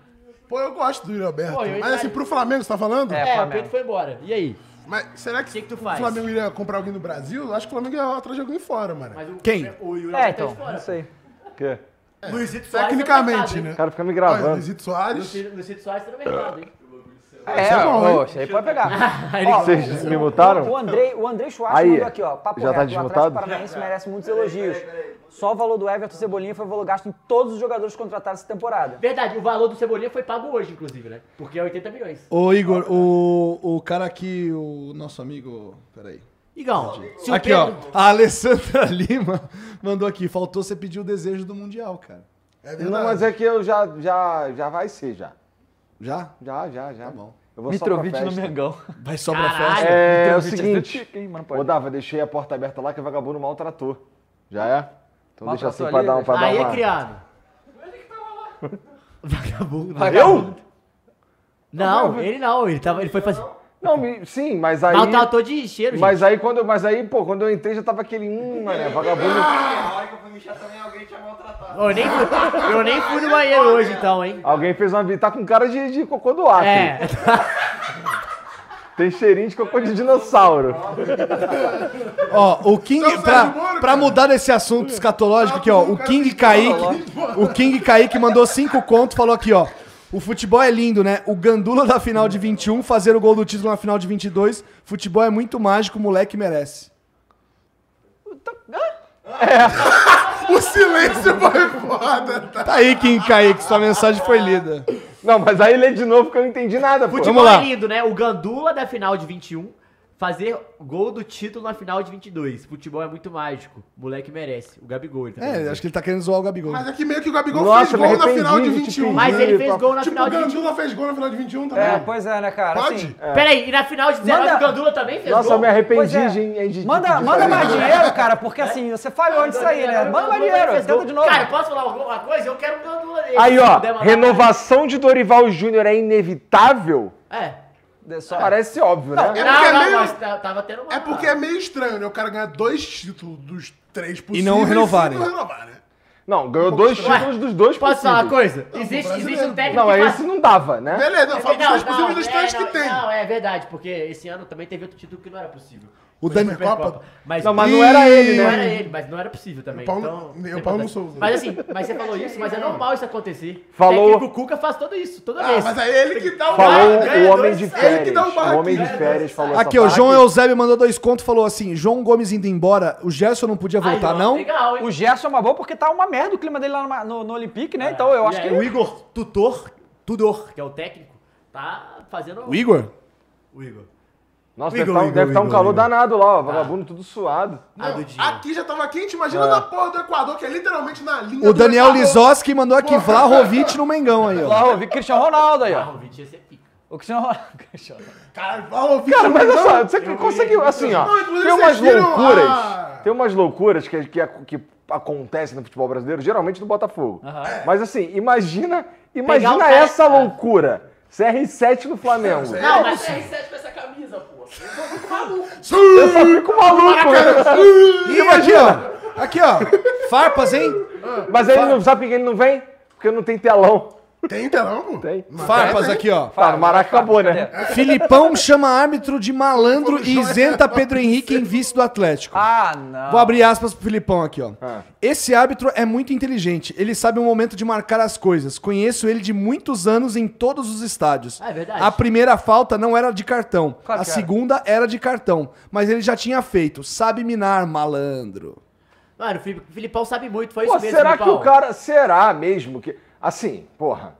Speaker 4: Pô, eu gosto do Yuri Alberto.
Speaker 5: Pô, eu
Speaker 4: mas assim,
Speaker 5: imagino.
Speaker 4: pro Flamengo, você tá falando?
Speaker 2: É,
Speaker 5: É, o
Speaker 2: Flamengo.
Speaker 5: Pedro foi embora. E aí?
Speaker 4: Mas será que,
Speaker 5: Que que tu
Speaker 4: o
Speaker 5: faz?
Speaker 4: Flamengo iria comprar alguém do Brasil? Eu acho que o Flamengo ia atrás de alguém fora, mano.
Speaker 5: Mas o-
Speaker 12: Quem?
Speaker 5: O Yuri
Speaker 2: É,
Speaker 5: Alberto
Speaker 2: então,
Speaker 5: então,
Speaker 2: não sei.
Speaker 6: Quê?
Speaker 5: Luizito Soares
Speaker 4: Tecnicamente,
Speaker 5: tá no mercado,
Speaker 4: né?
Speaker 6: O cara fica me
Speaker 4: Olha,
Speaker 6: gravando.
Speaker 4: Luizito Soares.
Speaker 5: hein? Luci- Luizito Soares tá no mercado, hein?
Speaker 2: É,
Speaker 4: é bom, hein?
Speaker 2: poxa, aí pode pegar.
Speaker 6: Vocês me
Speaker 2: O
Speaker 6: mutaram?
Speaker 2: Andrei, o Andrei Schwartz
Speaker 6: Aí,
Speaker 2: mandou aqui, ó. Papo
Speaker 6: já tá
Speaker 2: reto, o Atlético
Speaker 6: desmutado?
Speaker 2: Paranaense merece muitos elogios. Só o valor do Everton Cebolinha foi o valor gasto em todos os jogadores contratados essa temporada.
Speaker 5: Verdade, o valor do Cebolinha foi pago hoje, inclusive, né? Porque é 80 milhões.
Speaker 12: Ô, Igor, o, o cara aqui, o nosso amigo. Peraí.
Speaker 5: Igão, se o
Speaker 12: Aqui, ó.
Speaker 5: Pedro...
Speaker 12: A Alessandra Lima mandou aqui. Faltou você pedir o desejo do Mundial, cara.
Speaker 4: É verdade.
Speaker 6: Não, mas é que eu já, já, já vai ser, já.
Speaker 12: Já? Tá
Speaker 6: Já, já, já.
Speaker 12: bom.
Speaker 6: Eu vou Mitrovic só pra festa.
Speaker 2: Mengão.
Speaker 12: Vai só pra
Speaker 5: Caralho.
Speaker 12: festa.
Speaker 6: É, é o
Speaker 2: Mitrovic é
Speaker 6: seguinte,
Speaker 2: pica, hein, mano, pode.
Speaker 6: ô Dava, deixei a porta aberta lá que o vagabundo maltratou. Já é? Então deixa
Speaker 2: Maltratou
Speaker 6: assim pra
Speaker 2: ali,
Speaker 6: dar, um- pra dar
Speaker 5: Aí
Speaker 6: uma...
Speaker 5: é criado. Vagabundo.
Speaker 6: Eu?
Speaker 5: Não, ele não, ele, tava, ele foi fazer... Ah,
Speaker 6: Não, me- sim, mas aí...
Speaker 5: Maltratou de cheiro,
Speaker 6: Mas
Speaker 5: gente.
Speaker 6: aí, quando, eu- mas aí, pô, quando eu entrei já tava aquele, hum, mané, vagabundo...
Speaker 13: Na hora que eu fui mexer também, alguém tinha maltratado.
Speaker 5: Eu nem, fui, eu nem fui no banheiro hoje, então, hein?
Speaker 6: Alguém fez uma... vi- Tá com cara de, de cocô do Acre.
Speaker 5: É,
Speaker 6: Tem cheirinho de cocô de dinossauro.
Speaker 12: Ó, o King.
Speaker 4: Então,
Speaker 12: pra,
Speaker 4: Sérgio Moro,
Speaker 12: pra
Speaker 4: cara. Tá
Speaker 12: mudar desse assunto escatológico aqui, ó. O King Kaique. O King Kaique mandou cinco contos falou aqui, ó. O futebol é lindo, né? O Gandula da final de 21, fazer o gol do título na final de 22. Futebol é muito mágico, o moleque merece.
Speaker 5: Então,
Speaker 4: É. O silêncio foi foda, tá?
Speaker 12: Tá aí, King Kaique, sua mensagem foi lida.
Speaker 6: Não, mas aí lê de novo que eu não entendi nada, pô.
Speaker 12: Vamos
Speaker 5: futebol
Speaker 12: lá.
Speaker 5: é lindo, né? O Gandula da final de 21 fazer gol do título na final de 22. Futebol é muito mágico. Moleque merece. O Gabigol, ele tá
Speaker 3: É,
Speaker 5: querendo
Speaker 3: acho que ele tá querendo zoar o Gabigol.
Speaker 4: Mas é que meio que o Gabigol
Speaker 3: Nossa,
Speaker 4: fez
Speaker 3: me
Speaker 4: gol na
Speaker 3: arrependi
Speaker 4: final de
Speaker 3: de te
Speaker 4: 21.
Speaker 5: pedir, Mas ele fez gol na
Speaker 4: tipo,
Speaker 5: final de um.
Speaker 4: o Gandula fez gol na final de 21 também.
Speaker 2: É, pois é, né, cara?
Speaker 4: Pode?
Speaker 2: Assim,
Speaker 4: É.
Speaker 5: Peraí, e na final de 19
Speaker 2: Manda-
Speaker 5: o Gandula também fez
Speaker 2: Nossa,
Speaker 5: gol?
Speaker 2: eu me arrependi
Speaker 5: Pois é.
Speaker 2: de- Manda, manda mais dinheiro, cara, porque assim, você falhou antes disso aí, né? Manda mais dinheiro, tenta de novo.
Speaker 5: Cara, posso falar alguma coisa? Eu quero o Gandula dele.
Speaker 6: Aí,
Speaker 5: se
Speaker 6: ó,
Speaker 5: puder mandar.
Speaker 6: renovação de Dorival Júnior é inevitável?
Speaker 5: É.
Speaker 6: Parece óbvio,
Speaker 4: Não,
Speaker 6: né?
Speaker 4: é porque é
Speaker 5: não,
Speaker 4: meio-
Speaker 5: mas tá- tava tendo uma...
Speaker 4: É porque é meio estranho, né? O cara ganhar dois títulos dos três possíveis.
Speaker 6: não
Speaker 4: e
Speaker 6: renovarem.
Speaker 4: não né? renovarem.
Speaker 6: Não, ganhou dois títulos dos dois
Speaker 5: um posso falar uma
Speaker 6: possíveis.
Speaker 5: coisa? Existe- existe um técnico
Speaker 6: Não,
Speaker 5: que
Speaker 6: é
Speaker 5: faz-
Speaker 6: esse não dava, né?
Speaker 4: Beleza, não, fala dos dois possíveis Tá dos
Speaker 5: é,
Speaker 4: três que
Speaker 5: não,
Speaker 4: tem.
Speaker 5: Não, é verdade, porque esse ano também teve outro título que não era possível.
Speaker 3: O
Speaker 5: Foi a
Speaker 3: Dani-
Speaker 5: Supercopa.
Speaker 3: Copa?
Speaker 5: Mas,
Speaker 6: Não, mas não era ele, né?
Speaker 5: Não era ele, mas não era possível também.
Speaker 4: O Paulo-
Speaker 5: então,
Speaker 4: meu,
Speaker 5: tem
Speaker 4: o Paulo
Speaker 5: importância.
Speaker 4: não soube.
Speaker 5: Mas assim, mas você falou isso, mas é normal isso acontecer.
Speaker 6: Falou-
Speaker 5: O técnico Cuca faz tudo isso, toda
Speaker 4: Ah,
Speaker 5: vez.
Speaker 4: mas aí é ele que dá o
Speaker 6: Falou
Speaker 4: barra, né?
Speaker 6: o homem de
Speaker 4: É ele que
Speaker 6: férias.
Speaker 4: dá o barra
Speaker 6: O homem de
Speaker 4: aqui.
Speaker 6: férias falou
Speaker 3: Aqui,
Speaker 6: essa
Speaker 3: o João
Speaker 6: parte.
Speaker 3: Eusébio mandou dois contos e falou assim: João Gomes indo embora, o Gerson não podia voltar,
Speaker 5: ó,
Speaker 3: não?
Speaker 5: Legal, hein?
Speaker 2: O Gerson é uma boa porque tá uma merda o clima dele lá no, no, no Olympique, né? Então eu acho
Speaker 5: E
Speaker 2: que.
Speaker 5: aí, o
Speaker 6: É,
Speaker 5: Igor Tutor, Tudor, que é o técnico, tá fazendo...
Speaker 3: O Igor?
Speaker 5: O Igor.
Speaker 6: Nossa,
Speaker 3: O Igor,
Speaker 6: deve estar
Speaker 3: Igor,
Speaker 6: deve tá um
Speaker 3: Igor,
Speaker 6: calor
Speaker 3: Igor.
Speaker 6: danado lá, ó. Vagabundo tudo suado.
Speaker 5: Ah, do dia.
Speaker 4: Aqui já tava quente, imagina na porra do Equador, que é literalmente na linha
Speaker 3: Ah. O
Speaker 4: do
Speaker 3: Daniel
Speaker 4: Equador.
Speaker 3: Lizoski mandou aqui:
Speaker 4: Porra.
Speaker 3: Vlahovic no Mengão aí, ó.
Speaker 2: Lá, eu vi Cristiano Ronaldo aí,
Speaker 5: Ah,
Speaker 2: ó.
Speaker 5: o Vitinho ia ser pica.
Speaker 2: O Cristiano Ronaldo. Cristiano Ronaldo.
Speaker 4: Cara, Vlahovic
Speaker 6: Cara, mas
Speaker 4: não-
Speaker 6: olha só, você que conseguiu, assim, ó.
Speaker 4: Não, inclusive
Speaker 6: Tem
Speaker 4: vocês
Speaker 6: umas
Speaker 4: viram
Speaker 6: loucuras.
Speaker 5: ah.
Speaker 4: a-
Speaker 6: Tem umas loucuras que, que, que acontecem no futebol brasileiro, geralmente no Botafogo.
Speaker 3: É.
Speaker 6: Mas assim, imagina,
Speaker 5: o
Speaker 6: imagina
Speaker 5: cara-
Speaker 6: essa loucura. CR7 no Flamengo.
Speaker 5: Não, mas é CR7 com essa camisa, pô.
Speaker 6: Eu só
Speaker 2: tá
Speaker 6: fico maluco, né?
Speaker 3: Ih, imagina! Aqui, ó. Farpas, hein?
Speaker 2: né?
Speaker 6: Mas ele não sabe por que ele não vem? Porque não tem telão.
Speaker 4: Tem telão, pô.
Speaker 6: Tem.
Speaker 3: Farpas aqui, ó.
Speaker 6: Tá, no Maraca acabou, né?
Speaker 2: Cadê? É,
Speaker 3: Filipão chama árbitro de malandro e isenta Pedro Henrique em vice do Atlético.
Speaker 2: Ah, não.
Speaker 3: Vou abrir aspas pro Filipão aqui, ó.
Speaker 6: Ah.
Speaker 3: Esse árbitro é muito inteligente. Ele sabe o momento de marcar as coisas. Conheço ele de muitos anos em todos os estádios.
Speaker 5: Ah, é verdade.
Speaker 3: A primeira falta não era de cartão.
Speaker 2: Claro
Speaker 3: a
Speaker 2: que era.
Speaker 3: segunda era de cartão. Mas ele já tinha feito. Sabe minar, malandro.
Speaker 5: Mano, o Fili- Filipão sabe muito, foi
Speaker 6: Pô,
Speaker 5: isso mesmo,
Speaker 6: será que o
Speaker 5: Filipão.
Speaker 6: cara. Será mesmo que. Assim, porra.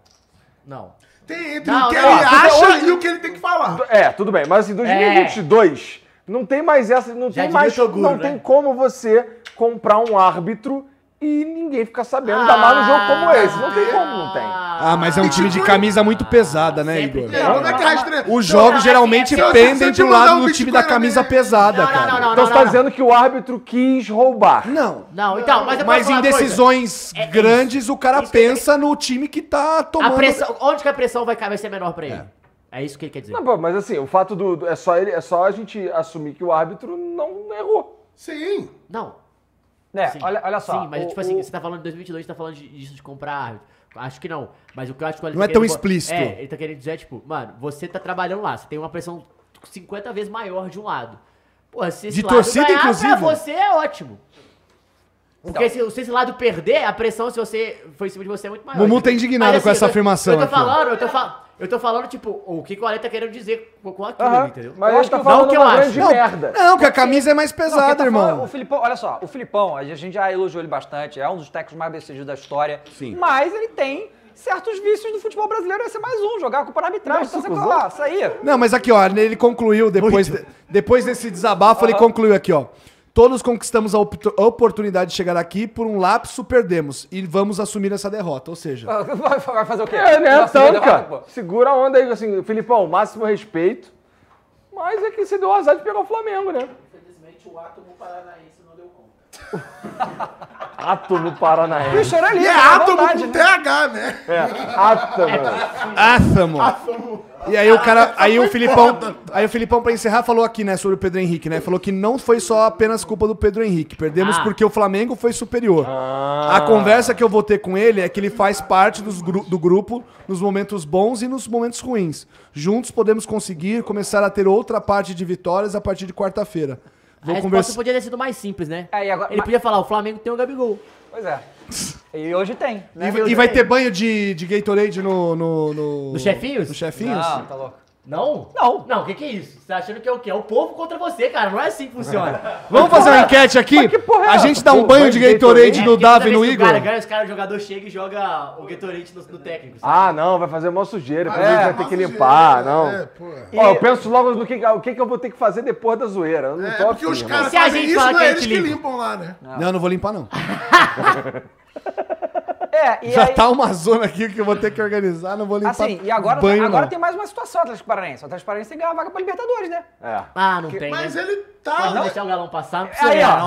Speaker 5: Não.
Speaker 4: Tem entre
Speaker 5: Não,
Speaker 4: o que
Speaker 5: não,
Speaker 4: ele
Speaker 5: ó,
Speaker 4: acha e o que ele tem que falar.
Speaker 6: É, tudo bem, mas em 2022 não tem mais essa, não
Speaker 5: É. Já
Speaker 6: tem
Speaker 5: diria
Speaker 6: mais,
Speaker 5: o Toguro,
Speaker 6: não
Speaker 5: né?
Speaker 6: tem como você comprar um árbitro e ninguém ficar sabendo, ainda
Speaker 5: Ah,
Speaker 6: mais num jogo como esse. Não tem como, não tem.
Speaker 3: Ah, mas é um time de
Speaker 4: Bitcoin?
Speaker 3: camisa muito pesada, né,
Speaker 5: Sempre
Speaker 3: Igor?
Speaker 5: tem.
Speaker 4: É, como é que é a estrela?
Speaker 3: Os jogos geralmente
Speaker 5: é,
Speaker 4: se eu- se
Speaker 3: pendem
Speaker 4: eu te
Speaker 3: pro
Speaker 4: mandar
Speaker 3: lado
Speaker 4: um
Speaker 3: do time da
Speaker 4: Bitcoin na
Speaker 3: camisa
Speaker 4: minha-
Speaker 3: pesada,
Speaker 5: assim, Não, não, não,
Speaker 3: cara.
Speaker 5: não,
Speaker 6: Então
Speaker 5: não,
Speaker 6: você tá
Speaker 5: não.
Speaker 6: dizendo que o árbitro quis roubar.
Speaker 3: Não.
Speaker 5: Não, então, mas eu
Speaker 3: Mas
Speaker 5: posso falar
Speaker 3: em
Speaker 5: uma coisa.
Speaker 3: decisões
Speaker 5: É- é
Speaker 3: grandes, o cara
Speaker 5: Isso que eu
Speaker 3: pensa no time que tá
Speaker 5: A
Speaker 3: tomando.
Speaker 5: pressão, onde que a pressão vai, ca- vai ser menor pra ele? É. isso que ele quer dizer.
Speaker 6: Não, pô, mas assim, o fato do. do- é, só ele, é só a gente assumir que o árbitro não errou. Né,
Speaker 4: Sim.
Speaker 5: Não.
Speaker 2: É,
Speaker 5: sim.
Speaker 2: olha, olha só.
Speaker 5: Sim, mas
Speaker 2: o-
Speaker 5: tipo assim,
Speaker 2: o-
Speaker 5: você tá falando de 2022, você tá falando de- disso de comprar árbitro. Acho que não. Mas o que eu acho que ele
Speaker 3: Não
Speaker 5: tá
Speaker 3: é tão
Speaker 5: querendo-
Speaker 3: explícito.
Speaker 5: É, ele tá querendo dizer, tipo, mano, você tá trabalhando lá, você tem uma pressão 50 vezes maior de um lado. Porra, se esse
Speaker 3: De
Speaker 5: lado
Speaker 3: torcida,
Speaker 5: ganhar
Speaker 3: inclusive?
Speaker 5: pra você é ótimo. Porque se, se esse lado perder, a pressão, se você foi em cima de você, é muito maior. assim,
Speaker 3: Mumu tá indignado com essa
Speaker 5: eu tô-
Speaker 3: afirmação
Speaker 5: Eu tô
Speaker 3: aqui.
Speaker 5: falando, eu tô, fa- eu tô falando, tipo, o que, que o Ale tá querendo dizer com, com aquilo,
Speaker 6: Aham,
Speaker 5: entendeu?
Speaker 6: Mas
Speaker 5: Eu
Speaker 6: ele
Speaker 5: acho
Speaker 6: tá
Speaker 5: que- não
Speaker 6: falando
Speaker 5: que eu
Speaker 6: uma
Speaker 5: acho.
Speaker 6: grande
Speaker 3: Não,
Speaker 6: merda.
Speaker 3: não, que a camisa é mais
Speaker 2: Não, quem
Speaker 3: pesada,
Speaker 2: tá falando-
Speaker 3: irmão.
Speaker 2: o Filipão, olha só, o Filipão, a gente já elogiou ele bastante, é um dos técnicos mais decididos da história.
Speaker 3: Sim.
Speaker 2: Mas ele tem certos vícios do futebol brasileiro, ia ser mais um, jogar a culpa na arbitragem, então você colar, isso aí.
Speaker 3: Não, mas aqui, ó, ele concluiu depois, de- depois desse desabafo, ele concluiu aqui, ó. Todos conquistamos a op- a oportunidade de chegar aqui, por um lapso perdemos e vamos assumir essa derrota. Ou seja,
Speaker 2: Vai vai fazer o quê?
Speaker 6: É, né?
Speaker 2: Vai assumir a derrota,
Speaker 6: Tanca.
Speaker 2: pô?
Speaker 6: Segura a onda aí, assim, Filipão, máximo respeito. Mas é que você deu azar de pegar o Flamengo, né? Átomo Paranaense.
Speaker 2: Bicho, era ali,
Speaker 4: E é
Speaker 2: era à
Speaker 4: átomo
Speaker 2: vontade,
Speaker 4: com
Speaker 2: né?
Speaker 4: TH, né?
Speaker 6: É, átomo.
Speaker 3: áthamo. E aí o cara, aí o Filipão, aí o Filipão pra encerrar falou aqui, né, sobre o Pedro Henrique, né? Falou que não foi só apenas culpa do Pedro Henrique, perdemos
Speaker 5: Ah.
Speaker 3: porque o Flamengo foi superior.
Speaker 4: Ah.
Speaker 3: A conversa que eu vou ter com ele é que ele faz parte dos gru- do grupo nos momentos bons e nos momentos ruins. Juntos podemos conseguir começar a ter outra parte de vitórias a partir de quarta-feira.
Speaker 5: a
Speaker 3: Vou
Speaker 5: resposta
Speaker 3: conversar.
Speaker 5: podia ter sido mais simples, né?
Speaker 2: Aí, agora-
Speaker 5: ele
Speaker 2: mas-
Speaker 5: podia falar, o Flamengo tem o Gabigol.
Speaker 2: Pois é. E hoje tem, né?
Speaker 3: E, e vai ter banho de, de Gatorade no. No, no...
Speaker 5: Nos chefinhos?
Speaker 3: Nos chefinhos?
Speaker 2: Não, tá louco.
Speaker 5: Não?
Speaker 2: Não.
Speaker 5: Não, o que, que é isso? Você tá achando que é o quê? É o povo contra você, cara. Não é assim que funciona.
Speaker 4: Vamos fazer uma
Speaker 14: é
Speaker 4: enquete aqui? A gente dá um banho de Gatorade no
Speaker 5: É, porque
Speaker 4: Davi e
Speaker 5: toda
Speaker 4: no
Speaker 5: vez que
Speaker 4: Igor?
Speaker 5: O tá cara ganha, os caras, o jogador chega e joga o Gatorade no, no técnico. sabe?
Speaker 6: Ah, não, vai fazer mó sujeira, depois
Speaker 5: É,
Speaker 6: a gente vai
Speaker 5: mó
Speaker 6: ter que limpar,
Speaker 5: sujeira,
Speaker 6: não.
Speaker 5: é, pô.
Speaker 6: Ó, eu
Speaker 5: E-
Speaker 6: penso logo no que, o que, que eu vou ter que fazer depois da zoeira. Eu não
Speaker 4: É,
Speaker 6: tô
Speaker 14: porque
Speaker 6: afim, né?
Speaker 14: os
Speaker 6: irmão.
Speaker 14: caras fazem isso, não é eles que limpam lá, né?
Speaker 4: Não, eu não vou limpar, não.
Speaker 2: É, e
Speaker 4: Já
Speaker 2: aí-
Speaker 4: tá uma zona aqui que eu vou ter que organizar, não vou limpar.
Speaker 2: Assim, e agora,
Speaker 4: banho,
Speaker 2: agora
Speaker 4: não.
Speaker 2: tem mais uma situação, Atlético Paranaense. O Atlético Paranaense tem que ganhar a vaga pra Libertadores, né?
Speaker 6: É.
Speaker 5: Ah, não
Speaker 2: Que-
Speaker 5: tem.
Speaker 2: mas
Speaker 5: né?
Speaker 2: ele tá-
Speaker 5: Pode deixar o galão passar, não precisa
Speaker 2: Aí,
Speaker 5: olhar,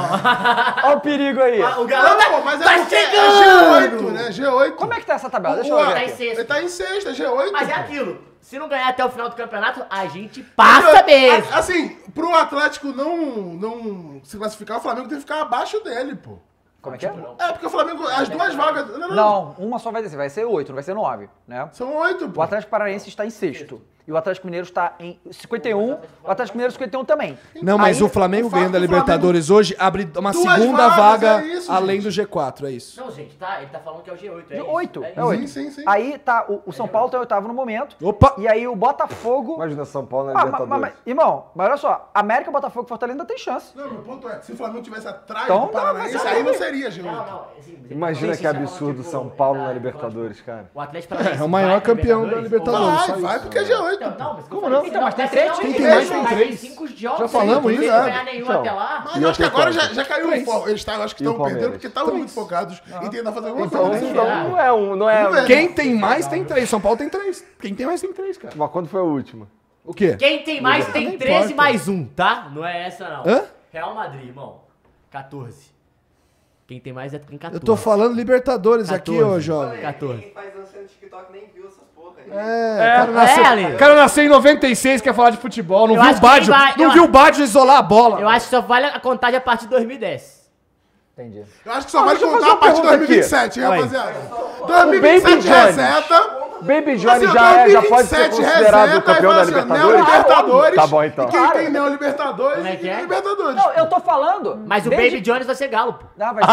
Speaker 2: ó. Olha o perigo aí.
Speaker 5: é, Ah, o galão
Speaker 14: Não,
Speaker 5: tá,
Speaker 14: pô, mas é
Speaker 5: tá
Speaker 14: porque é
Speaker 5: chegando!
Speaker 14: G8, né? G8.
Speaker 2: Como é que tá essa tabela? Deixa eu
Speaker 14: Ué,
Speaker 2: olhar.
Speaker 5: Tá em
Speaker 2: aqui.
Speaker 5: sexto.
Speaker 14: Ele tá em sexta, G8.
Speaker 5: Mas é aquilo. Se não ganhar até o final do campeonato, a gente
Speaker 14: Mas,
Speaker 5: passa
Speaker 14: a-
Speaker 5: mesmo.
Speaker 14: Assim, pro Atlético não, não se classificar, o Flamengo tem que ficar abaixo dele, pô.
Speaker 2: Como é que é?
Speaker 14: É, porque o Flamengo, as duas vagas. Não, não, não.
Speaker 2: Não, uma só vai descer. Vai ser oito, não vai ser nove, né?
Speaker 14: São oito,
Speaker 2: O Atlético Paranaense está em sexto. E o Atlético Mineiro está em 51. O Atlético Mineiro 51 também.
Speaker 4: Não, mas
Speaker 2: Aí-
Speaker 4: o Flamengo ganhando a
Speaker 2: do
Speaker 4: Libertadores hoje abre uma
Speaker 2: Duas
Speaker 4: segunda
Speaker 2: vagas,
Speaker 4: vaga
Speaker 2: é isso,
Speaker 4: além do G4, é isso.
Speaker 5: Não, gente, tá, ele tá falando que é o G8. É
Speaker 2: De
Speaker 5: isso,
Speaker 2: oito.
Speaker 5: é
Speaker 2: É
Speaker 5: isso.
Speaker 2: oito.
Speaker 14: sim, sim.
Speaker 2: Aí tá, o, o São Paulo tá em oitavo no momento.
Speaker 4: Opa!
Speaker 2: E aí o Botafogo.
Speaker 6: Imagina São Paulo na
Speaker 2: Ah, ma-
Speaker 6: Libertadores.
Speaker 2: ma- ma- irmão, mas olha só, América, Botafogo e Fortaleza ainda tem chance.
Speaker 14: Não, meu ponto é, se o Flamengo tivesse atrás
Speaker 2: Então,
Speaker 14: do
Speaker 2: não,
Speaker 14: Paranaense,
Speaker 2: mas
Speaker 14: aí não
Speaker 2: aí-
Speaker 14: seria G8.
Speaker 5: então, assim,
Speaker 6: Imagina
Speaker 5: Sim,
Speaker 6: que
Speaker 5: sim,
Speaker 2: é
Speaker 5: sim.
Speaker 6: absurdo São Paulo na Libertadores, cara.
Speaker 5: tipo, tá, O Atlético Paranaense
Speaker 4: É o maior
Speaker 5: vai pra
Speaker 4: campeão da Libertadores. só
Speaker 14: Vai, vai,
Speaker 4: isso.
Speaker 14: porque é G8.
Speaker 5: Não, não, mas
Speaker 2: não? Então, mas tem três,
Speaker 4: tem mais, tem três.
Speaker 5: cinco jogos.
Speaker 4: Já Então. falamos
Speaker 5: se
Speaker 4: isso,
Speaker 5: não
Speaker 4: é.
Speaker 5: ganhar nenhum até lá.
Speaker 14: Mas eu acho que
Speaker 6: E o
Speaker 14: agora já,
Speaker 6: Atlético?
Speaker 14: já caiu o foco. Eles tá, eu acho que
Speaker 6: E o
Speaker 14: estão perdendo
Speaker 6: Palmeiras?
Speaker 14: porque estavam muito focados em tentar fazer alguma
Speaker 6: Então,
Speaker 14: coisa.
Speaker 6: então não é um, não é um.
Speaker 4: Quem tem mais tem três. São Paulo tem três. Quem tem mais tem três, cara.
Speaker 6: Mas quando foi a última?
Speaker 4: O quê?
Speaker 5: Quem tem mais tem
Speaker 4: Não
Speaker 5: 13
Speaker 4: importa.
Speaker 5: mais um, tá? Não é essa, não.
Speaker 4: Hã?
Speaker 5: Real Madrid, irmão. 14. Quem tem mais é tem 14.
Speaker 4: Eu tô falando Libertadores aqui, ô
Speaker 5: 14.
Speaker 4: jovem.
Speaker 5: 14.
Speaker 15: Quem faz dança no TikTok nem viu essas porra aí.
Speaker 4: É, o cara
Speaker 5: é,
Speaker 4: nasceu,
Speaker 5: Ale.
Speaker 4: o cara nasceu em 96, quer falar de futebol, não
Speaker 5: Eu
Speaker 4: viu
Speaker 5: acho
Speaker 4: o
Speaker 5: que
Speaker 4: Bádio,
Speaker 5: ele vai-
Speaker 4: não
Speaker 5: eu
Speaker 4: viu o
Speaker 5: acho-
Speaker 4: Bádio isolar a bola.
Speaker 5: Eu acho que só vale a contagem a partir de 2010.
Speaker 2: Entendi.
Speaker 14: Eu acho que só vai
Speaker 6: Ah, deixa eu fazer
Speaker 14: contar a
Speaker 6: uma
Speaker 14: partir de
Speaker 6: pergunta aqui.
Speaker 14: 2027, hein,
Speaker 6: Olha aí.
Speaker 14: rapaziada.
Speaker 6: Baby
Speaker 14: 2027
Speaker 6: Jones.
Speaker 14: reseta.
Speaker 6: um. Baby Johnny
Speaker 14: Assim,
Speaker 6: já, é, já pode ser
Speaker 14: 2027
Speaker 6: considerado
Speaker 14: reseta,
Speaker 6: o campeão
Speaker 14: aí fala
Speaker 6: da
Speaker 14: assim, ó,
Speaker 6: Libertadores?
Speaker 14: Neo-Libertadores.
Speaker 6: Tá bom, então.
Speaker 14: E quem
Speaker 2: Claro.
Speaker 14: tem Neo-Libertadores,
Speaker 5: Como é que é?
Speaker 14: Libertadores.
Speaker 2: Não, eu tô falando.
Speaker 5: Mas o
Speaker 2: desde-
Speaker 5: Baby Jones vai ser galo, pô.
Speaker 2: Ah, vai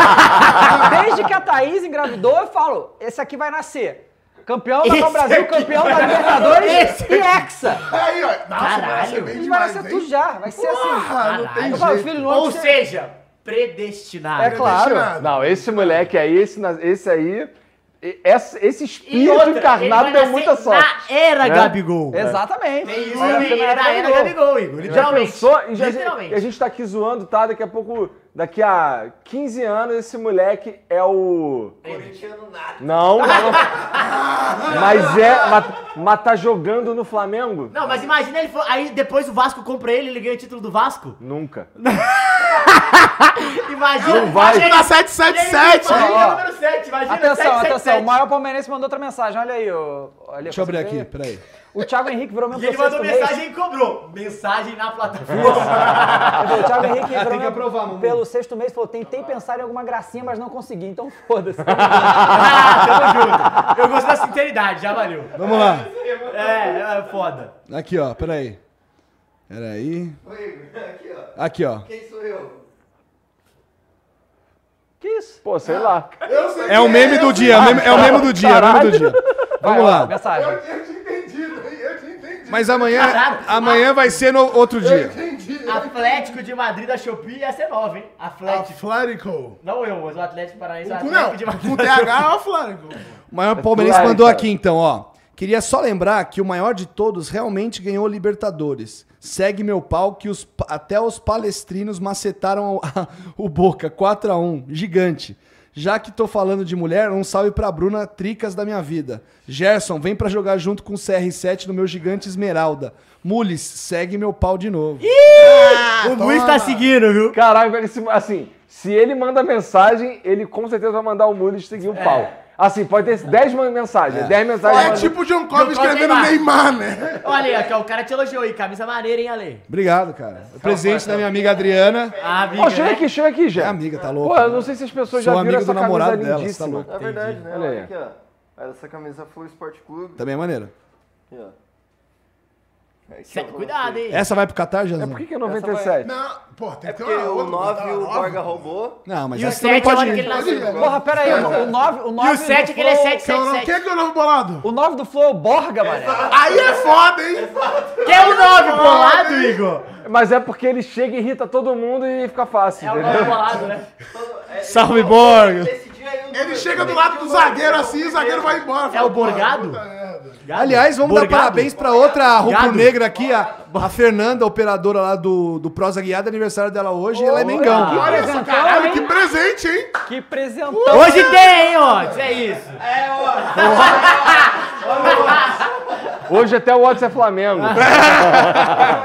Speaker 2: ser. Desde que a Thaís engravidou, eu falo: esse aqui vai nascer. Campeão da Copa
Speaker 5: Esse
Speaker 2: Brasil,
Speaker 5: aqui
Speaker 2: campeão
Speaker 5: vai
Speaker 2: da Libertadores
Speaker 5: nascer.
Speaker 2: e Hexa.
Speaker 14: Aí, ó. Nossa, vai ser
Speaker 5: Caralho.
Speaker 14: bem
Speaker 2: A gente vai
Speaker 14: demais,
Speaker 2: nascer
Speaker 14: hein?
Speaker 2: tudo já, vai ser assim.
Speaker 14: Porra, não tem
Speaker 2: Eu falo,
Speaker 14: jeito.
Speaker 2: filho, não
Speaker 5: Ou
Speaker 2: você-
Speaker 5: seja, predestinado.
Speaker 2: É claro.
Speaker 14: Destinado.
Speaker 6: Não, esse moleque aí, esse, na- esse aí, e- esse, esse
Speaker 5: E
Speaker 6: espírito
Speaker 5: outra,
Speaker 6: encarnado
Speaker 5: ele vai
Speaker 6: deu muita
Speaker 5: nascer
Speaker 6: sorte.
Speaker 5: Na era
Speaker 4: É.
Speaker 6: né?
Speaker 5: Gabigol.
Speaker 2: Exatamente.
Speaker 5: É isso,
Speaker 2: Vai
Speaker 5: né?
Speaker 2: nascer na
Speaker 5: Era
Speaker 2: era
Speaker 5: era
Speaker 2: do gol.
Speaker 5: Gabigol, Igor.
Speaker 6: Já
Speaker 5: Literalmente.
Speaker 6: pensou? E, já-
Speaker 5: Literalmente.
Speaker 6: e a gente tá aqui zoando, tá? Daqui a pouco, daqui a 15 anos, esse moleque é o.
Speaker 15: Corintiano nada.
Speaker 6: Não, não. mas é. Mas, mas tá jogando no Flamengo?
Speaker 5: Não, mas imagina ele. for- Aí depois o Vasco compra ele, ele ganha o título do Vasco.
Speaker 6: Nunca.
Speaker 5: Imagina.
Speaker 6: Não vai.
Speaker 5: Ele-
Speaker 14: Na 777.
Speaker 5: Ele
Speaker 14: né?
Speaker 5: é o número 7, imagina.
Speaker 2: Atenção,
Speaker 5: 777.
Speaker 2: atenção. O maior palmeirense mandou outra mensagem. Olha aí, ô. olha,
Speaker 4: Deixa eu abrir
Speaker 2: você
Speaker 4: aqui,
Speaker 2: vê?
Speaker 4: peraí.
Speaker 2: O Thiago Henrique virou meu
Speaker 5: E ele
Speaker 2: processo
Speaker 5: mandou
Speaker 2: do mês.
Speaker 5: mensagem e cobrou. Mensagem na plataforma.
Speaker 2: O Thiago Henrique
Speaker 4: Tem
Speaker 2: entrou
Speaker 4: que aprovar, mamãe.
Speaker 2: pelo sexto mês falou: tentei pensar em alguma gracinha, mas não consegui, então foda-se.
Speaker 5: Ah, Tamo junto. Eu gosto da sinceridade, já valeu.
Speaker 4: Vamos lá.
Speaker 5: É, é foda.
Speaker 4: Aqui, ó, peraí. Peraí.
Speaker 15: Aqui, ó.
Speaker 4: Aqui, ó.
Speaker 15: Quem sou eu?
Speaker 2: que isso?
Speaker 6: Pô, sei lá.
Speaker 14: Eu sei
Speaker 4: É o
Speaker 14: que
Speaker 4: meme do dia, é o meme- é o meme do dia, é o meme do dia.
Speaker 2: Vai,
Speaker 4: Vamos
Speaker 2: ó,
Speaker 4: lá.
Speaker 2: Mensagem.
Speaker 14: Eu tinha entendido, hein? Eu tinha entendido.
Speaker 4: Mas amanhã, amanhã vai ser no outro
Speaker 14: Eu
Speaker 4: dia.
Speaker 14: entendi.
Speaker 5: Atlético de Madrid da Shopee ia ser 9, hein? Atlético.
Speaker 14: Atlético.
Speaker 5: Não eu, mas o Atlético Paranaense é o
Speaker 14: Não,
Speaker 5: Atlético de Madrid.
Speaker 14: com TH é o Flamengo.
Speaker 4: O maior palmeirense
Speaker 6: Claro,
Speaker 4: mandou
Speaker 6: cara.
Speaker 4: aqui, então, ó. Queria só lembrar que o maior de todos realmente ganhou Libertadores. Segue meu pau que os, pa- até os palestrinos macetaram o, o Boca 4 a 1 Gigante. Já que tô falando de mulher, um salve pra Bruna Tricas da minha vida. Gerson, vem pra jogar junto com o CR7 no meu gigante Esmeralda. Mules, segue meu pau de novo.
Speaker 5: O Luiz tá seguindo, viu?
Speaker 6: Caralho, velho, esse- assim, se ele manda mensagem, ele com certeza vai mandar o Mules seguir
Speaker 4: É.
Speaker 6: o pau. Assim, pode ter 10 man- mensagens, 10 mensagens.
Speaker 14: É
Speaker 6: mas-
Speaker 14: tipo o John Cobb
Speaker 5: John Cobb
Speaker 14: escrevendo Neymar,
Speaker 5: Neymar.
Speaker 14: né?
Speaker 5: Olha aí, aqui, ó, é o cara te elogiou aí. Camisa maneira, hein, Ale?
Speaker 4: Obrigado, cara. Presente da minha amiga Adriana.
Speaker 5: Ah, amiga,
Speaker 6: Ó, chega
Speaker 5: né?
Speaker 6: aqui, chega aqui,
Speaker 4: É
Speaker 6: já.
Speaker 4: amiga, tá
Speaker 6: Pô,
Speaker 4: louca.
Speaker 6: eu não sei se as pessoas
Speaker 4: Sou
Speaker 6: já viram
Speaker 4: amigo
Speaker 6: essa
Speaker 4: do namorado
Speaker 6: camisa
Speaker 4: dela, você tá
Speaker 6: lindíssima.
Speaker 4: louco.
Speaker 15: É verdade, né?
Speaker 6: Olha aí.
Speaker 15: Olha aqui, ó. Olha essa camisa Flow Sport Clube.
Speaker 4: Também é maneiro.
Speaker 15: Aqui, ó.
Speaker 5: Sete, cuidado, hein?
Speaker 4: É. Essa vai pro Catar, Jesus?
Speaker 6: É por que, que é 97?
Speaker 16: Não, pô, tem
Speaker 17: é que ter uma outra. O
Speaker 16: tá
Speaker 17: 9 o Borga roubou.
Speaker 4: Não, mas
Speaker 5: E o
Speaker 4: essa também
Speaker 5: 7 é a
Speaker 4: pode
Speaker 5: hora que
Speaker 4: ir.
Speaker 5: ele nasceu.
Speaker 2: Porra, pera aí, mano. O 9, o 9
Speaker 5: E o 7 é que ele é 7, 7,
Speaker 16: Quem
Speaker 5: 7.
Speaker 16: é que é o novo bolado?
Speaker 2: O 9 do Flow é o Borga, mano.
Speaker 16: Aí é foda, hein?
Speaker 5: Que é o 9 bolado, Igor?
Speaker 6: Mas é porque ele chega e irrita todo mundo e fica fácil,
Speaker 5: É o
Speaker 6: entendeu?
Speaker 5: 9 bolado, né?
Speaker 4: Salve, Borgo!
Speaker 16: Ele chega do lado do zagueiro assim e o zagueiro vai embora.
Speaker 5: É o Borgado?
Speaker 4: Aliás, vamos dar
Speaker 5: Borgado?
Speaker 4: parabéns pra outra
Speaker 5: Borgado?
Speaker 4: rubro-negra aqui, a, a Fernanda, operadora lá do, do Prosa Guiada, aniversário dela hoje, e ela é Mengão.
Speaker 2: Que presentão,
Speaker 16: Caralho, que
Speaker 2: hein?
Speaker 16: presente, hein?
Speaker 2: Que presentão.
Speaker 5: Hoje tem, hein, Otis? É isso.
Speaker 6: Hoje até o Otis é Flamengo.
Speaker 17: A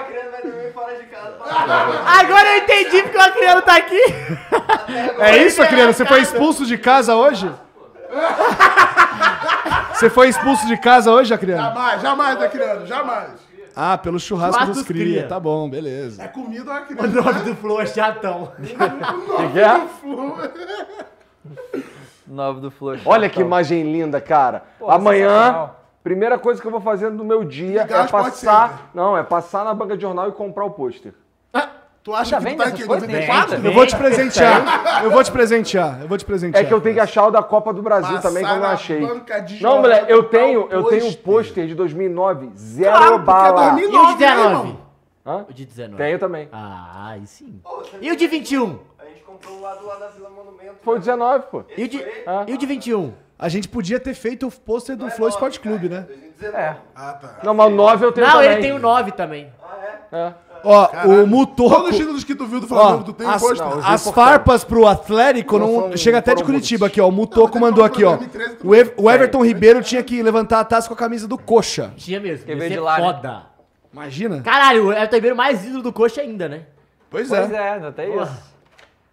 Speaker 17: criança vai dormir fora de casa. pra-
Speaker 5: Agora eu entendi porque o Acriano tá aqui.
Speaker 4: É isso, Acriano? Você foi expulso de casa hoje? Você foi expulso de casa hoje, Acriano?
Speaker 16: Jamais, jamais tá criando, jamais.
Speaker 4: Ah, pelo churrasco
Speaker 5: Churrasco
Speaker 4: dos
Speaker 5: dos
Speaker 4: cria.
Speaker 5: cria.
Speaker 4: Tá bom, beleza.
Speaker 16: É comida é
Speaker 5: O
Speaker 16: criança.
Speaker 5: 9 do Flow é chatão.
Speaker 6: Que que é?
Speaker 18: 9 do Flor.
Speaker 6: Olha
Speaker 2: Então.
Speaker 4: Então,
Speaker 6: que imagem linda, cara. Amanhã, primeira coisa que eu vou fazer no meu dia
Speaker 16: Ligar
Speaker 6: é
Speaker 16: as portas
Speaker 6: passar.
Speaker 16: sempre.
Speaker 6: Não, é passar na banca de jornal e comprar o pôster.
Speaker 16: Tu acha que
Speaker 2: vem
Speaker 16: tu tá
Speaker 2: dessas
Speaker 16: aqui em
Speaker 2: coisas?
Speaker 16: 94?
Speaker 4: Eu vou te presentear. Eu vou te presentear. Eu vou te presentear.
Speaker 6: É que eu tenho que achar o da Copa do Brasil
Speaker 16: Passar
Speaker 6: também, que eu não
Speaker 16: na
Speaker 6: achei.
Speaker 16: banca de
Speaker 6: Não,
Speaker 16: jornal
Speaker 6: moleque, eu
Speaker 16: e comprar
Speaker 6: tenho,
Speaker 16: o
Speaker 6: eu tenho o
Speaker 16: pôster.
Speaker 6: pôster de 2009, zero
Speaker 16: Claro, porque é
Speaker 6: bala.
Speaker 16: 2009.
Speaker 5: E o
Speaker 16: Nove,
Speaker 5: de
Speaker 16: né,
Speaker 5: 19?
Speaker 6: Hã?
Speaker 5: O de 19.
Speaker 6: Tenho também.
Speaker 5: Ah, aí sim. E um? o de 21?
Speaker 17: A gente comprou o lado lá da Vila Monumento.
Speaker 6: Foi o 19, pô.
Speaker 5: E o de, e um? o de 21?
Speaker 4: A gente podia ter feito o pôster do Flow Esporte Clube, né?
Speaker 17: 2019.
Speaker 6: Não, mas o 9 eu tenho
Speaker 5: Não,
Speaker 6: também.
Speaker 5: ele tem o 9 também.
Speaker 4: Ó, o
Speaker 16: Todos os
Speaker 4: Mutoco...
Speaker 16: títulos que tu viu do
Speaker 4: Ó,
Speaker 16: Flamengo, tu tem
Speaker 4: as,
Speaker 16: pôster?
Speaker 4: não, as farpas pro Atlético não,
Speaker 6: foram-
Speaker 4: chega até de
Speaker 6: foram
Speaker 4: Curitiba
Speaker 6: muitos.
Speaker 4: aqui, ó. O Mutoco
Speaker 16: Não,
Speaker 4: mandou
Speaker 16: mas
Speaker 4: aqui, ó.
Speaker 16: 2013
Speaker 4: O, Ev- o Everton Ribeiro tinha que levantar a taça com a camisa do Coxa.
Speaker 5: Tinha mesmo. Ia
Speaker 18: veio
Speaker 5: ser
Speaker 18: de lá, né?
Speaker 5: foda.
Speaker 4: Imagina?
Speaker 5: Caralho, é o Everton Ribeiro mais ídolo do coxa ainda, né?
Speaker 4: Pois
Speaker 18: Pois
Speaker 4: é.
Speaker 18: é, não tem isso.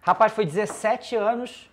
Speaker 2: Rapaz, foi 17 anos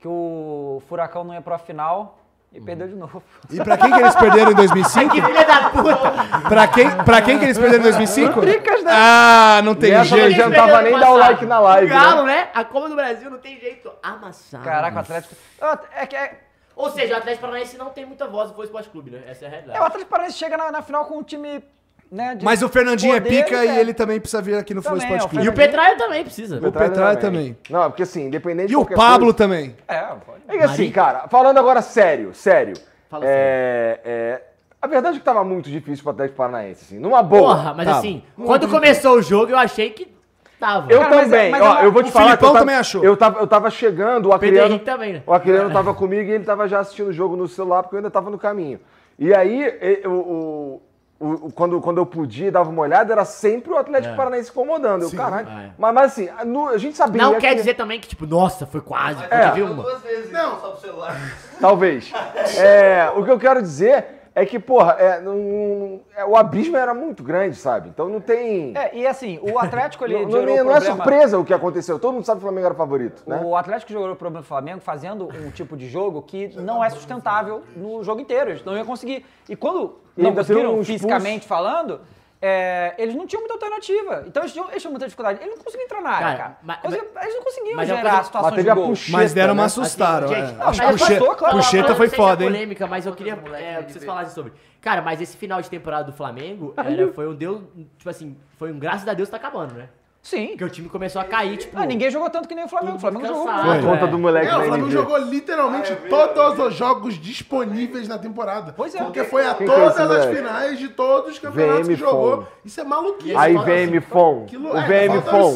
Speaker 2: que o Furacão não ia pra final e
Speaker 4: Uhum.
Speaker 2: perdeu de novo.
Speaker 4: E pra quem que eles perderam em 2005?
Speaker 5: Que filha da puta!
Speaker 4: Pra quem, pra quem que eles perderam em 2005? Ah, não tem
Speaker 6: Nessa
Speaker 5: Quem
Speaker 6: não
Speaker 5: eles
Speaker 4: jeito.
Speaker 6: adiantava
Speaker 5: perderam
Speaker 6: nem
Speaker 5: no
Speaker 6: dar o
Speaker 5: passado?
Speaker 6: like na live,
Speaker 5: O Galo,
Speaker 6: né?
Speaker 5: né? A Copa do Brasil não tem jeito. Amassado.
Speaker 2: Caraca, o Atlético. Ah, É que é-
Speaker 5: Ou seja, o Atlético Paranaense não tem muita voz no Foi Esporte Clube, né? Essa é a realidade.
Speaker 2: é, o Atlético Paranaense chega na, na final com um time. Né, de
Speaker 4: Mas o Fernandinho
Speaker 2: poder,
Speaker 4: é pica
Speaker 2: né?
Speaker 4: e ele também precisa vir aqui no Flow
Speaker 2: Também,
Speaker 4: Esporte
Speaker 2: o
Speaker 4: Clube.
Speaker 5: E o Petralha também precisa.
Speaker 4: O Petralha também.
Speaker 6: Tá, Não, porque assim, independente de
Speaker 4: E o
Speaker 6: qualquer
Speaker 4: Pablo também.
Speaker 2: É, pode.
Speaker 6: É que assim,
Speaker 5: Mari?
Speaker 6: cara, falando agora sério, sério.
Speaker 5: Fala
Speaker 6: é, é, a verdade é que tava muito difícil pro Atlético Paranaense, assim. Numa boa.
Speaker 5: Porra, mas
Speaker 6: tava.
Speaker 5: assim, quando começou o jogo, eu achei que tava.
Speaker 6: Eu
Speaker 2: Cara, mas é-
Speaker 6: também,
Speaker 2: mas é
Speaker 6: ó,
Speaker 2: uma-
Speaker 6: eu vou te
Speaker 4: o
Speaker 6: falar. que
Speaker 4: Filipão
Speaker 6: eu tava-
Speaker 4: também achou.
Speaker 6: Eu tava, eu tava chegando, o
Speaker 5: O Pedro
Speaker 6: Acriano.
Speaker 5: Henrique também, né?
Speaker 6: O Acriano tava comigo e ele tava já assistindo o jogo no celular, porque eu ainda tava no caminho. E aí, e- o- o- o- quando, quando eu podia e dava uma olhada, era sempre o Atlético Paranaense incomodando. Eu, caralho.
Speaker 5: É.
Speaker 6: Mas, mas assim, a- no- a gente sabia.
Speaker 5: Não quer
Speaker 6: que-
Speaker 5: dizer também que, tipo, nossa, foi quase. Porque
Speaker 6: É.
Speaker 5: viu, mano?
Speaker 17: Duas vezes, não. só pro celular.
Speaker 6: Talvez. É, o que eu quero dizer é que, porra, é, não- não- é, o abismo era muito grande, sabe? Então não tem.
Speaker 2: É, e assim, o Atlético ele
Speaker 6: não, não-
Speaker 2: gerou
Speaker 6: não é
Speaker 2: problema-
Speaker 6: surpresa o que aconteceu. Todo mundo sabe que o Flamengo era o favorito, né?
Speaker 2: O Atlético jogou problema do Flamengo fazendo um tipo de jogo que não é sustentável no jogo inteiro. Eles não iam conseguir. E quando
Speaker 6: E
Speaker 2: não
Speaker 6: ainda tem um
Speaker 2: conseguiram
Speaker 6: expulso.
Speaker 2: fisicamente falando, é, eles não tinham muita alternativa. Então eles tinham, eles tinham muita dificuldade. Eles não conseguiam entrar na área,
Speaker 5: Cara,
Speaker 2: cara.
Speaker 5: mas-
Speaker 2: Conseguiam- eles não conseguiam
Speaker 5: mas é uma
Speaker 2: gerar
Speaker 5: coisa-
Speaker 2: situações
Speaker 6: mas
Speaker 2: de
Speaker 6: teve a
Speaker 2: gol.
Speaker 6: puxa-
Speaker 4: Mas deram uma
Speaker 6: né?
Speaker 4: assustada.
Speaker 5: Assim,
Speaker 4: é.
Speaker 5: gente,
Speaker 4: Acho que
Speaker 2: mas
Speaker 4: puxe-
Speaker 2: passou, claro.
Speaker 4: puxeta
Speaker 5: Falando
Speaker 4: foi
Speaker 5: sem ser
Speaker 4: foda, hein?
Speaker 5: é polêmica, mas eu queria é, que vocês falassem sobre. Cara, mas esse final de temporada do Flamengo era, foi um Deus. Tipo assim, foi um graças a Deus tá acabando, né?
Speaker 2: Sim.
Speaker 5: Porque o time começou a cair, tipo.
Speaker 6: assim,
Speaker 2: Ah, ninguém jogou tanto que nem o Flamengo. O Flamengo jogou
Speaker 5: cansado,
Speaker 2: muito.
Speaker 6: Por conta
Speaker 5: é.
Speaker 6: do moleque
Speaker 16: É, o
Speaker 6: da
Speaker 16: Flamengo
Speaker 6: NB.
Speaker 16: jogou literalmente todos os jogos disponíveis na temporada.
Speaker 2: Pois é.
Speaker 16: Porque foi a
Speaker 6: Quem que é
Speaker 16: todas
Speaker 6: esse
Speaker 16: as
Speaker 6: moleque?
Speaker 16: finais de todos os campeonatos
Speaker 6: VM
Speaker 16: que jogou.
Speaker 6: Fome.
Speaker 16: Isso é maluquice.
Speaker 6: Aí
Speaker 5: Fala
Speaker 6: vem
Speaker 5: assim,
Speaker 6: Mifon.
Speaker 16: Que
Speaker 6: O
Speaker 16: louco.
Speaker 6: VM Mifon.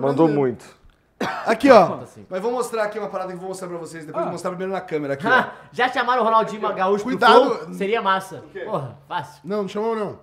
Speaker 6: Mandou
Speaker 16: muito.
Speaker 6: muito.
Speaker 4: Aqui, ó. Mas vou mostrar aqui uma parada que eu vou mostrar pra vocês. Depois eu vou mostrar primeiro na câmera aqui, ó.
Speaker 5: Ah, já chamaram o Ronaldinho Gaúcho
Speaker 16: Cuidado.
Speaker 5: pro Flow? Seria massa. Porra, fácil.
Speaker 16: Não, não chamou não.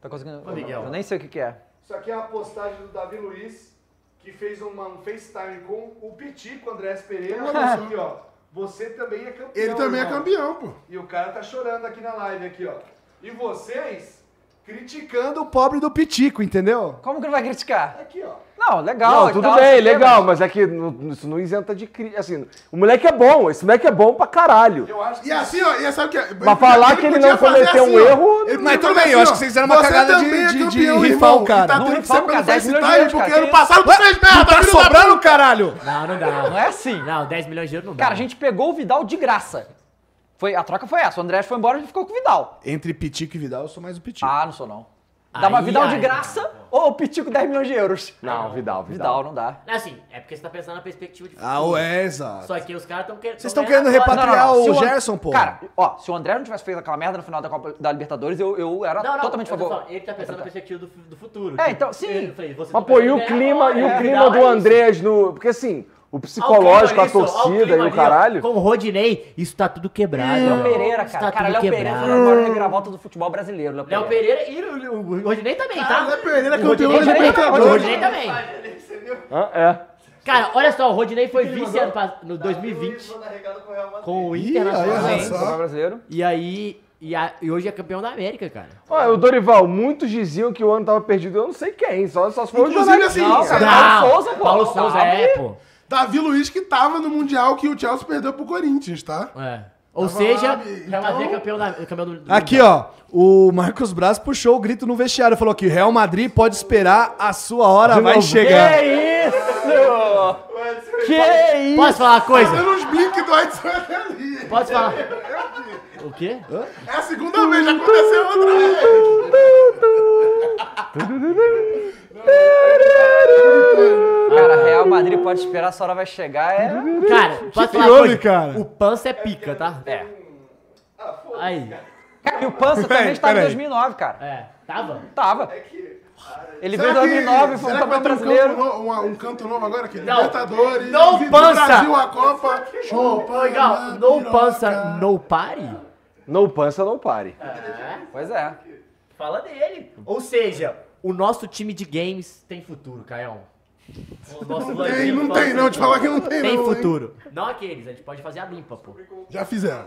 Speaker 2: Tá conseguindo.
Speaker 5: Miguel.
Speaker 2: Eu nem sei o que, que é.
Speaker 19: Isso aqui é uma postagem do Davi Luiz, que fez uma- um FaceTime com o Petit, com o Andrés Pereira. Olha aqui, ó. Você também é campeão.
Speaker 16: Ele também é
Speaker 19: irmão.
Speaker 16: campeão, pô.
Speaker 19: E o cara tá chorando aqui na live, aqui, ó. E vocês criticando o pobre do
Speaker 4: Pitico, entendeu?
Speaker 2: Como que não vai criticar?
Speaker 19: Aqui, ó.
Speaker 2: Não, legal.
Speaker 6: Não,
Speaker 2: e
Speaker 6: tudo
Speaker 2: tal,
Speaker 6: bem,
Speaker 2: sei o quê,
Speaker 6: legal, mas é que não- isso não isenta de crítica. Assim, o moleque é bom, esse moleque é bom pra caralho.
Speaker 19: Eu acho que
Speaker 16: E assim, ó, e sabe o que é?
Speaker 6: Mas falar que ele
Speaker 16: podia
Speaker 6: não
Speaker 16: fazer
Speaker 6: cometeu um
Speaker 16: ó. Ele
Speaker 6: erro,
Speaker 4: assim, mas
Speaker 16: podia
Speaker 4: tudo
Speaker 16: fazer
Speaker 4: bem, eu acho que vocês fizeram uma
Speaker 16: "Você
Speaker 4: cagada de-
Speaker 16: também é
Speaker 4: de- de
Speaker 16: campeão,
Speaker 4: rifar
Speaker 16: irmão,
Speaker 4: o cara.
Speaker 16: E tá
Speaker 4: Não
Speaker 16: tendo que
Speaker 2: rifar
Speaker 16: ser
Speaker 2: o
Speaker 16: pelo
Speaker 2: cara, 10 milhões de
Speaker 16: FaceTime,
Speaker 2: euros,
Speaker 16: porque
Speaker 2: cara,
Speaker 16: ano
Speaker 2: que
Speaker 16: passado tu fez merda,
Speaker 4: Não tá
Speaker 16: filho da
Speaker 4: sobrando, caralho!
Speaker 5: Não, não dá.
Speaker 2: Não é assim.
Speaker 5: Não, 10 milhões de euros não dá.
Speaker 2: Cara, a gente pegou o Vidal de graça. Foi, a troca foi essa. O André foi embora e a gente ficou com o Vidal.
Speaker 4: Entre Pitico e Vidal, eu sou mais o Pitico.
Speaker 2: Ah, não sou não. Dava
Speaker 5: Aí,
Speaker 2: Vidal de
Speaker 5: aí,
Speaker 2: graça ou o Pitico 10 milhões de euros?
Speaker 6: Não, Vidal, Vidal.
Speaker 2: Vidal não dá.
Speaker 5: Assim, é porque você tá pensando na perspectiva de futuro.
Speaker 4: Ah, ué, exato.
Speaker 5: Só que os caras estão querendo.
Speaker 4: Vocês tão querendo
Speaker 5: agora.
Speaker 4: repatriar
Speaker 5: Não, não, não.
Speaker 4: o
Speaker 2: Se An-
Speaker 4: Gerson, pô.
Speaker 2: Cara, ó, se o André não tivesse feito aquela merda no final da Copa da Libertadores, eu, eu era
Speaker 5: Não, não,
Speaker 2: totalmente a
Speaker 5: eu tô
Speaker 2: favor.
Speaker 5: falando, Ele tá pensando na perspectiva do, fu- do futuro.
Speaker 2: É, então, sim.
Speaker 5: Ele- eu falei, você
Speaker 6: Mas,
Speaker 5: tá
Speaker 6: pô, e
Speaker 5: pensando
Speaker 6: o
Speaker 5: em
Speaker 6: clima,
Speaker 5: ganhar
Speaker 6: e o
Speaker 5: agora,
Speaker 6: clima
Speaker 5: Vidal,
Speaker 6: do
Speaker 5: é isso.
Speaker 6: Andrés no. Porque assim, o
Speaker 5: Olha o clima
Speaker 6: psicológico, a
Speaker 5: ali, ó, olha o
Speaker 6: torcida e
Speaker 5: clima
Speaker 6: o
Speaker 5: ali, ó.
Speaker 6: caralho.
Speaker 5: Com o Rodinei, isso tá tudo quebrado.
Speaker 2: Léo Pereira,
Speaker 5: Isso
Speaker 2: cara.
Speaker 5: tá
Speaker 2: cara,
Speaker 5: tudo
Speaker 2: Léo Pereira
Speaker 5: quebrado.
Speaker 2: foi a maior reviravolta do futebol brasileiro. Léo
Speaker 5: Léo
Speaker 2: Pereira.
Speaker 5: Pereira e o, o- o Rodinei também,
Speaker 4: Ah,
Speaker 5: tá?
Speaker 20: Léo Pereira é
Speaker 5: O
Speaker 20: campeão da
Speaker 5: Rodinei também,
Speaker 20: Libertadores.
Speaker 5: O Rodinei também.
Speaker 6: Hã? É.
Speaker 5: Cara, olha só, o Rodinei foi vice ano pas- no 2020 com o Internacional.
Speaker 4: olha
Speaker 5: Sim.
Speaker 4: só.
Speaker 2: brasileiro.
Speaker 5: E aí. E, a- e hoje é campeão da América, cara.
Speaker 6: Olha, o Dorival, muitos diziam que o ano tava perdido. Eu não sei quem, só, só se for
Speaker 20: Inclusive,
Speaker 6: o Dorival.
Speaker 20: assim,
Speaker 6: Não,
Speaker 20: cara,
Speaker 5: Não,
Speaker 2: Tá, Paulo Souza, pô. Tá
Speaker 5: Paulo Souza,
Speaker 2: Sabe?
Speaker 5: é, pô.
Speaker 20: Davi Luiz que tava no Mundial que o Chelsea perdeu pro Corinthians, tá?
Speaker 5: É. Ou
Speaker 20: Tava
Speaker 5: seja,
Speaker 20: lá,
Speaker 5: Real Madrid é campeão, da, campeão do, do
Speaker 4: Aqui, ó, o Marcos Braz puxou o grito no vestiário. Falou que Real Madrid pode esperar, a sua hora vai chegar.
Speaker 2: Que isso? que isso?
Speaker 5: Posso falar uma coisa?
Speaker 20: Fazendo uns blinks do Edson ali.
Speaker 5: Posso falar? O quê?
Speaker 20: É a segunda vez, já aconteceu outra vez.
Speaker 2: Cara, Real Madrid pode esperar, essa hora vai chegar. É...
Speaker 5: Ah, Cara, posso falar uma
Speaker 4: piolho,
Speaker 5: coisa?
Speaker 4: cara.
Speaker 5: O Pança é pica, tá?
Speaker 2: É.
Speaker 20: um-
Speaker 5: Aí.
Speaker 20: Ah,
Speaker 2: Cara, e o Pança também
Speaker 4: Peraí,
Speaker 2: estava em
Speaker 4: peraí.
Speaker 2: 2009, cara.
Speaker 5: É. Tava?
Speaker 2: Tava. Ele veio em
Speaker 20: Será que-
Speaker 2: 2009, foi um
Speaker 20: será que vai
Speaker 2: campeão
Speaker 20: ter um
Speaker 2: brasileiro.
Speaker 20: Canto novo, um, um canto novo agora aqui?
Speaker 5: Não.
Speaker 20: Libertadores.
Speaker 5: Não
Speaker 20: Viva o
Speaker 5: pança.
Speaker 20: Brasil, a Copa. Champanhe.
Speaker 5: Legal.
Speaker 20: na
Speaker 5: No
Speaker 20: piroca.
Speaker 5: Pança, no Party?
Speaker 6: No pança, não pare.
Speaker 2: Pois é.
Speaker 5: Fala dele. Ou seja, o nosso time de games tem futuro, Caião. O nosso
Speaker 20: Tem,
Speaker 5: Lanzinho
Speaker 20: não
Speaker 5: fala-
Speaker 20: tem não, tipo- te falar que não tem,
Speaker 5: Tem
Speaker 20: não. hein?
Speaker 5: futuro. Não aqueles, a gente pode fazer a limpa, pô.
Speaker 20: Já fizeram.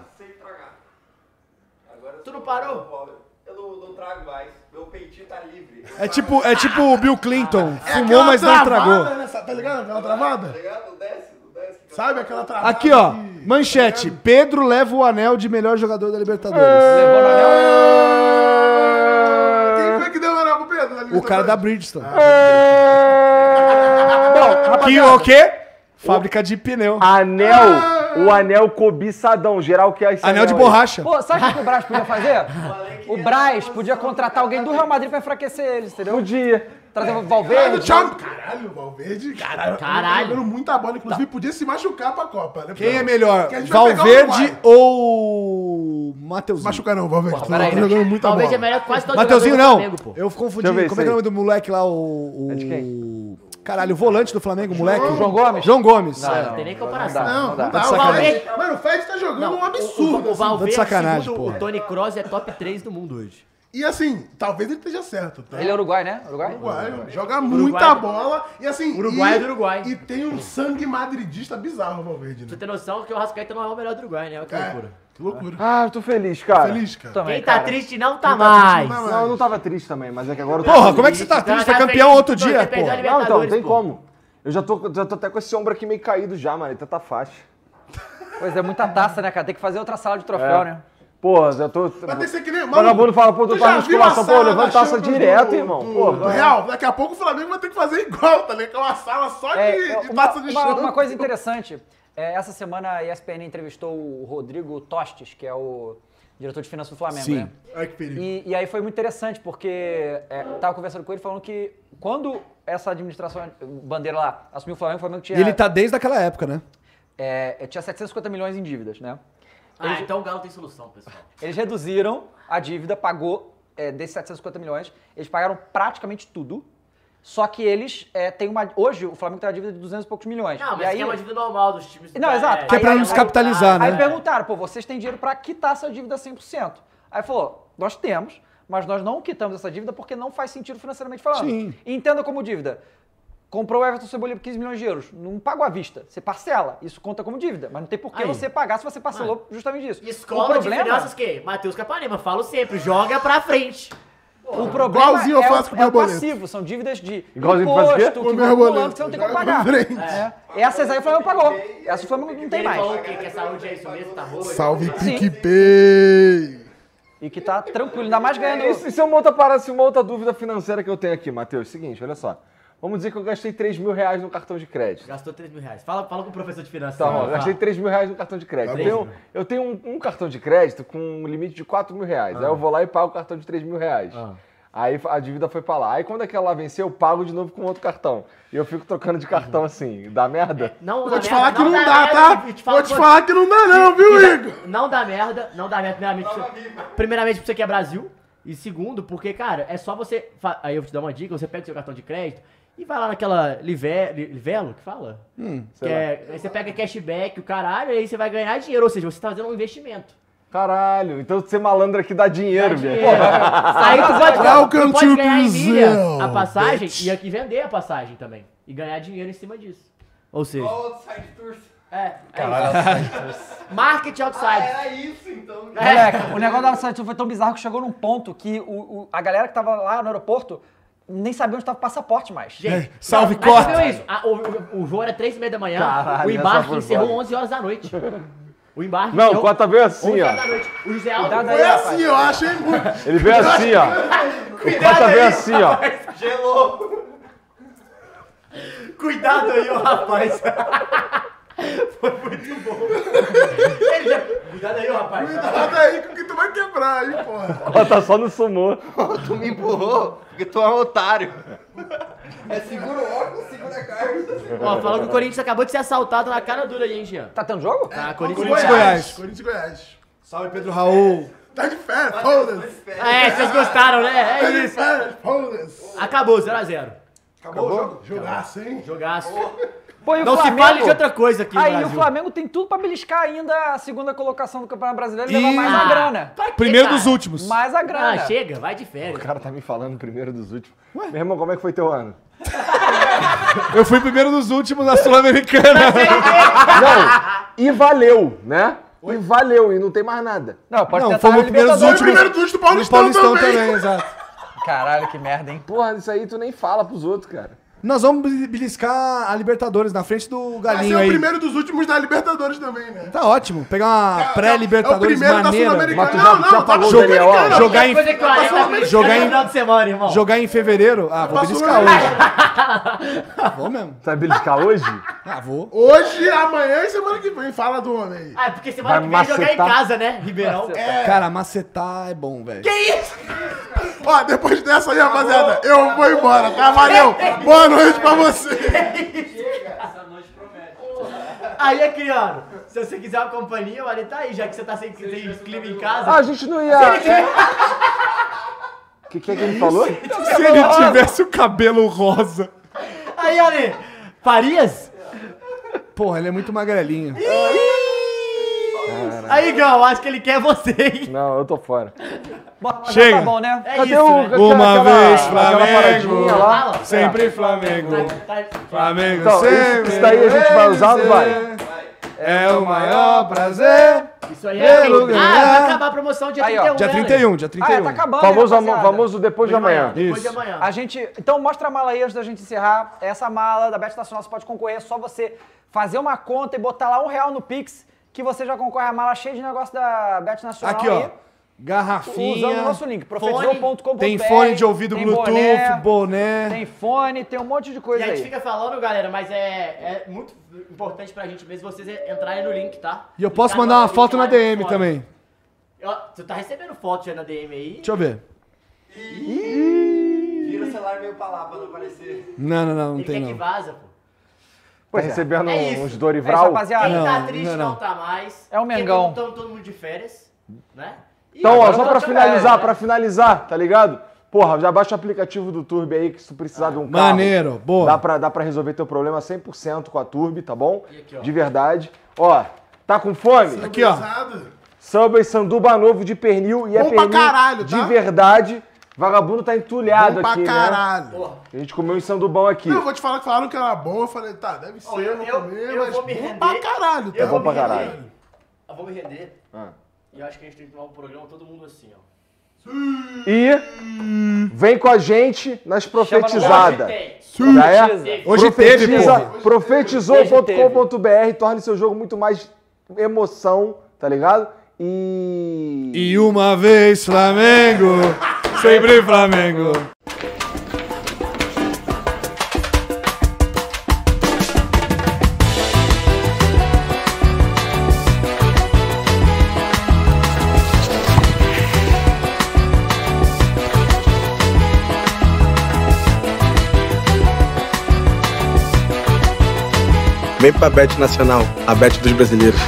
Speaker 5: Tu não parou?
Speaker 21: Eu não, não trago mais. Meu peitinho tá livre.
Speaker 4: É tipo, é tipo o Bill Clinton.
Speaker 20: É
Speaker 4: Fumou,
Speaker 20: aquela
Speaker 4: mas não
Speaker 20: travada,
Speaker 4: tragou.
Speaker 20: né? Sa- Tá ligado? Aquela travada?
Speaker 21: Não desce, não desce.
Speaker 20: Sabe aquela travada?
Speaker 4: Aqui, ó.
Speaker 20: que- Tá
Speaker 4: Manchete. Pedro leva o anel de melhor jogador da Libertadores.
Speaker 20: É.
Speaker 2: Levou na
Speaker 20: Quem foi que deu moral pro Pedro? na
Speaker 4: O cara da
Speaker 20: Libertadores?
Speaker 4: Bridgestone.
Speaker 6: Bom,
Speaker 4: que o quê? Fábrica de pneu.
Speaker 20: Ah,
Speaker 6: Anel, É o anel cobiçadão, geral que é esse
Speaker 4: Anel de
Speaker 6: aí.
Speaker 4: borracha.
Speaker 2: Pô, sabe o que o Braz podia fazer? O Braz podia contratar alguém do Real Madrid pra enfraquecer eles, entendeu? Podia. Trazer o
Speaker 20: Caralho,
Speaker 2: Valverde.
Speaker 20: Thiago- Caralho, o Valverde. Caralho.
Speaker 5: Caralho.
Speaker 20: Tá jogando muita bola, inclusive podia se machucar pra Copa. Né?
Speaker 4: Quem é melhor?
Speaker 20: Porque a gente vai pegar o
Speaker 4: Valverde
Speaker 20: Uruguai.
Speaker 4: ou Mateuzinho?
Speaker 20: Machucar não, Valverde. Tá
Speaker 5: Peraí,
Speaker 20: jogando muita bola.
Speaker 5: Talvez é melhor que quase todo
Speaker 4: Mateuzinho
Speaker 5: jogador
Speaker 4: não.
Speaker 5: do Flamengo, pô. É
Speaker 4: Eu confundi.
Speaker 6: Deixa eu ver
Speaker 4: Como é que é o
Speaker 6: isso
Speaker 4: nome do moleque lá? O. o...
Speaker 6: de quem?
Speaker 4: Caralho, o volante do Flamengo, moleque.
Speaker 2: João Gomes?
Speaker 4: João Gomes.
Speaker 5: Não,
Speaker 4: é.
Speaker 5: não tem nem comparação.
Speaker 20: Não, não dá.
Speaker 4: Tá de
Speaker 20: O
Speaker 4: sacanagem.
Speaker 20: Valverde- Mano, o Fred tá jogando um absurdo.
Speaker 5: O, o
Speaker 20: assim.
Speaker 5: Valverde,
Speaker 4: sacanagem,
Speaker 5: segundo
Speaker 4: porra.
Speaker 5: o Tony Kroos, é top 3 do mundo hoje.
Speaker 20: E assim, talvez ele esteja certo, tá?
Speaker 2: Ele é Uruguai, né? Uruguai?
Speaker 20: Uruguai, joga muita bola e assim.
Speaker 5: Uruguai
Speaker 20: e,
Speaker 5: é do Uruguai.
Speaker 20: E tem um sangue madridista bizarro, Valverde,
Speaker 5: Tu
Speaker 20: né?
Speaker 5: tem noção que o Rascaeta não é o melhor do Uruguai, né? Olha que loucura.
Speaker 20: Que loucura.
Speaker 6: Ah, eu tô feliz, cara.
Speaker 20: Feliz, cara.
Speaker 2: Também,
Speaker 5: Quem tá
Speaker 2: cara.
Speaker 5: triste não tá
Speaker 20: Tá
Speaker 5: mais. Então,
Speaker 20: triste, não dá
Speaker 6: Não, eu
Speaker 20: mais.
Speaker 6: não tava triste também, mas é que agora eu tô
Speaker 4: Porra, como é que você tá triste? Tá campeão outro dia,
Speaker 5: pô.
Speaker 4: porra.
Speaker 6: Não, então, não tem como. Eu já tô, já tô até com esse ombro aqui meio caído já, mano. tá, Tanta faixa.
Speaker 2: Pois é, muita taça, né, cara? Tem que fazer outra sala de
Speaker 6: É.
Speaker 2: troféu, né?
Speaker 6: Pô, eu tô.
Speaker 20: Mas tem que ser que nem.
Speaker 6: O vagabundo fala, pô, tu
Speaker 20: já
Speaker 6: faz
Speaker 20: viu a
Speaker 6: musculação, pô,
Speaker 20: sala
Speaker 6: levanta
Speaker 20: da
Speaker 6: taça
Speaker 20: Champions
Speaker 6: direto,
Speaker 20: do-
Speaker 6: irmão.
Speaker 20: do-
Speaker 6: Pô,
Speaker 20: do Real, daqui a pouco o Flamengo vai ter que fazer igual, tá ligado? Que é uma sala só de,
Speaker 2: É,
Speaker 20: de
Speaker 2: uma,
Speaker 20: taça de
Speaker 2: uma-
Speaker 20: chão.
Speaker 2: uma coisa interessante, é, essa semana a ESPN entrevistou o Rodrigo Tostes, que é o diretor de finanças do Flamengo,
Speaker 4: Sim.
Speaker 2: né?
Speaker 20: Ai, que perigo.
Speaker 2: E, e aí foi muito interessante, porque é, tava conversando com ele falando que quando essa administração bandeira lá assumiu o Flamengo, o Flamengo tinha,
Speaker 4: E ele tá desde aquela época, né?
Speaker 2: é, tinha 750 milhões em dívidas, né?
Speaker 5: Ah, então o Galo tem solução, pessoal.
Speaker 2: Eles reduziram a dívida, pagou é, desses 750 milhões, eles pagaram praticamente tudo. Só que eles é, têm uma. Hoje o Flamengo tem uma dívida de 200 e poucos milhões.
Speaker 5: Não,
Speaker 2: E
Speaker 5: mas que é uma dívida normal dos times.
Speaker 2: Não, exato.
Speaker 4: Que é pra
Speaker 2: Aí-
Speaker 4: não descapitalizar,
Speaker 2: Aí
Speaker 4: né?
Speaker 2: perguntaram, pô, vocês têm dinheiro pra quitar essa dívida 100%. Aí falou, nós temos, mas nós não quitamos essa dívida porque não faz sentido financeiramente falando.
Speaker 4: Sim.
Speaker 2: E Entenda como dívida. Comprou o Everton Cebolinha por 15 milhões de euros, não pagou à vista, você parcela, isso conta como dívida, mas não tem por que
Speaker 5: Aí.
Speaker 2: você pagar se você parcelou justamente isso.
Speaker 5: Escola de finanças que? Matheus Capanema, falo sempre, joga pra frente.
Speaker 2: O problema
Speaker 20: Igualzinho eu
Speaker 2: é,
Speaker 20: faço
Speaker 2: o-
Speaker 20: com
Speaker 2: é
Speaker 20: meu
Speaker 2: o
Speaker 20: boleto.
Speaker 2: passivo, são dívidas de
Speaker 6: Igualzinho eu faço o
Speaker 2: imposto,
Speaker 6: quê?
Speaker 2: que
Speaker 20: Com
Speaker 2: vão
Speaker 20: meu
Speaker 2: acumulando,
Speaker 20: boleto,
Speaker 2: que você não tem como
Speaker 20: joga pra
Speaker 2: pagar.
Speaker 20: frente.
Speaker 2: É. Essas aí o Flamengo pagou, essas o Flamengo não tem
Speaker 5: Ele falou
Speaker 2: mais.
Speaker 5: o quê? Que a saúde é isso mesmo, tá roxo?
Speaker 20: Salve PicPay!
Speaker 2: E que tá tranquilo, ainda mais ganhando...
Speaker 6: Isso, isso é uma outra parada, assim, uma outra dúvida financeira que eu tenho aqui, Matheus. Seguinte, olha só. Vamos dizer que eu gastei 3 mil reais no cartão de crédito.
Speaker 5: Gastou 3 mil reais. Fala, fala com o professor de finanças.
Speaker 6: Tá bom,
Speaker 5: Fala.
Speaker 6: eu gastei 3 mil reais no cartão de crédito. Eu tenho, eu tenho um, um cartão de crédito com um limite de 4 mil reais. Aí eu vou lá e pago o cartão de 3 mil reais. Aí a dívida foi pra lá. Aí quando aquela lá venceu, eu pago de novo com outro cartão. E eu fico trocando de cartão assim. Dá merda? É,
Speaker 5: né? não, é
Speaker 22: Vou te falar que não dá, tá? Vou te falar que não dá, não, viu, Igor?
Speaker 5: Não dá merda, não dá merda. Primeiramente, você, primeiramente porque você que é Brasil. E segundo, porque, cara, é só você. fa- Aí eu vou te dar uma dica: você pega o seu cartão de crédito e vai lá naquela Live- Li- Livelo, que fala?
Speaker 4: Hum,
Speaker 5: Que é- aí você pega cashback, o caralho, e aí você vai ganhar dinheiro. Ou seja, você tá fazendo um investimento.
Speaker 6: Caralho, então ser malandro aqui dá dinheiro, velho.
Speaker 5: Aí tu pode,
Speaker 6: Welcome
Speaker 5: tu pode
Speaker 6: to
Speaker 5: ganhar em
Speaker 6: Brazil,
Speaker 5: milha a passagem
Speaker 6: bitch.
Speaker 5: e aqui vender a passagem também. E ganhar dinheiro em cima disso. Ou seja.
Speaker 23: Qual outro side tours?
Speaker 5: É,
Speaker 23: Caralho.
Speaker 5: Marketing outside.
Speaker 23: Ah, era isso então.
Speaker 2: Moleque, o negócio da Santos foi tão bizarro que chegou num ponto que o, o- a galera que tava lá no aeroporto nem sabia onde tava o passaporte mais.
Speaker 5: Gente,
Speaker 22: É,
Speaker 4: salve,
Speaker 5: mas você
Speaker 4: corta.
Speaker 5: viu isso? Ah, o, o, o jogo era 3 e meia da manhã,
Speaker 6: Caralho,
Speaker 5: o
Speaker 6: essa
Speaker 5: embarque
Speaker 6: foi
Speaker 5: encerrou
Speaker 6: foda.
Speaker 5: 11 horas da noite. O embarque
Speaker 6: Não, o
Speaker 5: encerrou
Speaker 6: Cota veio assim,
Speaker 5: 11 horas
Speaker 6: ó.
Speaker 5: da noite. O José Aldo
Speaker 22: Cuidado aí, rapaz. Foi assim, eu acho, hein, muito.
Speaker 6: Ele veio assim, ó. O Cota veio assim, ó.
Speaker 23: Gelou.
Speaker 5: Cuidado aí, ó, rapaz. Ele já- Cuidado aí, ó, rapaz.
Speaker 22: Cuidado aí com que tu vai quebrar, hein, porra.
Speaker 6: O Cota só no sumô.
Speaker 23: tu me empurrou porque tu é um otário. É segura o óculos, segura a carta.
Speaker 5: Ó, falou que o Corinthians acabou de ser assaltado na cara dura aí, hein, Jean.
Speaker 2: Tá tendo jogo?
Speaker 5: Tá, Corinthians.
Speaker 22: Corinthians e Goiás.
Speaker 4: Goiás.
Speaker 22: Corinthians e Goiás.
Speaker 4: Salve, Pedro Raul.
Speaker 22: Tá de férias, foda-se.
Speaker 5: Ah, é, vocês gostaram, né?
Speaker 22: Tá
Speaker 5: É
Speaker 22: de
Speaker 5: isso.
Speaker 22: férias, foda-se.
Speaker 5: Acabou, 0x0.
Speaker 22: Acabou, o jogo? Jogaço, hein?
Speaker 5: Jogaço. Ah,
Speaker 2: Pô, e o
Speaker 5: Não se
Speaker 2: Flamengo-
Speaker 5: fale de outra coisa aqui no
Speaker 2: Aí
Speaker 5: Brasil.
Speaker 2: o Flamengo tem tudo pra beliscar ainda a segunda colocação do Campeonato Brasileiro e,
Speaker 4: E-
Speaker 2: levar
Speaker 22: é
Speaker 2: mais a
Speaker 5: Ah,
Speaker 2: grana.
Speaker 5: pra quê,
Speaker 4: Primeiro
Speaker 5: cara?
Speaker 4: dos últimos.
Speaker 2: Mais a grana.
Speaker 5: Ah, chega, vai de férias.
Speaker 6: O cara tá me falando primeiro dos últimos. Meu irmão, como é que foi teu ano?
Speaker 4: Eu fui primeiro dos últimos na Sul-Americana.
Speaker 6: Não, e valeu, né? E valeu, e não tem mais nada.
Speaker 2: Não, pode
Speaker 4: Não,
Speaker 2: tentar
Speaker 4: fomos
Speaker 2: a
Speaker 4: primeiros dos
Speaker 2: Libertadores.
Speaker 4: últimos.
Speaker 22: primeiro dos últimos do Paulistão também.
Speaker 4: exato.
Speaker 2: Caralho, que merda, hein?
Speaker 6: Porra, isso aí tu nem fala pros outros, cara.
Speaker 4: Nós vamos bli- beliscar a Libertadores na frente do
Speaker 22: Vai ser
Speaker 4: Galinho
Speaker 22: é o
Speaker 4: aí.
Speaker 22: primeiro dos últimos da Libertadores também, né?
Speaker 4: Tá ótimo. Pegar
Speaker 22: É- é-
Speaker 4: uma
Speaker 22: É o
Speaker 4: pré-Libertadores
Speaker 22: primeiro da
Speaker 4: maneira.
Speaker 22: Sul-Americana.
Speaker 6: Mas tu
Speaker 22: Não,
Speaker 6: já- já
Speaker 22: não, tá
Speaker 6: pagou
Speaker 22: da
Speaker 6: o Daniel Alves?
Speaker 22: Sul-Americana.
Speaker 4: Jogar em-
Speaker 5: Coisa que o Areta
Speaker 22: Passou
Speaker 5: fez
Speaker 4: jogar em-
Speaker 5: no final de semana, irmão.
Speaker 4: Jogar em fevereiro? Ah, vou
Speaker 22: Passou
Speaker 4: beliscar
Speaker 22: o
Speaker 4: hoje. vou mesmo.
Speaker 6: Tu vai Tá beliscar hoje?
Speaker 4: Ah, vou.
Speaker 22: Hoje, amanhã e semana que vem. Fala do homem aí.
Speaker 5: Ah, porque semana
Speaker 6: Vai
Speaker 5: que vem jogar em
Speaker 6: macetar.
Speaker 5: casa, né, Ribeirão?
Speaker 4: Cara, macetar é bom, velho.
Speaker 22: Ó, depois dessa aí, rapaziada, eu vou embora, tá? Valeu! Boa noite pra você!
Speaker 5: Aí, é criando. se você quiser uma companhia, o Ale tá aí, já que você tá sem, sem clima em
Speaker 6: Ah, a
Speaker 5: casa.
Speaker 6: gente não ia. O que, que é que ele falou?
Speaker 4: Se ele tivesse o cabelo rosa.
Speaker 5: Aí, Ale, Farias?
Speaker 4: Porra, ele é muito magrelinho.
Speaker 5: Aí, Gão, acho que ele quer você, hein?
Speaker 6: Não, eu tô fora.
Speaker 2: Bom, já
Speaker 4: Chega.
Speaker 2: Tá bom, né?
Speaker 5: É
Speaker 6: Cadê
Speaker 5: isso,
Speaker 6: o.
Speaker 5: né?
Speaker 4: Uma vez Flamengo.
Speaker 6: paradinha lá.
Speaker 5: Fala.
Speaker 4: Sempre Flamengo.
Speaker 5: Tá- tá-
Speaker 4: Flamengo
Speaker 6: Então,
Speaker 4: sempre.
Speaker 6: isso daí a gente vai usar ou não vai?
Speaker 4: É o maior prazer.
Speaker 5: Isso aí é.
Speaker 4: Pelo
Speaker 5: Ah,
Speaker 4: lugar.
Speaker 5: vai acabar a promoção dia
Speaker 2: Aí, ó,
Speaker 5: 31.
Speaker 4: Dia
Speaker 5: né, Ale?
Speaker 4: 31, dia
Speaker 2: Ah, é,
Speaker 4: 31.
Speaker 2: tá acabando, hein,
Speaker 6: Famoso,
Speaker 2: rapaziada?
Speaker 6: famoso depois de amanhã.
Speaker 5: Depois de
Speaker 4: Isso.
Speaker 5: amanhã.
Speaker 2: A gente. Então mostra a mala aí antes da gente encerrar. Essa mala da Bet Nacional você pode concorrer, é só você fazer uma conta e botar lá um real no Pix, que você já concorre a mala cheia de negócio da Bet Nacional.
Speaker 4: Aqui, ó.
Speaker 2: aí, Usando o
Speaker 4: Garrafinha.
Speaker 2: nosso link, profetizou.com.br.
Speaker 4: Tem fone de ouvido
Speaker 2: tem
Speaker 4: Bluetooth,
Speaker 2: boné,
Speaker 4: boné.
Speaker 2: Tem fone, tem um monte de
Speaker 5: E
Speaker 2: coisa
Speaker 5: a gente
Speaker 2: aí.
Speaker 5: fica falando, galera, mas é, é muito importante pra gente mesmo vocês entrarem no link, tá?
Speaker 4: E eu posso
Speaker 5: Clicar
Speaker 4: mandar
Speaker 5: no
Speaker 4: uma
Speaker 5: link
Speaker 4: foto
Speaker 5: lá
Speaker 4: na
Speaker 5: e
Speaker 4: DM
Speaker 5: fora.
Speaker 4: também.
Speaker 5: Ó, Você tá recebendo foto já na DM aí?
Speaker 4: Deixa eu ver.
Speaker 23: Vira o celular meio pra lá pra não aparecer.
Speaker 4: Não, não, não, não
Speaker 5: Ele
Speaker 4: tem
Speaker 5: quer que
Speaker 4: não.
Speaker 5: vaza, pô.
Speaker 6: Tá recebendo
Speaker 5: É isso.
Speaker 6: uns
Speaker 2: É isso,
Speaker 6: Dorival.
Speaker 2: rapaziada.
Speaker 5: Quem tá
Speaker 4: não,
Speaker 5: triste não,
Speaker 4: não, não.
Speaker 5: tá mais.
Speaker 2: É o
Speaker 5: Porque
Speaker 2: Mengão.
Speaker 5: todo- todo- todo mundo de férias, né? E
Speaker 6: Então, ó,
Speaker 5: agora
Speaker 6: só
Speaker 5: tá
Speaker 6: pra
Speaker 5: tudo
Speaker 6: finalizar,
Speaker 5: bem,
Speaker 6: pra
Speaker 5: né?
Speaker 6: finalizar, tá ligado? Porra, já baixa o aplicativo do Turbo aí, que se tu precisar de um carro.
Speaker 4: Maneiro, boa.
Speaker 6: Dá pra, dá pra resolver teu problema 100% com a Turbo, tá bom?
Speaker 5: E aqui, ó.
Speaker 6: De verdade. Ó, tá com fome?
Speaker 4: Aqui, ó.
Speaker 22: Pesado.
Speaker 6: Samba e sanduba novo de pernil. E é
Speaker 22: Bom pra
Speaker 6: pernil
Speaker 22: caralho,
Speaker 6: de
Speaker 22: tá?
Speaker 6: verdade. Vagabundo tá entulhado
Speaker 22: Bom pra
Speaker 6: aqui, né?
Speaker 22: caralho.
Speaker 6: A gente comeu em sandubão aqui.
Speaker 22: Não, eu vou te falar que falaram que era bom. Eu falei, tá, deve ser,
Speaker 5: Ó, eu-
Speaker 22: eu, vou
Speaker 5: eu-
Speaker 22: comer,
Speaker 5: eu
Speaker 22: mas
Speaker 5: vou me
Speaker 22: bom
Speaker 5: render.
Speaker 22: pra caralho, tá?
Speaker 5: Eu
Speaker 6: bom
Speaker 5: vou
Speaker 6: pra
Speaker 5: me render.
Speaker 6: caralho.
Speaker 5: Eu vou me render.
Speaker 6: Ah.
Speaker 5: E eu acho que a gente tem que tomar um programa todo mundo assim, ó.
Speaker 6: E vem com a gente nas
Speaker 2: Pesada.
Speaker 6: profetizadas.
Speaker 5: Tem.
Speaker 6: Já é?
Speaker 4: Hoje teve, porra.
Speaker 6: Profetizou.com.br torna seu jogo muito mais emoção, tá ligado? E.
Speaker 4: E uma vez Flamengo, sempre Flamengo.
Speaker 1: Vem pra Bet Nacional, a Bet dos brasileiros.